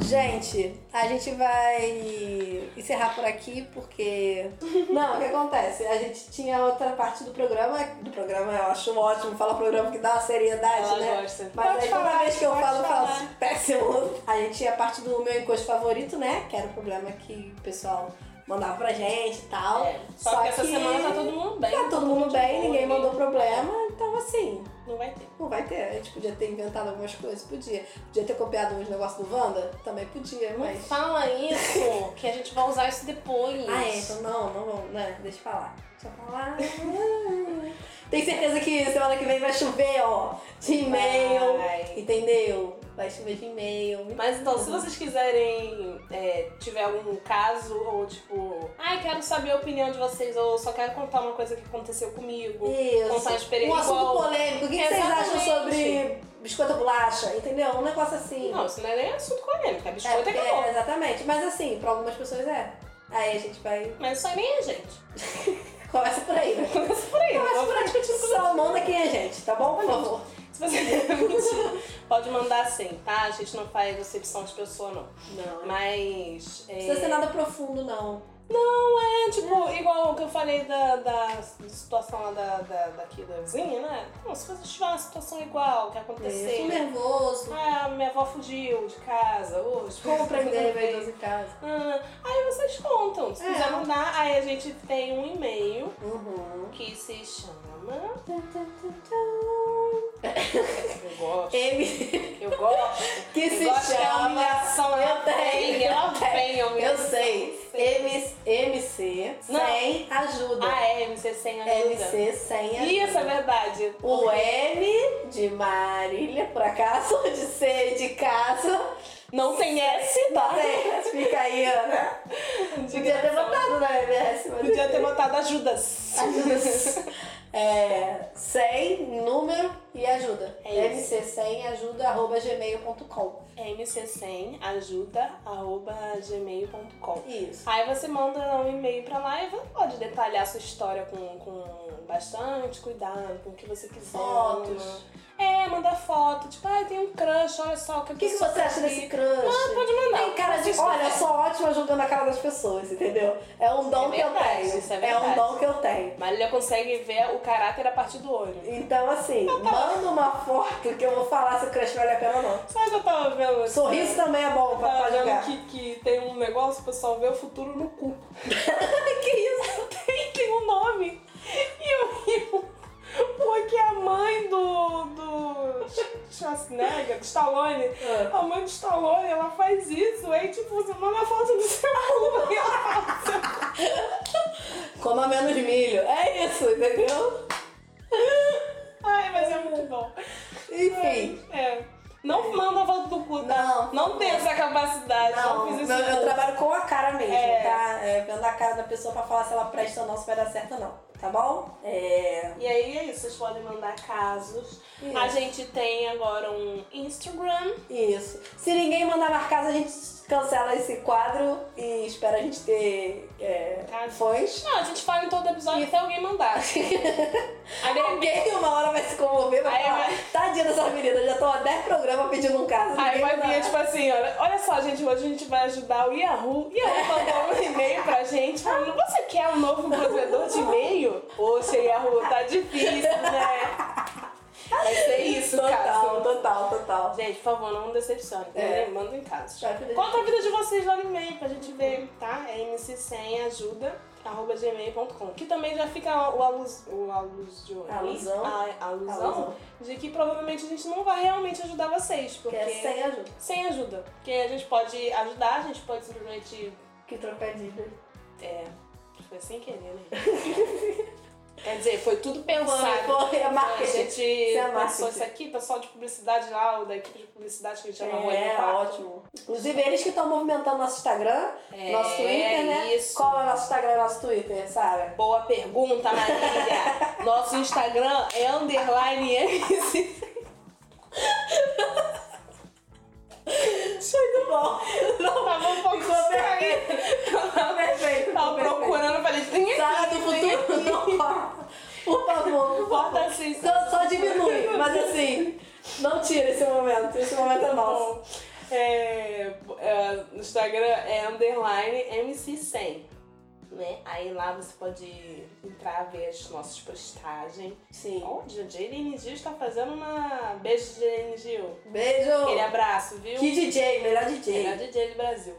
S1: Gente, a gente vai encerrar por aqui porque. Não, o que acontece? A gente tinha outra parte do programa. Do programa eu acho ótimo, fala programa que dá uma seriedade,
S4: Ela
S1: né?
S4: gosta.
S1: Mas
S4: Pode
S1: aí toda
S4: falar,
S1: vez que eu
S4: pode
S1: falo, eu falo
S4: falar.
S1: assim, péssimo. A gente tinha a parte do meu encosto favorito, né? Que era o problema que o pessoal mandava pra gente e
S4: É.
S1: tal.
S2: É, Só, que, essa semana tá todo mundo bem.
S1: Tá todo mundo bem,
S2: boa, né?
S1: ninguém mandou problema, então assim.
S2: Não vai ter.
S1: Não vai ter. A gente podia ter inventado algumas coisas, podia. Podia ter copiado uns negócios do Wanda? Também podia, mas.
S2: Fala isso, que a gente vai usar isso depois.
S1: Ah, é, então não, não vamos, né? Deixa eu falar. Deixa eu falar. *laughs* Tem certeza que semana que vem vai chover, ó, de e-mail.
S2: Vai.
S1: Entendeu? Vai chover de e-mail.
S4: Mas então,
S2: Se vocês quiserem, é, tiver algum caso, ou tipo, ai, quero saber a opinião de vocês, ou só quero contar uma coisa que aconteceu comigo. Contar
S1: Isso.
S2: a
S1: Um
S2: experiência
S1: assunto
S2: igual-
S1: polêmico. O que, que vocês
S2: Exatamente.
S1: acham sobre biscoito ou bolacha? Entendeu? Um negócio assim.
S2: Não, isso não é nem assunto polêmico, é
S1: é,
S2: biscoito e acabou.
S1: é, exatamente. Mas assim, pra algumas pessoas é. Aí a gente vai. *laughs*
S2: Mas isso aí nem é gente. *laughs*
S1: Começa por aí. né?
S2: Começa por aí,
S1: Começa
S2: vamos
S1: por aí. Só manda quem é gente, tá bom? Por favor.
S2: Se você *laughs* Mentira. pode mandar sim, tá? A gente não faz recepção de pessoa, não.
S1: Não. Não
S2: Mas. É,
S1: precisa ser nada profundo, não.
S2: é, tipo, igual o que eu falei da, da situação lá da, da, daqui da vizinha, né? Então, se você tiver uma situação igual que
S1: Isso,
S2: aconteceu.
S1: nervoso.
S2: Ah, minha avó fugiu de casa hoje.
S1: Como
S2: pra
S1: prender idoso em casa?
S2: Ah, aí vocês contam. Se
S1: É.
S2: quiser mandar, aí a gente tem um e-mail
S1: Uhum.
S2: que se chama. Eu gosto.
S1: M, *laughs*
S2: Eu gosto.
S1: que se
S2: eu gosto *laughs* que é a
S1: chama.
S2: humilhação ela
S1: Eu tenho,
S2: vem, ela
S1: eu tenho.
S2: vem, a
S1: Eu
S2: humilhação.
S1: sei. M, MC
S2: Não.
S1: sem ajuda.
S2: Ah, é, MC sem ajuda.
S1: MC sem ajuda.
S2: Isso, é verdade.
S1: O M de Marília, por acaso, *laughs* de C de casa.
S2: Não tem S, tá?
S1: Tem, fica aí, Ana. Podia ter botado na MS, mas.
S2: Podia ter botado ajudas.
S1: Ajuda. É, sem número e ajuda.
S2: É
S1: MC sem ajuda arroba gmail.com.
S2: MC sem ajuda, arroba gmail.com.
S1: Isso.
S2: Aí você manda um e-mail pra lá e você pode detalhar sua história com, com bastante cuidado, com o que você quiser.
S1: Fotos.
S2: É, manda foto, tipo, ah, tem um crush, olha só o que
S1: O que, que você acha desse crush?
S2: Ah, pode mandar.
S1: Tem cara de.
S2: Vocês-
S1: Olha, eu sou ótima julgando a cara das pessoas, entendeu? É um dom
S2: É
S1: que eu
S2: verdade,
S1: tenho.
S2: isso é
S1: é um
S2: verdade.
S1: dom que eu tenho.
S2: Marília consegue ver o caráter a partir do olho.
S1: Então, assim, manda uma foto que eu vou falar se o crush vale a pena ou não.
S2: Sabe o que eu tava vendo?
S1: Sorriso também é bom
S2: Ah, Eu
S1: pra,
S2: tava
S1: pra
S2: vendo
S1: jogar.
S2: que, que tem um negócio, o pessoal vê o futuro no cu.
S1: *laughs* que isso?
S2: tem, tem um nome. E eu rio. Porque a mãe do. do. Schwarzenegger, do Stallone.
S1: Ah.
S2: A mãe do Stallone, ela faz isso. Aí, tipo, você manda a foto do seu cu. e
S1: *laughs*
S2: ela fala, "Seu cu".
S1: Coma menos milho. É isso, entendeu?
S2: Ai, mas é muito bom.
S1: Enfim.
S2: É. Não manda a foto do cu, tá?
S1: Não.
S2: Não tem essa capacidade.
S1: Não,
S2: Não, fiz isso.
S1: não, eu
S2: não.
S1: trabalho com a cara mesmo,
S2: É.
S1: tá? É, vendo a cara da pessoa pra falar se ela presta ou não, se vai dar certo ou não, tá bom? É.
S2: E aí é isso, vocês podem mandar casos. A gente tem agora um Instagram.
S1: Isso. Se ninguém mandar marcar, a gente cancela esse quadro e espera a gente ter é,
S2: Tá.
S1: fãs.
S2: Não, a gente fala em todo episódio até alguém mandar. Aí de repente-
S1: Alguém uma hora vai se conmover, vai
S2: Aí
S1: falar, tadinha dessa menina, já tô há 10 programas pedindo um caso.
S2: Aí
S1: ninguém
S2: vai
S1: dá."
S2: vir, tipo assim, olha, olha só, gente, hoje a gente vai ajudar o Yahoo. Yahoo mandou um e-mail pra gente falando, você quer um novo provedor de e-mail? Poxa, Yahoo, tá difícil, né? Vai ser isso,
S1: Total,
S2: cara.
S1: total, total.
S2: Gente, por favor, não decepcione,
S1: É.
S2: né? Mandem casos.
S1: Vai, filha de-
S2: Conta a vida de vocês lá no e-mail pra gente ver, tá? É mc100ajuda.gmail.com Que também já fica o alus... O alus de
S1: Alusão.
S2: A, alusão.
S1: Alusão.
S2: De que provavelmente a gente não vai realmente ajudar vocês.
S1: Que
S2: Porque
S1: é sem ajuda.
S2: sem ajuda. Porque a gente pode ajudar, a gente pode simplesmente.
S1: Que trocadilho.
S2: É. Foi sem querer,
S1: *laughs*
S2: né? Quer dizer, foi
S1: Foi,
S2: tudo pensado.
S1: foi, é
S2: A
S1: marketing.
S2: gente
S1: é
S2: pensou
S1: marketing.
S2: isso aqui, pessoal de publicidade lá, o da equipe de publicidade que a gente chama Rony
S1: É,
S2: Park.
S1: ótimo. Inclusive, eles que estão movimentando nosso Instagram,
S2: É,
S1: nosso Twitter, né?
S2: Isso.
S1: Qual é nosso Instagram e nosso Twitter,
S2: *laughs*
S1: Sara?
S2: Boa pergunta, Marília. Nosso Instagram é underline MC.
S1: Muito bom.
S2: Tava um pouco
S1: Ficou
S2: estranho.
S1: Tá Perfeito.
S2: Tava
S1: perfeito.
S2: Tá procurando, falei, tem aqui.
S1: Sara do futuro, não
S2: *laughs*
S1: corta. Por favor, por favor.
S2: Bota assim,
S1: Só, só diminui, mas assim, não tira esse momento. Esse momento é nosso.
S2: Bom, é, é, no Instagram é underline MC100. Né? Aí lá você pode entrar, ver as nossas postagens.
S1: Sim.
S2: Onde o Jalen Gil está fazendo uma. Beijo, Jalen Gil. Aquele
S1: Beijo.
S2: abraço, viu?
S1: Que DJ, melhor DJ.
S2: Melhor DJ do Brasil.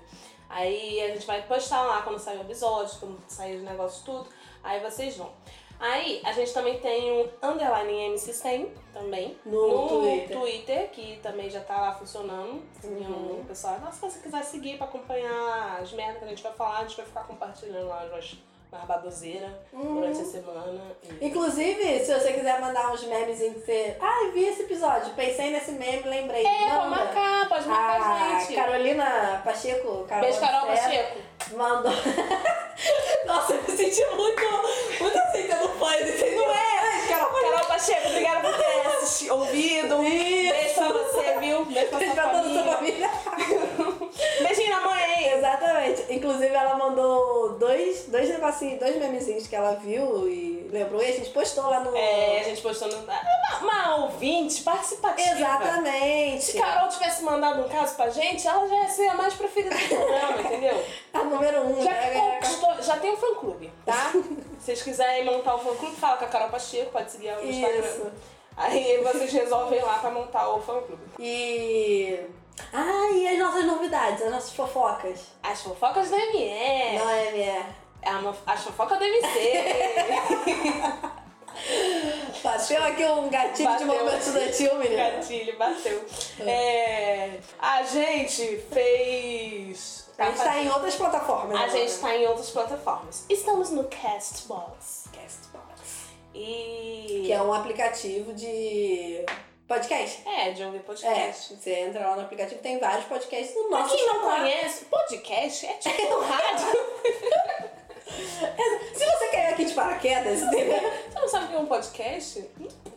S2: Aí a gente vai postar lá quando sair o episódio, quando sair os negócios tudo. Aí vocês vão. Aí a gente também tem um underline MC100 também.
S1: No Twitter.
S2: que também já tá lá funcionando.
S1: Uhum.
S2: Então, o pessoal, nossa, se você quiser seguir pra acompanhar as merdas que a gente vai falar, a gente vai ficar compartilhando lá as umas baboseiras
S1: Uhum.
S2: durante a semana. E-
S1: Inclusive, se você quiser mandar uns memes em que você. Ai, vi esse episódio, pensei nesse meme, lembrei.
S2: É, pode
S1: Manda.
S2: marcar, pode marcar a
S1: Ah,
S2: gente.
S1: Carolina Pacheco, Carol
S2: Beijo, Carol
S1: Pacheco,
S2: Pacheco.
S1: mandou. *laughs* Nossa, eu me senti muito, muito assim, tendo fãs, entendeu? Não é, Carol
S2: Carol Pacheco, obrigada por
S1: *laughs*
S2: ter assistido, ouvido. Beijo pra você, viu? Beijo pra
S1: Pacheco.
S2: sua
S1: Pra toda a sua
S2: família.
S1: família.
S2: Beijinho na mãe!
S1: Exatamente. Inclusive, ela mandou dois, dois negocinhos, dois memezinhos que ela viu e lembrou e a gente postou lá no.
S2: É, a gente postou no... Uma, uma ouvinte participativa. Se
S1: Exatamente.
S2: Carol tivesse mandado um caso pra gente, ela já ia ser a mais preferida do *laughs* programa, entendeu?
S1: A número um,
S2: Já
S1: né, galera?
S2: conquistou, já tem um fã-clube, tá? Se vocês quiserem montar o fã-clube, fala com a Carol Pacheco, pode seguir ela no Instagram.
S1: Isso.
S2: Aí vocês resolvem lá pra montar o fã-clube.
S1: E. Ah, e as nossas novidades, as nossas fofocas.
S2: As fofocas do ME.
S1: Não é, minha.
S2: A mo- As fofocas do *laughs* MC.
S1: Bateu aqui um gatilho
S2: Bateu.
S1: de momento né? estudantil, menina.
S2: Gatilho, bateu. É, a gente fez...
S1: A gente tá em outras plataformas.
S2: A
S1: agora.
S2: gente tá em outras plataformas. Estamos no Castbox.
S1: Castbox.
S2: E.
S1: Que é um aplicativo de podcast.
S2: É, de ouvir
S1: É,
S2: podcast.
S1: você entra lá no aplicativo, tem vários podcasts no
S2: Pra
S1: nosso
S2: quem não
S1: celular.
S2: conhece, podcast *laughs* é tipo um rádio.
S1: É, Se você caiu aqui de paraquedas, entendeu?
S2: Você não sabe o que é um podcast?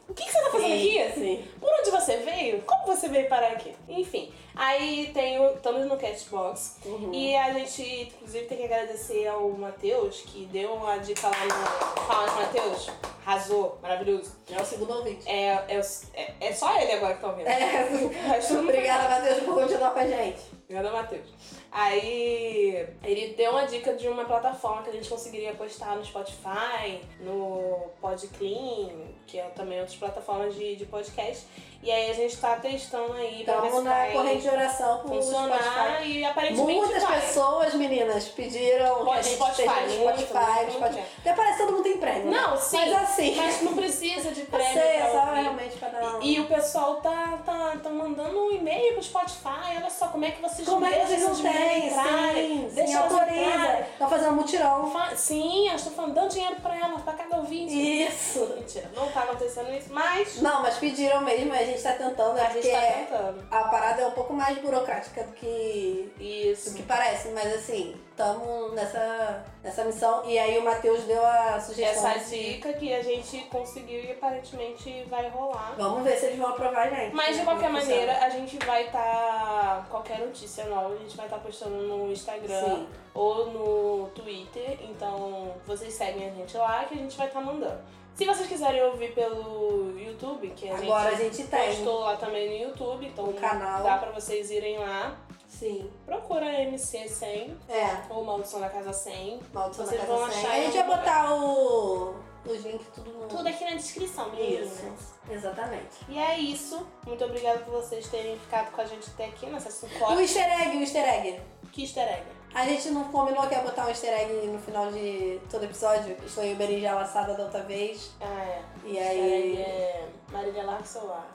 S2: O que, que você tá fazendo aqui?
S1: Sim.
S2: Por onde você veio? Como você veio parar aqui? Enfim, aí tem o, estamos no Castbox. E a gente, inclusive, tem que agradecer ao Matheus, que deu uma dica lá no. Palmas, Matheus. Arrasou, maravilhoso.
S1: É o segundo ouvinte.
S2: É, é, é, é só ele agora que tá ouvindo. *laughs*
S1: É.
S2: O resto não tem
S1: Obrigada, Matheus, por continuar com a gente.
S2: Obrigada, Matheus. Aí ele deu uma dica de uma plataforma que a gente conseguiria postar no Spotify, no PodClean, que é também outras plataformas de, de podcast. E aí a gente tá testando aí pra ver
S1: Estamos
S2: se
S1: na
S2: vai
S1: corrente de oração pro Spotify.
S2: funcionar e aparentemente
S1: Muitas
S2: vai.
S1: pessoas, meninas, pediram que a
S2: Pode,
S1: gente
S2: Spotify,
S1: esteja no
S2: muito,
S1: Spotify, no
S2: muito,
S1: Spotify.
S2: muito.
S1: Até parece que todo mundo tem prêmio. né?
S2: Não, sim.
S1: Mas assim,
S2: Mas não precisa de prêmio
S1: sei, é
S2: pra
S1: só
S2: ouvir.
S1: realmente pra dar uma-
S2: E, e o pessoal tá, tá, tá mandando um e-mail pro Spotify, olha só, como é que vocês
S1: Como
S2: não
S1: é que vocês
S2: deixam
S1: não
S2: essas meninas
S1: têm?
S2: entrarem?
S1: Sim, sim,
S2: Deixa elas entrarem.
S1: autoriza. Tá fazendo um mutirão.
S2: Fa- Sim, eu estou falando, dando dinheiro pra ela, pra cada ouvinte.
S1: Isso.
S2: Mentira, não tá acontecendo isso, mas
S1: Não, mas pediram mesmo, a gente tá tentando, é
S2: a gente
S1: porque
S2: tá tentando.
S1: a parada é um pouco mais burocrática do que, do
S2: Isso.
S1: que parece, mas assim, tamo nessa, nessa missão. E aí o Matheus deu a sugestão.
S2: Essa dica que a gente conseguiu e aparentemente vai rolar.
S1: Vamos ver se eles vão aprovar a gente. né,
S2: Mas de
S1: Como
S2: qualquer
S1: funciona.
S2: maneira, a gente vai estar. qualquer notícia nova, a gente vai estar postando no Instagram
S1: Sim.
S2: ou no Twitter. Então vocês seguem a gente lá que a gente vai estar mandando. Se vocês quiserem ouvir pelo YouTube, que a
S1: Agora a
S2: gente
S1: gente tem.
S2: postou lá também no YouTube, então
S1: O canal.
S2: dá pra vocês irem lá.
S1: Sim.
S2: Procura MC100
S1: É,
S2: ou Maldição da Casa 100.
S1: maldição da
S2: Vocês
S1: casa
S2: vão
S1: Sem.
S2: achar
S1: A gente
S2: em
S1: vai
S2: algum
S1: botar o, os links tudo no.
S2: Tudo aqui na descrição, meninas.
S1: Isso, exatamente.
S2: E é isso. Muito obrigada por vocês terem ficado com a gente até aqui nessa
S1: O
S2: sucote.
S1: easter egg, o easter egg.
S2: Que easter egg.
S1: A gente não combinou que ia botar um easter egg no final de todo episódio. que Foi o berinjela assada da outra vez.
S2: Ah, é.
S1: E
S2: Hashtag
S1: aí.
S2: é Marília Larga o *laughs* celular.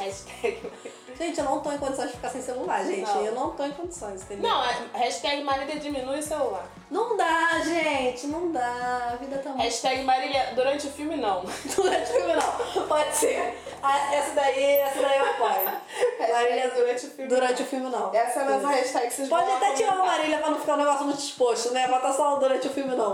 S2: hashtag...
S1: Gente, eu não tô em condições de ficar sem celular, gente.
S2: Não.
S1: Eu não tô em condições, entendeu?
S2: Não, é hashtag Marília diminui o celular.
S1: Não, dá, gente. Não dá. A vida tá *laughs* muito.
S2: Hashtag Marília durante o filme *laughs* não.
S1: Durante o filme é tipo, não. Pode ser. Ah, essa daí, essa daí eu *laughs* apoio. Marília
S2: durante o filme
S1: Durante o filme não.
S2: Essa é a nossa hashtag. Vocês né?
S1: Pode
S2: vão lá
S1: até tirar uma
S2: comentar.
S1: Marília pra não ficar um negócio muito exposto, né? Bota só o durante o filme não.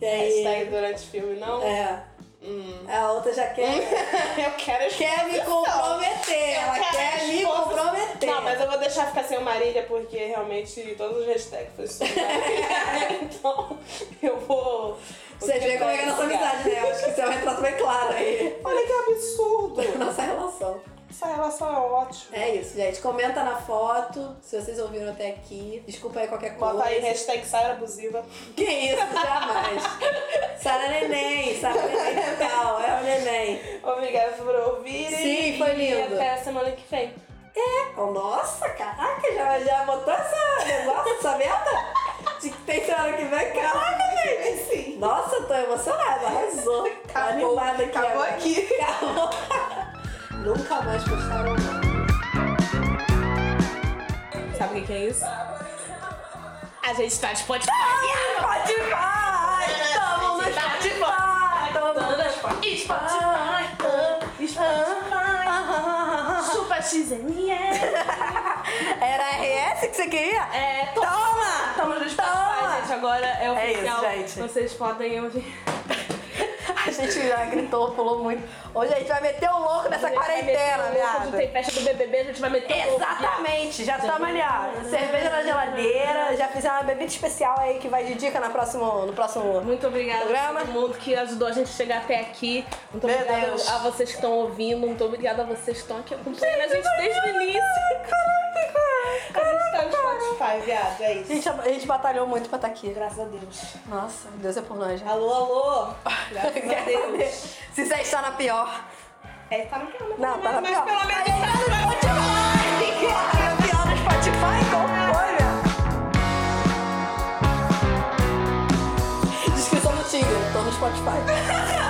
S1: E
S2: É,
S1: aí.
S2: Hashtag durante o filme não.
S1: É.
S2: Hum.
S1: A outra já quer.
S2: *laughs* Eu quero...
S1: quer me comprometer.
S2: Eu
S1: Ela
S2: quero
S1: quer me
S2: resposta.
S1: comprometer.
S2: Não, mas eu vou deixar ficar sem o Marília porque realmente todos os hashtags
S1: *laughs*
S2: foi sobre Marília. então eu vou.
S1: Vocês veem como é que é a nossa amizade, né? Eu acho que isso é um retrato bem claro aí.
S2: Olha que absurdo!
S1: da *laughs* Nossa relação.
S2: Essa relação é ótima.
S1: É isso, gente. Comenta na foto se vocês ouviram até aqui. Desculpa aí qualquer coisa.
S2: Bota aí hashtag Sara Abusiva.
S1: Que isso, jamais. Sara é Neném, Sara Neném tal, é o Neném.
S2: Obrigada por ouvirem.
S1: Sim, foi lindo.
S2: E até a semana que vem.
S1: Oh, nossa, caraca, já, já botou essa negócio, essa meta? De que tem semana que vem, caraca, gente.
S2: Sim.
S1: Nossa, tô emocionada, arrasou. Tô
S2: Acabou,
S1: animada aqui.
S2: acabou
S1: agora.
S2: aqui.
S1: Acabou. Nunca mais postaram nada.
S5: Sabe o que, que é isso? A gente tá de Spotify. Tá
S1: Spotify! Tamo no Ah,
S2: tá
S1: Spotify! Tamo no
S5: Spotify.
S2: Chupa XML.
S1: Era RS que você queria?
S5: É, to-
S1: Toma!
S5: estamos no Spotify,
S1: Toma!
S5: gente. Agora é
S1: É isso,
S5: oficial.
S1: gente.
S5: Vocês podem ouvir.
S1: A gente já gritou, pulou muito. Hoje a gente vai meter o louco nessa quarentena,
S5: viado.
S1: viado.
S5: Tem festa do BBB, a gente vai meter o louco,
S1: Exatamente, já estamos ali, ó. Cerveja na geladeira, já fizeram uma bebida especial aí que vai de dica na próximo, no próximo.
S5: Muito obrigada
S1: Programa.
S5: a todo mundo que ajudou a gente a chegar até aqui. Muito
S1: Meu
S5: obrigada
S1: Deus.
S5: a vocês que estão ouvindo. Muito obrigada a vocês que estão aqui acompanhando a gente desde o início. A gente tá no Spotify, viado. É
S1: A
S5: isso.
S1: gente, a gente batalhou muito pra estar aqui. né?
S5: Graças a Deus.
S1: Nossa, Deus é por nós. *laughs* né?
S5: Alô, alô. Graças a Deus.
S1: Se você está na pior.
S5: É, tá no pior.
S1: Não, tá na
S5: mas
S1: pior.
S5: pelo menos
S1: A gente vai continuar. Tá na pior no Spotify? Como foi, meu? Descrição do Tigre, tô no Spotify. *laughs*